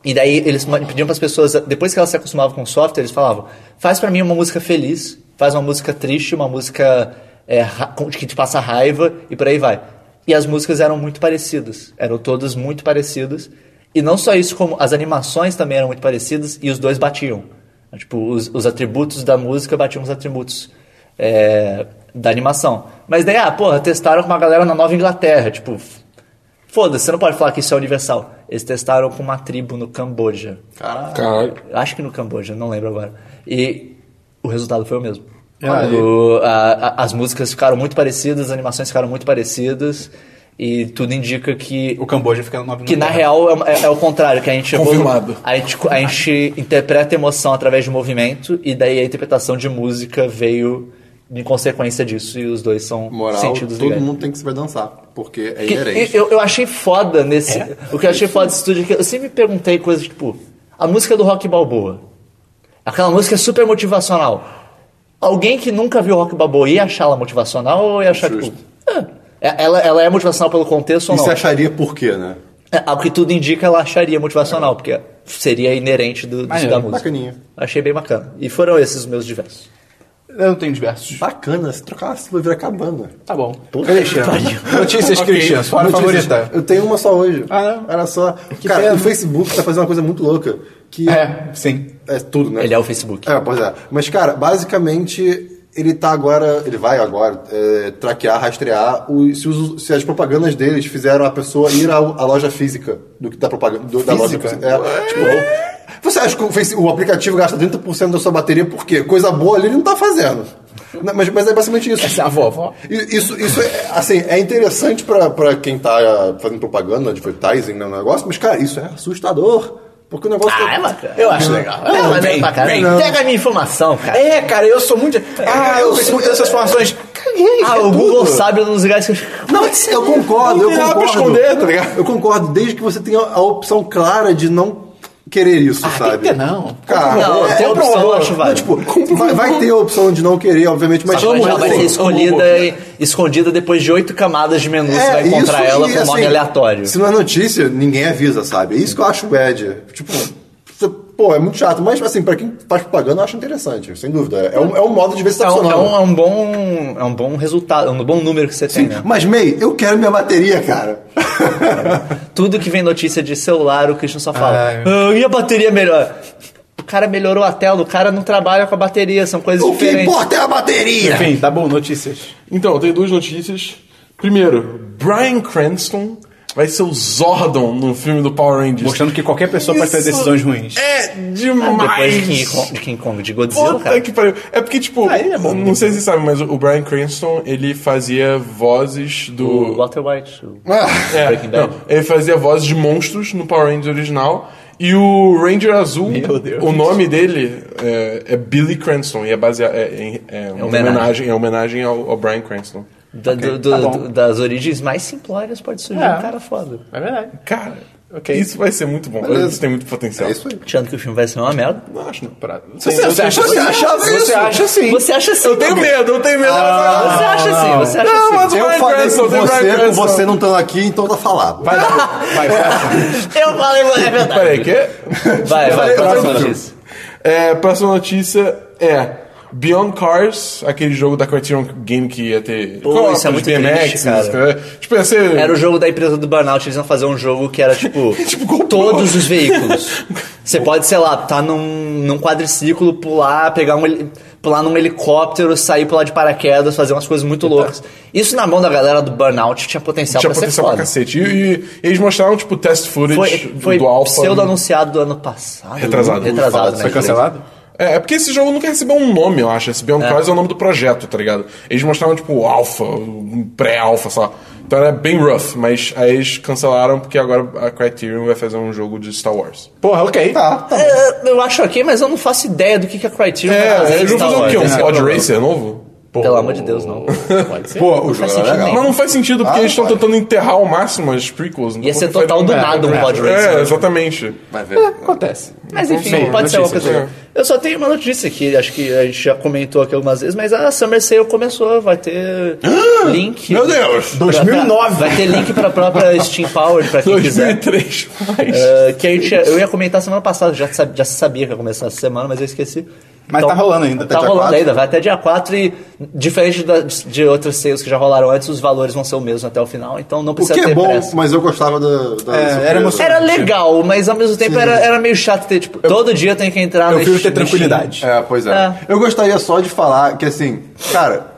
C: e daí eles ma- pediam para as pessoas, depois que elas se acostumavam com o software, eles falavam: faz para mim uma música feliz, faz uma música triste, uma música é, ra- com- que te passa raiva e por aí vai. E as músicas eram muito parecidas, eram todas muito parecidas. E não só isso, como as animações também eram muito parecidas e os dois batiam. Tipo, os, os atributos da música batiam os atributos é, da animação. Mas daí, ah, porra, testaram com uma galera na Nova Inglaterra. Tipo, foda-se, você não pode falar que isso é universal. Eles testaram com uma tribo no Camboja. É.
E: Caralho.
C: Acho que no Camboja, não lembro agora. E o resultado foi o mesmo. O- a- a- as músicas ficaram muito parecidas, as animações ficaram muito parecidas. E tudo indica que
A: O Camboja fica no 9
C: que na real é, é- é o contrário, que a gente evolu-
E: Confirmado.
C: A gente, a gente interpreta emoção através de movimento e daí a interpretação de música veio em consequência disso e os dois são
D: Moral,
C: sentidos
D: todo
C: iguais.
D: mundo tem que saber dançar, porque é
C: Que-
D: inerente.
C: eu, eu achei foda nesse. O que eu achei foda desse estúdio é que eu sempre me perguntei coisas tipo: a música do Rock Balboa. Aquela música é super motivacional. Alguém que nunca viu Rock Balboa ia achar ela motivacional ou ia achar
D: Justo.
C: tipo. "Ah, é- ela, ela é motivacional pelo contexto ou
D: E
C: não?
D: você acharia por quê, né?
C: É, ao que tudo indica, ela acharia motivacional, porque seria inerente do, disso
A: Maneiro,
C: da música.
D: bacaninha.
C: Achei bem bacana. E foram esses os meus diversos.
A: Eu não tenho diversos.
D: Bacana, se trocar a sílaba vira cabana.
A: Tá bom. Cristiano. Notícias Cristiano. Sua hora
D: Notícias.
A: favorita.
D: Eu tenho uma só hoje.
A: Ah, não?
D: Era só. Cara,
A: pena.
D: o Facebook tá fazendo uma coisa muito louca. Que
A: É, sim.
D: é tudo, né?
C: Ele é o Facebook.
D: É, pois é. Mas, cara, basicamente, ele tá agora. Ele vai agora é, traquear, rastrear os, se, os- se as propagandas deles fizeram a pessoa ir ao- à loja física do que da propaganda. do- da loja
A: Física?
D: É, tipo, você acha que o, Face- o aplicativo gasta 30% da sua bateria por quê? Coisa boa ali ele não tá fazendo. Não, Mas, mas é basicamente isso.
A: Essa é a vovó.
D: I- Isso, isso é, assim, é interessante pra, pra quem tá ah, fazendo propaganda, advertising né, no negócio, mas, cara, isso é assustador. Porque o negócio.
C: Ah,
D: tá-
C: é bacana.
A: Eu acho legal.
C: É,
A: Não,
C: maneiro
A: bem,
C: pra caralho.
A: bem.
C: Pega a minha informação, cara.
A: É, cara, eu sou muito. Ah, eu sou essas formações. Caguei,
C: ah,
A: é
C: o
A: tudo.
C: Google sabe nos lugares que eu...
D: Não, eu concordo, eu
A: tem nada pra
D: concordo.
A: esconder, tá ligado?
D: Eu concordo, desde que você tenha a opção clara de não querer isso,
A: Ah,
D: sabe?
A: tem que ter, não.
D: Cara,
C: Não, um
D: é-
C: tem
D: é
C: opção,
D: pra-
C: eu acho um válido.
D: tipo, vai, vai ter a opção de não querer, obviamente, mas
C: Mas ela é vai ser
D: assim,
C: escolhida, e- escondida depois de oito camadas de menu. você vai encontrar
D: É, isso,
C: ela
D: e,
C: com um nome
D: assim,
C: aleatório.
D: Se não é notícia, ninguém avisa, sabe? É isso que eu acho bad. Tipo, você- pô, é muito chato. Mas, assim, pra quem faz propaganda, eu acho interessante, sem dúvida. É um, é um modo de ver se tá
C: É um, é
D: funcionando.
C: um- é um bom, é um bom resultado, é um bom número que você tem, né?
D: Mas, May, eu quero minha bateria, cara.
C: Tudo que vem notícia de celular, o Christian só fala.
A: Ai.
C: "Ah, e a bateria melhor? O cara melhorou a tela, o cara não trabalha com a bateria, são coisas
D: o que
C: diferentes.
D: importa é a bateria.
A: Enfim, tá bom, notícias.
E: Então, eu tenho duas notícias. Primeiro, Brian Cranston vai ser o Zordon no filme do Power Rangers.
A: Mostrando que qualquer pessoa pode fazer
E: Isso
A: decisões ruins. Ah,
E: É
C: Depois de King,
E: demais!
C: Kong, de King Kong, de Godzilla,
E: Puta
C: cara.
E: que pariu. É porque, tipo,
A: Ah, ele é bom.
E: não sei se vocês sabem, mas o Brian Cranston, ele fazia vozes
C: O
E: do...
C: Walter White. o-
D: Ah,
E: É,
C: Breaking Bad.
E: não, ele fazia vozes de monstros no Power Rangers original. E o Ranger Azul,
A: Meu Deus.
E: o nome dele é, é Billy Cranston. E é baseado... É, em- é uma
C: homenagem.
E: homenagem, é homenagem ao, ao Brian Cranston.
C: da- do- do-
A: tá bom.
C: do- das origens mais simplórias pode surgir
A: É.
C: um cara foda.
A: É verdade.
E: Cara,
A: Ok.
E: isso vai ser muito bom.
D: Beleza.
E: Isso tem muito potencial.
D: É isso aí.
C: Achando que o filme vai ser uma merda.
E: Não acho, não.
A: Você, acha,
D: você achava
A: Você
D: isso?
A: acha sim.
C: Você acha assim.
E: Eu tenho
C: Gabriel.
E: medo, eu tenho medo.
C: Ah. Você acha assim, você acha
E: Ah, Não, mas
C: assim.
E: o
D: Eu
E: Brian
D: falei
E: Cranston,
D: com
E: tem o Brian
D: você, com
E: Cranston.
D: você não estando aqui, então tá falado.
A: Vai, vai, vai.
C: Eu falei, é verdade.
E: Peraí, quê?
C: Vai, vai,
D: falei- eu
C: próxima
D: falei-
C: notícia.
E: É, próxima notícia é Beyond Cars, aquele jogo da Criterion Game que ia ter
C: Pô,
E: co-op,
C: isso é muito triste, cara.
E: essas coisas. Tipo, ia ser...
C: Era o jogo da empresa do Burnout, eles iam fazer um jogo que era tipo,
E: Tipo, GoPro.
C: todos os veículos. Você pode, sei lá, tá num, num quadriciclo, pular, pegar um heli- pular num helicóptero, sair pular de paraquedas, fazer umas coisas muito loucas. Isso na mão da galera do Burnout tinha potencial
E: Tinha
C: pra ser
E: potencial pra
C: foda.
E: cacete. E, e eles mostraram, tipo, test footage
C: Foi, foi
E: do Alpha.
C: pseudo anunciado do ano passado.
E: Retrasado.
C: Retrasado, né?
A: Foi cancelado?
E: É, é porque esse jogo nunca recebeu um nome, eu acho. Esse Beyond Cars é o nome do projeto, tá ligado? Eles mostraram, tipo, o Alpha, um pré-Alpha, sei lá. Então era bem rough, mas aí eles cancelaram porque agora a Criterion vai fazer um jogo de Star Wars.
A: Porra, ok.
D: Tá, tá.
C: É, Eu acho ok, mas eu não faço ideia do que, que a Criterion vai fazer.
E: É,
C: em
E: eles vão
C: Star
E: fazer o
C: Wars,
E: quê? Um
C: esse é o
E: Pod
C: problema.
E: Racer novo?
C: Pelo amor de Deus, não.
A: Pode ser.
D: Pô, o jogo
C: faz
D: era
C: sentido
A: é,
C: né?
D: legal.
E: Mas não faz sentido, porque
D: Ah,
E: eles estão
D: vai.
E: tentando enterrar ao máximo as prequels.
C: Ia ser
E: Então,
C: total do
E: é,
C: nada um pod racer.
E: É, exatamente.
D: Vai ver.
A: Acontece.
C: Mas enfim,
A: Bem,
C: pode ser uma
A: notícias.
C: coisa. Eu só tenho uma notícia que acho que a gente já comentou aqui algumas vezes, mas a Summer Sale começou, vai ter link.
E: Meu Deus!
C: pra-
A: 2009.
C: Vai ter link pra própria Steam Power, pra quem quiser. É. Ah,
E: 2003, mas...
C: Eh, que a gente, eu ia comentar semana passada, já, sab- já sabia que ia começar essa semana, mas eu esqueci.
A: Mas tá rolando ainda.
C: Tá
A: Até dia
C: rolando
D: 4?
C: ainda, vai até dia 4 e, diferente da- de outros sales que já rolaram antes, os valores vão ser o mesmo até o final, então não
D: O
C: precisa
D: que é
C: ter
D: bom,
C: pressa.
D: mas eu gostava da. da
A: É,
D: surpresa.
A: era emocionante.
C: Era legal, mas ao mesmo tempo era, era meio chato ter, tipo, todo dia tem que entrar
A: Eu
C: no
A: prefiro ter
C: no
A: tranquilidade.
D: É, pois é.
C: É.
D: Eu gostaria só de falar que, assim, cara,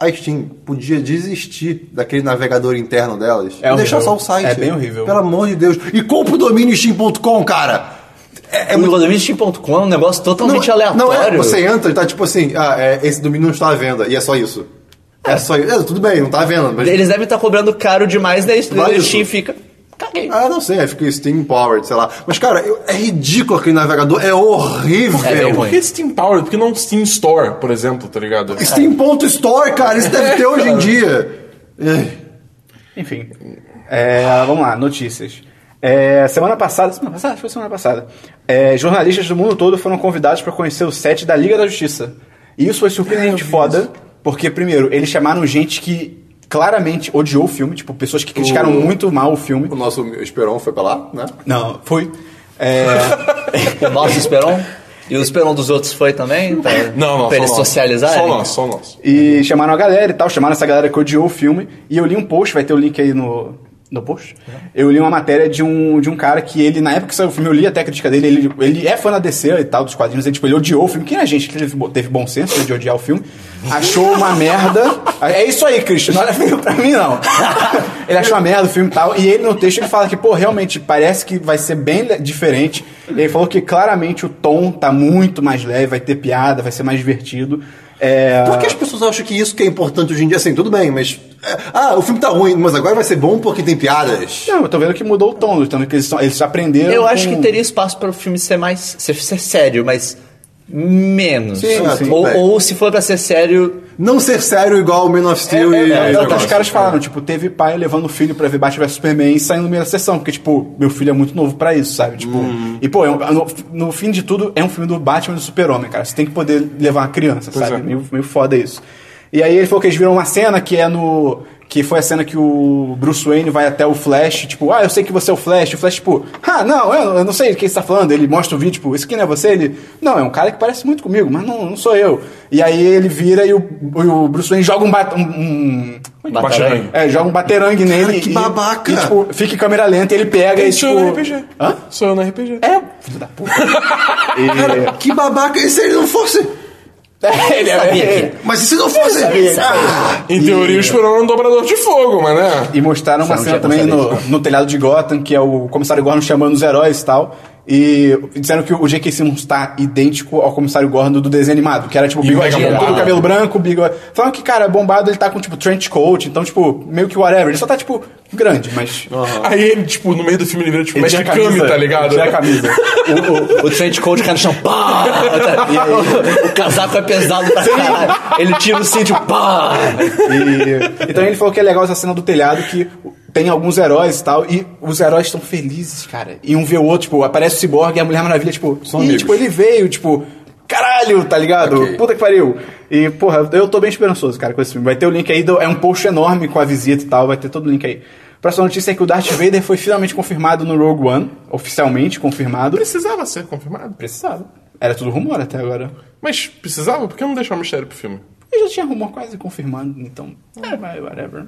D: a Steam podia desistir daquele navegador interno delas
A: É
D: e deixar
A: horrível.
D: só o site.
A: É bem horrível.
D: Pelo amor de Deus. E compra o domínio steam.com, cara. É, é
C: O Rodovinstim.com é um negócio totalmente
D: Não
C: aleatório.
D: é, você entra e tá tipo assim, ah, é, esse domínio não está à venda, e é só isso. É, só isso. É, tudo bem, não está à venda, mas...
C: Eles devem estar cobrando caro demais, daí
D: Vale
C: o Steam
D: isso.
C: fica. Caguei.
D: Ah, não sei, aí fica Steam Powered, sei lá. Mas, cara, eu- é ridículo aquele navegador, é horrível.
C: É bem ruim.
E: Por que Steam Power? Por que não Steam Store, por exemplo, tá ligado?
D: Steam.store, cara, isso deve ter hoje em dia. É.
A: Enfim. É, vamos lá, notícias. É, semana passada, semana passada, acho que foi semana passada, é, jornalistas do mundo todo foram convidados para conhecer o set da Liga da Justiça. E isso foi surpreendente foda, porque, primeiro, eles chamaram gente que claramente odiou o filme, tipo, pessoas que criticaram muito mal o filme.
D: O nosso Esperon foi pra lá, né?
A: Não, fui. É,
C: O nosso Esperon. E o Esperon dos outros foi também? Pra,
E: Não, não,
C: pra
E: só
C: eles
E: nosso.
C: socializarem?
E: Só nosso, só nosso.
A: E chamaram a galera e tal, chamaram essa galera que odiou o filme. E eu li um post, vai ter o link aí no, no post. Eu li uma matéria de um, de um cara que ele, na época que saiu o filme, eu li até a crítica dele, ele, ele é fã da DC e tal, dos quadrinhos, ele, tipo, ele odiou o filme. Quem é a gente que teve, bo- teve bom senso de odiar o filme? Achou uma merda. É isso aí, Christian, não olha feio pra mim, não. ele achou uma merda o filme e tal. E ele no texto ele fala que, pô, realmente parece que vai ser bem le- diferente. Ele falou que claramente o tom tá muito mais leve, vai ter piada, vai ser mais divertido. É...
D: Por que as pessoas acham que isso que é importante hoje em dia? Assim, tudo bem, mas... é, ah, o filme tá ruim, mas agora vai ser bom porque tem piadas.
A: Não, eu tô vendo que mudou o tom, tanto que eles, são- eles aprenderam.
C: Eu acho
A: com-
C: que teria espaço para o filme ser mais. ser, ser sério, mas. menos.
A: Sim,
D: Ah, sim.
C: ou,
D: bem.
C: ou se for pra ser sério.
D: Não ser sério igual o Man
A: É,
D: of
A: é,
D: Steel
A: é, é,
D: e... e
A: é o que os
D: negócio.
A: caras falaram, tipo, teve pai levando o filho pra ver Batman vs Superman e saindo na primeira sessão, porque, tipo, meu filho é muito novo pra isso, sabe? Tipo, e, pô, é um- no, no fim de tudo, é um filme do Batman e do Super-Homem, cara. Você tem que poder levar uma criança, sabe?
E: é.
A: Meio, meio foda isso. E aí ele falou que eles viram uma cena que é no. Que foi a cena que o Bruce Wayne vai até o Flash, tipo, ah, eu sei que você é o Flash. O Flash, tipo, ah, não, eu, eu não sei de quem você tá falando. Ele mostra o vídeo, tipo, esse aqui não é você? Ele, não, é um cara que parece muito comigo, mas não, não sou eu. E aí ele vira e o, e o Bruce Wayne joga um, bat, um, um-
C: Batarangue.
A: É, joga um baterangue nele.
D: que
A: e-
D: babaca.
A: E, tipo, fica em câmera lenta e ele pega e,
E: Isso
A: tipo...
E: sou eu no RPG.
A: Hã?
E: Sou eu no RPG.
A: É, filho da puta. E-
D: Que babaca, e se ele não fosse...
A: É, ele é...
C: Sabia
A: é-
C: que-
D: Mas e se não fosse... Ah,
E: Em teoria, o Esperon é um dobrador de fogo, mas né?
A: E mostraram uma
C: Você
A: cena
C: não tinha
A: também
C: gostado
A: no, no telhado de Gotham, que é o comissário Gordon chamando os heróis e tal. E disseram que o J.K. Simmons tá idêntico ao comissário Gordon do desenho animado, que era tipo bigode,
E: mega bombado.
A: todo cabelo branco, bigode. Falaram que, cara, bombado ele tá com tipo trench coat, então, tipo, meio que whatever. Ele só tá, tipo, grande, mas.
E: Aí ele, tipo, no meio do filme, ele vira tipo
A: Ele
E: mestre
A: tira a camisa,
E: Kami, tá ligado?
A: Ele tira a camisa.
C: O, o, o trench coat cai no chão. Pá! E aí, o casaco é pesado pra caralho. Ele tira o cinto. Pá!
A: E, então ele falou que é legal essa cena do telhado que tem alguns heróis e tal, e os heróis estão felizes, cara. E um vê o outro, tipo, aparece o Cyborg e a Mulher Maravilha, tipo,
D: São
A: "Ih,
D: amigos."
A: tipo, ele veio, tipo, caralho, tá ligado?
D: Ok.
A: Puta que pariu. E, porra, eu tô bem esperançoso, cara, com esse filme. Vai ter o link aí, do- é um post enorme com a visita e tal, vai ter todo o link aí. Próxima notícia é que o Darth Vader foi finalmente confirmado no Rogue One, oficialmente confirmado.
E: Precisava ser confirmado.
A: Precisava. Era tudo rumor até agora.
E: Mas precisava? Por que não deixar o mistério pro filme?
A: Eu já tinha rumor quase confirmando, então. É, vai, whatever.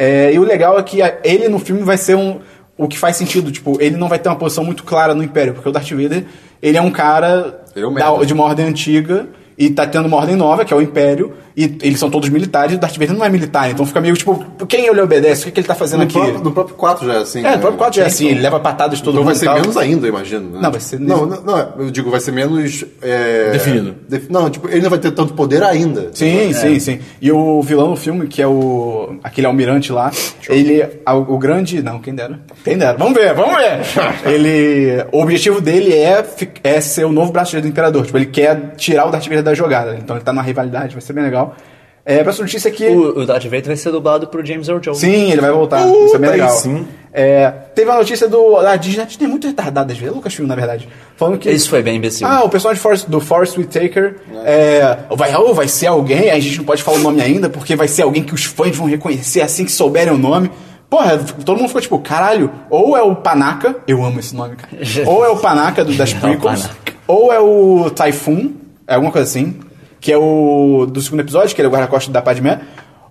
A: É, e o legal é que a- ele no filme vai ser um. O que faz sentido, tipo, ele não vai ter uma posição muito clara no Império, porque o Darth Vader, ele é um cara
D: Ele é um
A: da-
D: merda.
A: de uma ordem antiga e tá tendo uma ordem nova, que é o Império, e eles são todos militares, e o Darth Vader não é militar, então fica meio tipo, quem ele obedece? O que, que ele tá fazendo
D: No
A: aqui?
D: próprio, no próprio 4 já é assim.
A: É, o próprio 4 já é assim,
D: Então-
A: ele leva patadas de todo
D: Então
A: mundo.
D: vai
A: e
D: ser
A: tal.
D: menos ainda, eu imagino. né?
A: Não, vai ser-
D: Não, não, não, eu digo, vai ser menos. é,
E: Definido.
D: def- Não, tipo, ele não vai ter tanto poder ainda.
E: É.
A: Sim, sim, sim. E o vilão do filme, que é o. aquele almirante lá, ele. é a- O grande. Não, quem dera. Quem dera. Vamos ver, vamos ver! ele. O objetivo dele é, fi- é ser o novo braço direito do imperador. Tipo, ele quer tirar o Darth Vader da jogada. Então ele tá numa rivalidade, vai ser bem legal. É, a próxima notícia é que.
C: O, o Darth Vader vai ser dublado pro James Earl Jones.
A: Sim, ele vai voltar. Isso é bem
E: Puta, aí
A: legal.
E: sim.
A: É, teve uma notícia do. A Disney, a Disney é muito retardada às vezes, é Lucasfilm, na verdade. Falando que.
C: Isso foi bem imbecil.
A: Ah, o pessoal de Forest, do Forest Whitaker é, vai, ou vai ser alguém, a gente não pode falar o nome ainda, porque vai ser alguém que os fãs vão reconhecer assim que souberem o nome. Porra, todo mundo ficou tipo, caralho, ou é o Panaka, eu amo esse nome, cara. ou é o Panaka do, das
C: É o
A: prequels,
C: Panaka.
A: ou é o Typhoon, é alguma coisa assim, que é o do segundo episódio, que ele é o guarda-costas da Padmé,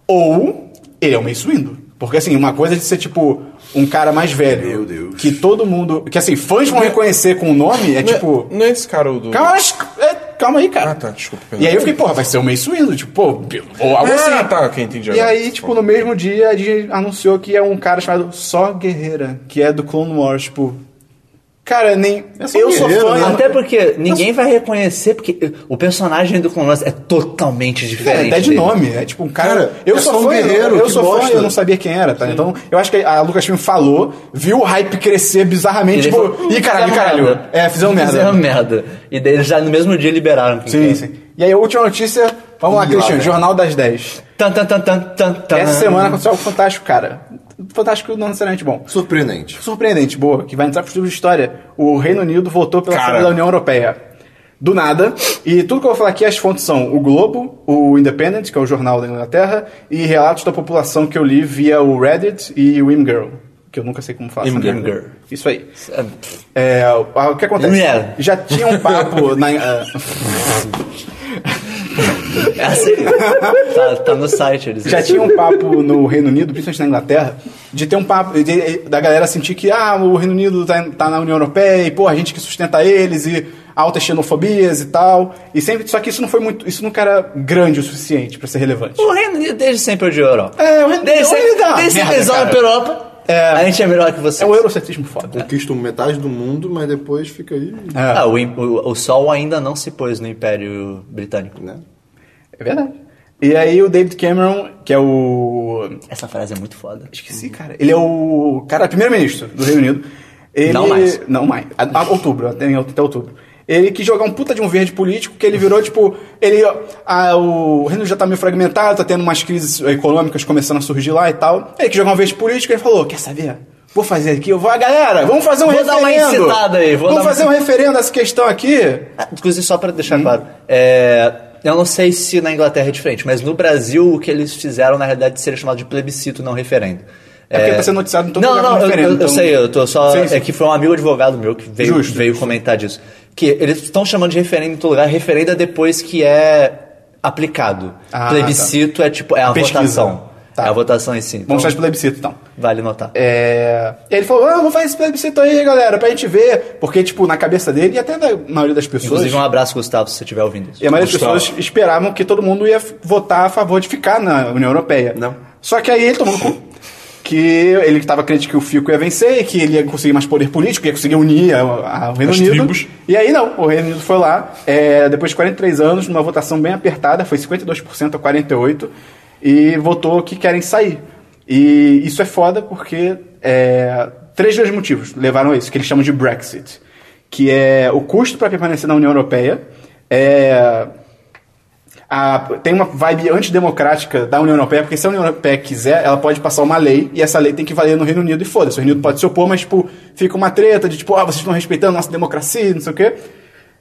A: ou ele é o Mace Windu. Porque, assim, uma coisa é de ser, tipo, um cara mais velho.
D: Meu Deus.
A: Que todo mundo... Que, assim, fãs vão
E: Não é-
A: reconhecer com o nome, é
E: Não é-
A: tipo...
E: Não é esse cara o do.
A: Calma, mas- é, calma aí, cara.
E: Ah, tá, desculpa, perdão.
A: E aí eu fiquei, porra, vai ser o Mace Windu, tipo, pô, ou algo assim.
E: Ah, tá, ok, entendi.
A: E
E: agora.
A: aí, tipo, no mesmo dia, a Disney anunciou que é um cara chamado Só Guerreira, que é do Clone Wars, tipo. Cara, nem.
D: só
A: eu sou
D: guerreiro,
A: fã.
D: né?
A: eu-
C: Até porque ninguém vai reconhecer, porque o personagem do Clone Wars é totalmente
A: É,
C: diferente.
A: até de
C: dele.
A: nome, é tipo um cara.
D: Cara,
A: eu
D: é
A: sou
D: só um
A: fã,
D: guerreiro,
A: eu, eu
D: que
A: sou fã
D: bosta.
A: e eu não sabia quem era, tá? Então, eu acho que a Lucasfilm falou, viu o hype crescer bizarramente, tipo,
C: Ele falou,
A: ih, caralho,
C: fizeram
A: caralho.
C: merda.
A: É, fizeram merda.
C: Fizeram merda. E daí eles já no mesmo dia liberaram. Então, quem
A: Sim,
C: quer.
A: sim. E aí, a última notícia, vamos lá,
D: Ih, lá
A: Cristian,
D: vem.
A: Jornal das 10.
C: Tan, tan, tan, tan, tan, tan.
A: Essa semana aconteceu algo fantástico, cara. Fantástico não necessariamente bom.
D: Surpreendente.
A: surpreendente, boa, que vai entrar pro estudo de história. O Reino Unido votou pela
E: Cara.
A: saída da União Europeia. Do nada. E tudo que eu vou falar aqui, as fontes são o Globo, o Independent, que é o jornal da Inglaterra, e relatos da população que eu li via o Reddit e o Imgirl, que eu nunca sei como falar. essa
C: Imgirl.
A: merda. Isso aí.
C: É,
A: É, o o que acontece?
C: Imgirl.
A: Já tinha um papo na... ah,
C: É assim. tá, tá no site eles.
A: já tinha um papo no Reino Unido, principalmente na Inglaterra, de ter um papo de- da galera sentir que ah, o Reino Unido tá, tá na União Europeia e pô, a gente que sustenta eles e altas xenofobias e tal. E sempre só que isso não foi muito, isso nunca era grande o suficiente pra ser relevante.
C: O Reino Unido desde sempre odiou a Europa.
A: É, o Reino-
C: desde
A: o Reino
C: sempre,
A: Unido é uma
C: desde
A: merda,
C: sempre eles olham
A: cara.
C: pra Europa.
A: É.
C: A gente é melhor que vocês.
A: É o eurocentrismo foda.
D: Conquista um metade do mundo, mas depois fica aí.
A: É.
C: Ah, o, im- o- o sol ainda não se pôs no Império Britânico.
D: Né?
A: É verdade. E aí o David Cameron, que é o
C: Essa frase é muito foda.
A: Esqueci, cara. Ele é o cara primeiro-ministro do Reino Unido. Ele-
C: Não mais.
A: Não mais. A- a- outubro, até, até outubro. Ele quis jogar um puta de um verde político que ele virou, tipo, ele. ó, ah, o Reino já tá meio fragmentado, tá tendo umas crises econômicas começando a surgir lá e tal. Ele quis jogar um verde político e ele falou: quer saber? Vou fazer aqui, eu vou. ah, Galera, vamos fazer um
C: Vou dar
A: referendo.
C: uma incitada aí, vou
A: vamos
C: dar uma
A: fazer um referendo a essa questão aqui.
C: Ah, Inclusive, só pra
A: Hum?
C: deixar claro, é, eu não sei se na Inglaterra é diferente, mas no Brasil o que eles fizeram na realidade seria chamado de plebiscito, não referendo.
A: É porque tá sendo noticiado em todo
C: não,
A: lugar
C: Não,
A: como
C: eu-
A: referendo,
C: eu, eu
A: então-
C: sei, eu tô só.
A: Sim, sim.
C: É que foi um amigo advogado meu que veio,
A: Justo,
C: veio comentar disso. Que eles estão chamando de referendo em todo lugar, referendo é depois que é aplicado.
A: Ah,
C: plebiscito é tipo, é a
A: Pesquisa.
C: votação.
A: Tá.
C: É a votação em si. Então,
A: Vamos falar de plebiscito, então.
C: vale notar.
A: É... e Ele falou, ah, vou fazer esse plebiscito aí, galera, pra gente ver. Porque, tipo, na cabeça dele e até da maioria das pessoas...
C: Inclusive, um abraço, Gustavo, se você estiver ouvindo isso.
A: E a maioria das
E: Gustavo.
A: pessoas esperavam que todo mundo ia f- votar a favor de ficar na União Europeia.
D: Não.
A: Só que aí ele tomou no cu. Que ele estava crente que o Fico ia vencer, que ele ia conseguir mais poder político, ia conseguir unir a, a- o Reino
E: As
A: Unido.
E: tribos.
A: E aí não, o Reino Unido foi lá, é, depois de 43 anos, numa votação bem apertada, foi 52% a 48%, e votou que querem sair. E isso é foda porque é, três grandes motivos levaram a isso, que eles chamam de Brexit, que é o custo para permanecer na União Europeia, é, a- tem uma vibe antidemocrática da União Europeia, porque se a União Europeia quiser, ela pode passar uma lei e essa lei tem que valer no Reino Unido e foda-se. O Reino Unido pode se opor, mas tipo, fica uma treta de tipo, ah, vocês estão respeitando a nossa democracia, não sei o quê.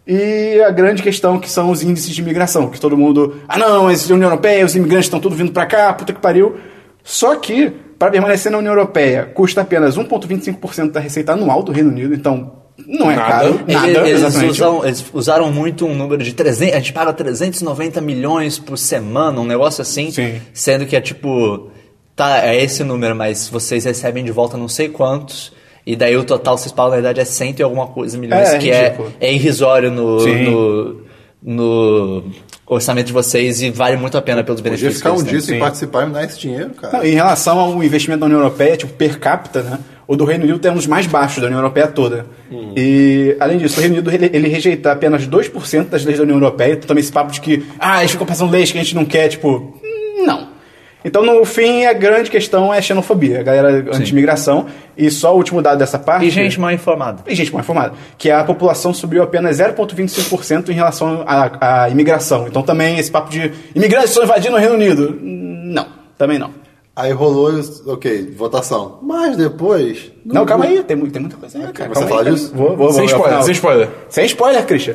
A: E a grande questão que são os índices de imigração, que todo mundo, ah não, mas a União Europeia, os imigrantes estão tudo vindo pra cá, puta que pariu. Só que, para permanecer na União Europeia, custa apenas 1,25% da receita anual do Reino Unido, então não é
E: Nada.
A: caro,
C: Ele-
A: nada,
C: eles,
A: exatamente.
C: usam- eles usaram muito um número de 300. A gente paga 390 milhões por semana, um negócio assim.
A: Sim.
C: Sendo que é tipo. Tá, é esse número, mas vocês recebem de volta não sei quantos. E daí o total vocês pagam, na verdade, é 100 e alguma coisa milhões,
A: É, é
C: que é,
A: ridículo.
C: é irrisório no,
A: Sim.
C: no, no orçamento de vocês e vale muito a pena pelos
D: Podia
C: benefícios.
D: ficar
C: que
D: um
C: eles
D: dia
C: têm.
D: sem
A: né? Sim.
D: participar e me dar esse dinheiro, cara.
A: Não, em relação ao investimento da União Europeia, tipo, per capita, né? O do Reino Unido tem um dos mais baixos da União Europeia toda.
C: Uhum.
A: E, além disso, o Reino Unido ele, ele rejeita apenas 2% das leis da União Europeia. Então, também esse papo de que, ah, eles ficam passando leis que a gente não quer, tipo, não. Então, no fim, a grande questão é a xenofobia, a galera anti-imigração. E só o último dado dessa parte.
C: E gente mal informada.
A: E gente mal informada. Que a população subiu apenas 0,25% em relação à, à imigração. Então, também esse papo de imigrantes estão invadindo o Reino Unido. Hum, Não, também não.
D: Aí rolou, e- ok, votação. Mas depois.
A: Não, calma aí, tem, mu- tem muita coisa aí, cara.
D: Você
A: calma
D: fala
A: aí,
D: disso?
A: cara. Vou, vou,
E: Sem
A: vou,
E: spoiler,
A: não.
E: sem spoiler. Tá.
A: Sem spoiler, Christian.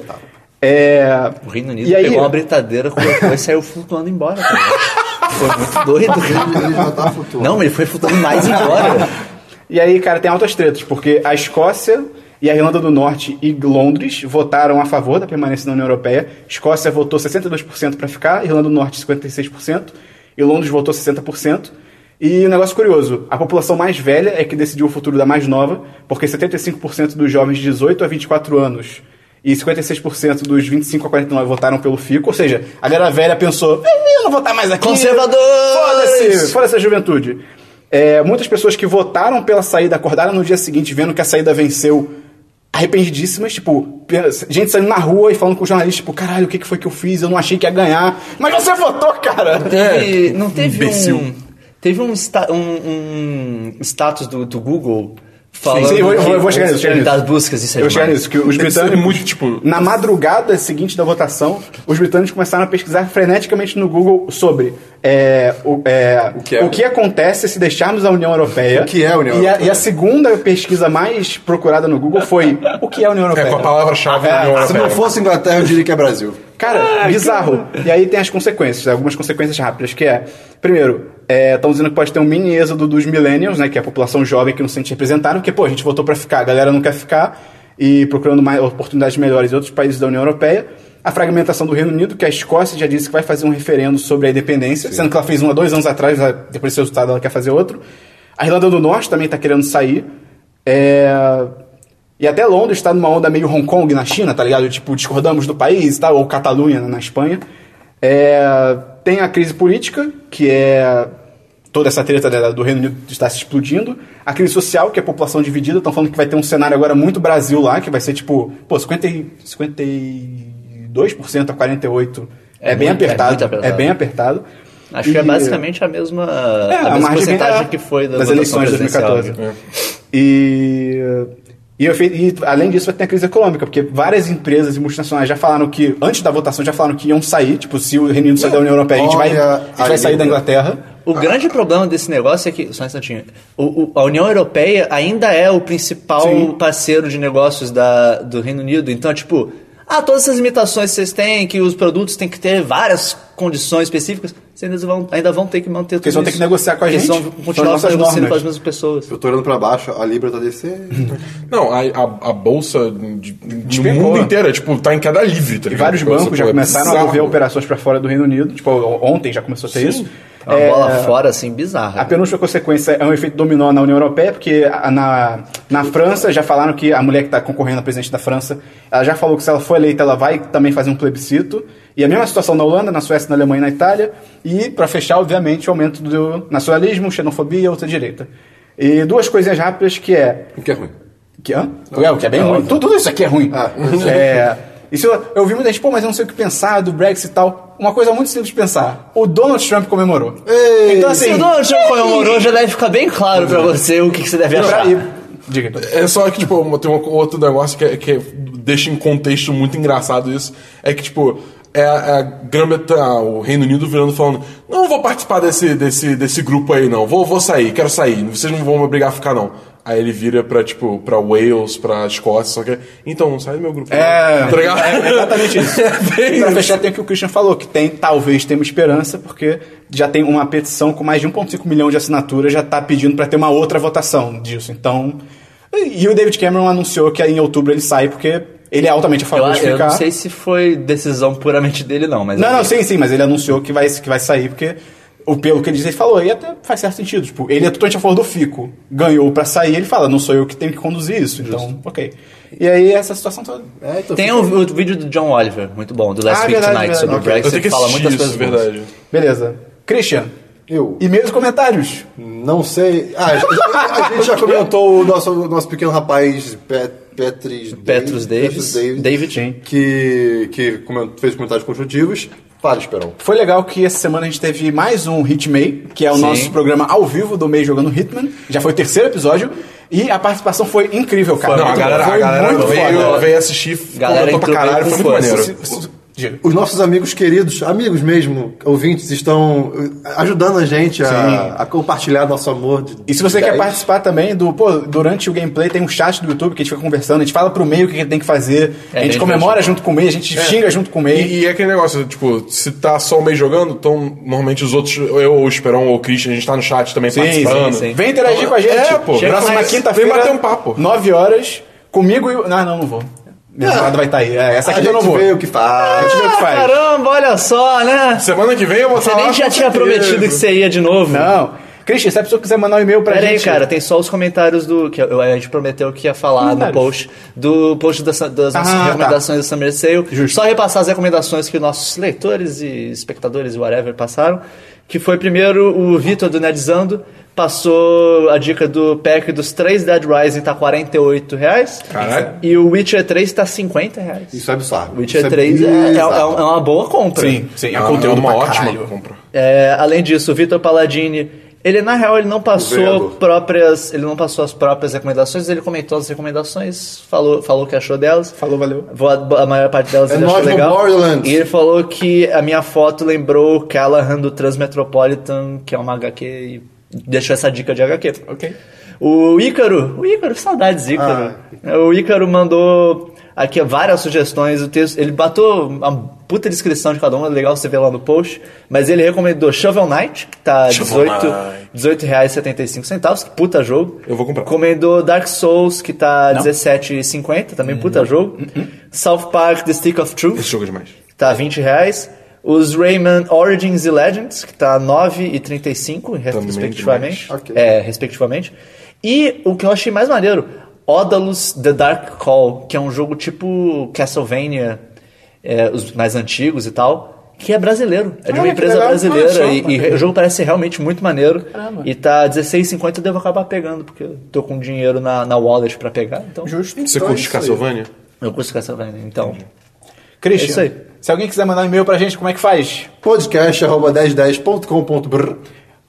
A: É...
C: O Reino Unido
A: E aí-
C: pegou uma britadeira, colocou e saiu flutuando embora. Cara. Foi muito doido.
D: Eles votaram futuro.
C: Não, ele foi flutuando mais embora.
A: E aí, cara, tem altas tretas, porque a Escócia E a Irlanda do Norte e Londres votaram a favor da permanência na União Europeia. Escócia votou 62% para ficar, Irlanda do Norte 56% e Londres votou 60%. E um negócio curioso, a população mais velha é que decidiu o futuro da mais nova, porque 75% dos jovens de 18 a 24 anos e 56% dos 25 a 49 votaram pelo Fico, ou seja, a galera velha pensou, "Eh, eu não vou estar mais aqui.
C: Conservadores!
A: Foda-se, foda-se a juventude. É, muitas pessoas que votaram pela saída acordaram no dia seguinte vendo que a saída venceu arrependidíssimas, tipo, pe- gente saindo na rua e falando com o jornalista, tipo, caralho, o que que foi que eu fiz? Eu não achei que ia ganhar. Mas você votou, cara!
C: Teve, não teve
E: imbecil.
C: um. Teve um, sta- um- um status do, do Google falando.
A: Sim, sim, eu vou-
C: que-
A: eu vou chegar nisso, chegar nisso.
C: Das buscas, isso é
A: Eu chegar
C: demais.
A: nisso, que os
E: Deve ser
A: britânicos.
E: muito, tipo-
A: Na madrugada seguinte da votação, os britânicos começaram a pesquisar freneticamente no Google sobre é, o, é, o,
D: que
A: que
D: é?
A: acontece se deixarmos a União Europeia. O
D: que é a União
A: e
D: Europeia?
A: A, e a segunda pesquisa mais procurada no Google foi: o que é a União
E: É,
A: Europeia?
E: com a palavra-chave
A: Ah,
E: da União
D: Se não
E: Europeia.
D: fosse Inglaterra, eu diria que é Brasil.
A: Cara, bizarro. E aí tem as consequências, algumas consequências rápidas, que é, primeiro, estão dizendo que pode ter um mini êxodo dos millennials, né, que é a população jovem que não se sente representada, porque, pô, a gente votou pra ficar, a galera não quer ficar, e procurando mais oportunidades melhores em outros países da União Europeia. A fragmentação do Reino Unido, que a Escócia já disse que vai fazer um referendo sobre a independência, sendo que ela fez um há dois anos atrás, ela- depois desse resultado ela quer fazer outro. A Irlanda do Norte também tá querendo sair. É... E até Londres está numa onda meio Hong Kong na China, tá ligado? Tipo, discordamos do país e tal, ou Catalunha na Espanha. É, tem a crise política, que é toda essa treta da- do Reino Unido está se explodindo. A crise social, que é a população dividida. Estão falando que vai ter um cenário agora muito Brasil lá, que vai ser tipo, pô, 50, e- 52% a 48%. É,
C: É
A: bem
C: muito- é
A: apertado,
C: muito
A: é,
C: apertado.
A: bem apertado.
C: Acho que é
A: E-
C: basicamente a mesma,
A: é,
C: a
A: a
C: mesma
A: margem
C: porcentagem
A: da-
C: que foi da
A: das
C: votação
A: eleições de
C: presidencial. né?
A: 2014. E, e, eu fiz- e, além disso vai ter a crise econômica, porque várias empresas e multinacionais já falaram que, antes da votação, já falaram que iam sair, tipo, se o Reino Unido sair da União Europeia, a gente vai,
D: Olha
A: a gente
D: a
A: vai sair da
D: língua.
A: Inglaterra.
C: O grande problema desse negócio é que, só um instantinho, o- o- a União Europeia ainda é o principal
A: Sim.
C: parceiro de negócios da, do Reino Unido, então, tipo, ah, todas essas limitações que vocês têm, que os produtos têm que ter várias condições específicas, vocês ainda vão, ainda vão ter que manter tudo
A: eles vão ter
C: isso.
A: que negociar com a
C: Porque
A: gente,
C: Eles vão
A: são
C: continuar
A: nossas
C: negociando
A: normas. É.
C: com as mesmas pessoas.
D: Eu tô olhando pra baixo, a Libra tá
A: Uhum.
D: descendo.
E: Não, a, a, a bolsa de, no
A: Despegou.
E: mundo inteiro é, tipo, tá em queda livre, tá
A: né? E
E: ligado?
A: vários
E: Tipo, essa
A: bancos já
E: porra é
A: começaram a
E: bizarro.
A: mover operações para fora do Reino Unido, tipo, ontem já começou a ter isso.
C: É Uma bola fora, assim, bizarra.
A: A penúltima consequência é um efeito dominó na União Europeia, porque a- na, na França já falaram que a mulher que está concorrendo a presidente da França, ela já falou que se ela for eleita, ela vai também fazer um plebiscito. E a mesma situação na Holanda, na Suécia, na Alemanha e na Itália. E, para fechar, obviamente, o aumento do nacionalismo, xenofobia e ultradireita. E duas coisinhas rápidas que é
D: O que é ruim.
A: que, hã? É, o que é bem ruim. Tudo, tudo isso aqui é ruim.
C: Ah.
A: É, isso eu, eu vi muita gente, pô, mas eu não sei o que pensar do Brexit e tal. Uma coisa muito simples de pensar. O Donald Trump comemorou. então,
C: Se o Donald Trump comemorou, já deve ficar bem claro pra você o que, que você deve
A: Uhum. pra-
C: achar.
A: e- Diga.
C: então.
E: É só que, tipo, uma- tem um outro negócio que, é- que é- deixa em contexto muito engraçado isso. É que, tipo, é a, a Grã-Bretanha, o Reino Unido virando e falando: Não vou participar desse, desse, desse grupo aí, não. Vou, vou sair, quero sair. Vocês não vão me obrigar a ficar, não. Aí ele vira pra, tipo, pra Wales, pra Escócia, só que. Então, sai do meu grupo.
A: É,
E: tá ligado?
A: é exatamente isso.
C: É
E: bem
A: Pra fechar, tem o que o Christian falou, que tem, talvez, temos esperança, porque já tem uma petição com mais de 1,5 milhão de assinaturas, já tá pedindo pra ter uma outra votação disso. Então. E o David Cameron anunciou que aí em outubro ele sai, porque ele é altamente a
C: Eu,
A: favor de
C: eu
A: ficar.
C: não sei se foi decisão puramente dele, não, mas.
A: Não, não, sim, sim, mas ele anunciou que vai, que vai sair, porque o pelo que ele disse, ele falou, e até faz certo sentido. Tipo, ele é totalmente a favor do Fico. Ganhou pra sair, ele fala, não sou eu que tenho que conduzir isso. Então, ok. E aí, essa situação toda.
D: É, então
C: Tem o,
A: um
C: o vídeo do John Oliver, muito bom, do Last
A: Ah,
C: Week
A: verdade,
C: Tonight,
A: verdade.
C: sobre o
A: Ok.
E: Eu
C: Brexit,
E: tenho que
C: fala
E: assistir
C: muitas
E: isso,
C: coisas boas.
E: verdade.
A: Beleza. Christian,
D: Eu
A: e-mails e comentários.
D: não sei. Ah, a gente- a gente já comentou o nosso, o nosso pequeno rapaz Pet, Petris
C: Petrus
D: Davis,
C: Davis,
D: Davis,
C: David,
D: que, que coment- fez comentários construtivos. Fala, Esperão.
A: Foi legal que essa semana a gente teve mais um Hitmay, que é o
C: Sim.
A: nosso programa ao vivo do mês jogando Hitman. Já foi o terceiro episódio. E a participação foi incrível, cara.
E: Não, a
A: Muito
E: galera,
A: boa.
E: a
A: Foi
E: galera
A: muito
E: veio,
A: foda.
E: veio assistir,
C: Galera
E: comentou pra
C: entrou bem
E: caralho, foi
C: com
E: muito
C: força.
E: maneiro.
A: Se- se- diga.
D: Os nossos amigos queridos, amigos mesmo, ouvintes, estão eh, ajudando a gente a, a compartilhar nosso amor. De,
A: E se você
D: de
A: quer
D: dez.
A: participar também do, pô, durante o gameplay tem um chat do YouTube que a gente fica conversando, a gente fala pro meio o que que tem que fazer,
C: É,
A: a gente
C: bem
A: comemora junto com o meio, a gente xinga junto com o meio.
E: E, e é aquele negócio, tipo, se tá só o meio jogando, então normalmente os outros, eu, ou o Esperão, ou o Christian, a gente tá no chat também
A: Sim,
E: participando. Então,
A: sim, sim. Vem interagir com a gente.
E: É, pô.
A: Próxima
E: Vem
A: quinta-feira,
E: bater um papo.
A: 9 horas, Comigo e. o- Ah, Não, não, não vou. Minha namorada vai estar aí. É, essa
D: A
A: aqui eu não
D: gente
A: vou.
D: vê o que
A: A
D: faz.
A: gente vê o que faz.
C: Caramba, olha só, né?
E: Semana que vem eu vou
C: Você
E: estar lá,
C: nem já
E: com
C: tinha
E: certeza.
C: prometido que você ia de novo.
A: Não. Christian, se a pessoa quiser mandar um e-mail pra
C: Pera aí,
A: gente.
C: cara, tem só os comentários do. que eu- A gente prometeu que ia falar no
A: Comentários.
C: post do post das, das nossas
A: Ah,
C: recomendações do Summer Sale. Só repassar as recomendações que nossos leitores e espectadores e whatever passaram. Que foi primeiro o Vitor do Nerdizando, passou a dica do pack dos três Dead Rising tá R$ 48 reais.
E: Caralho.
C: E o Witcher 3 tá R$ 50 reais.
D: Isso é bizarro.
C: Witcher
D: Isso
C: 3 é, é- é
D: bizarro.
C: uma boa compra.
A: Sim, sim. É
E: Ah,
A: conteúdo
E: uma
A: pra
E: ótima
A: caralho.
E: compra.
C: É, além disso, o Vitor Palladini, ele na real ele não passou
D: Governo.
C: próprias, ele não passou as próprias recomendações, ele comentou as recomendações, falou, falou o que achou delas.
A: Falou, valeu.
C: Vou- A maior parte delas
D: É
C: ele achou
D: nóis no
C: legal.
D: Borderlands.
C: E ele falou que a minha foto lembrou o Callahan do Transmetropolitan, que é uma HQ, e deixou essa dica de HQ.
A: Ok.
C: O Ícaro, o Ícaro, saudades Ícaro.
D: Ah.
C: O Ícaro mandou aqui várias sugestões, o texto, ele bateu uma puta descrição de cada uma, legal você ver lá no post, mas ele recomendou Shovel Knight, que tá
E: Shovel
C: 18,
E: Knight.
C: R$18,75, que puta jogo.
E: Eu vou comprar.
C: Recomendou Dark Souls, que tá R$17,50, também puta jogo. South Park The Stick of Truth,
E: Esse jogo é demais.
C: que tá 20 reais. Os Rayman Origins e Legends, que tá 9 e 35, respectivamente.
D: demais. Ok.
C: É, respectivamente. E o que eu achei mais maneiro, Odalus The Dark Call, que é um jogo tipo Castlevania, é, os mais antigos e tal, que é brasileiro. É de uma
A: Olha, que
C: empresa
A: legal.
C: brasileira.
A: Olha só,
C: e- e,
A: bacana.
C: o jogo parece ser realmente muito maneiro.
A: Caramba.
C: E tá 16,50 eu devo acabar pegando, porque eu tô com dinheiro na, na wallet pra pegar. Então,
A: Justo.
E: Você
D: Então é
E: curte
D: isso aí.
E: Castlevania?
C: eu custo Castlevania. Então,
A: Christian,
C: É isso aí.
A: se alguém quiser mandar um e-mail pra gente, como é que faz?
D: Podcast arroba 1010.com.br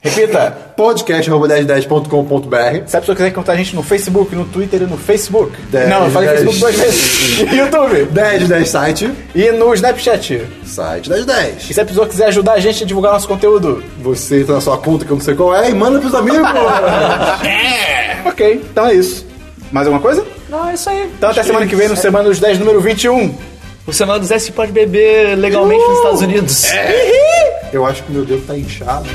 A: Repita.
D: Podcast arroba 1010.com.br
A: Se a pessoa quiser encontrar a gente no Facebook, no Twitter e no Facebook.
C: É,
D: Dez,
A: não, eu falei
D: dez.
A: Facebook duas vezes. YouTube.
D: 1010 site.
A: E no Snapchat.
D: Site 1010.
A: E se a pessoa quiser ajudar a gente a divulgar nosso conteúdo.
D: Você entra na sua conta que eu não sei qual é e manda pros amigos.
A: Ok, então é isso. Mais alguma coisa?
C: não, é isso aí.
A: Então até semana que vem no Semana dos 10, número 21.
C: O Semana do Zé se pode beber legalmente nos Estados Unidos.
D: eu acho que meu dedo tá inchado.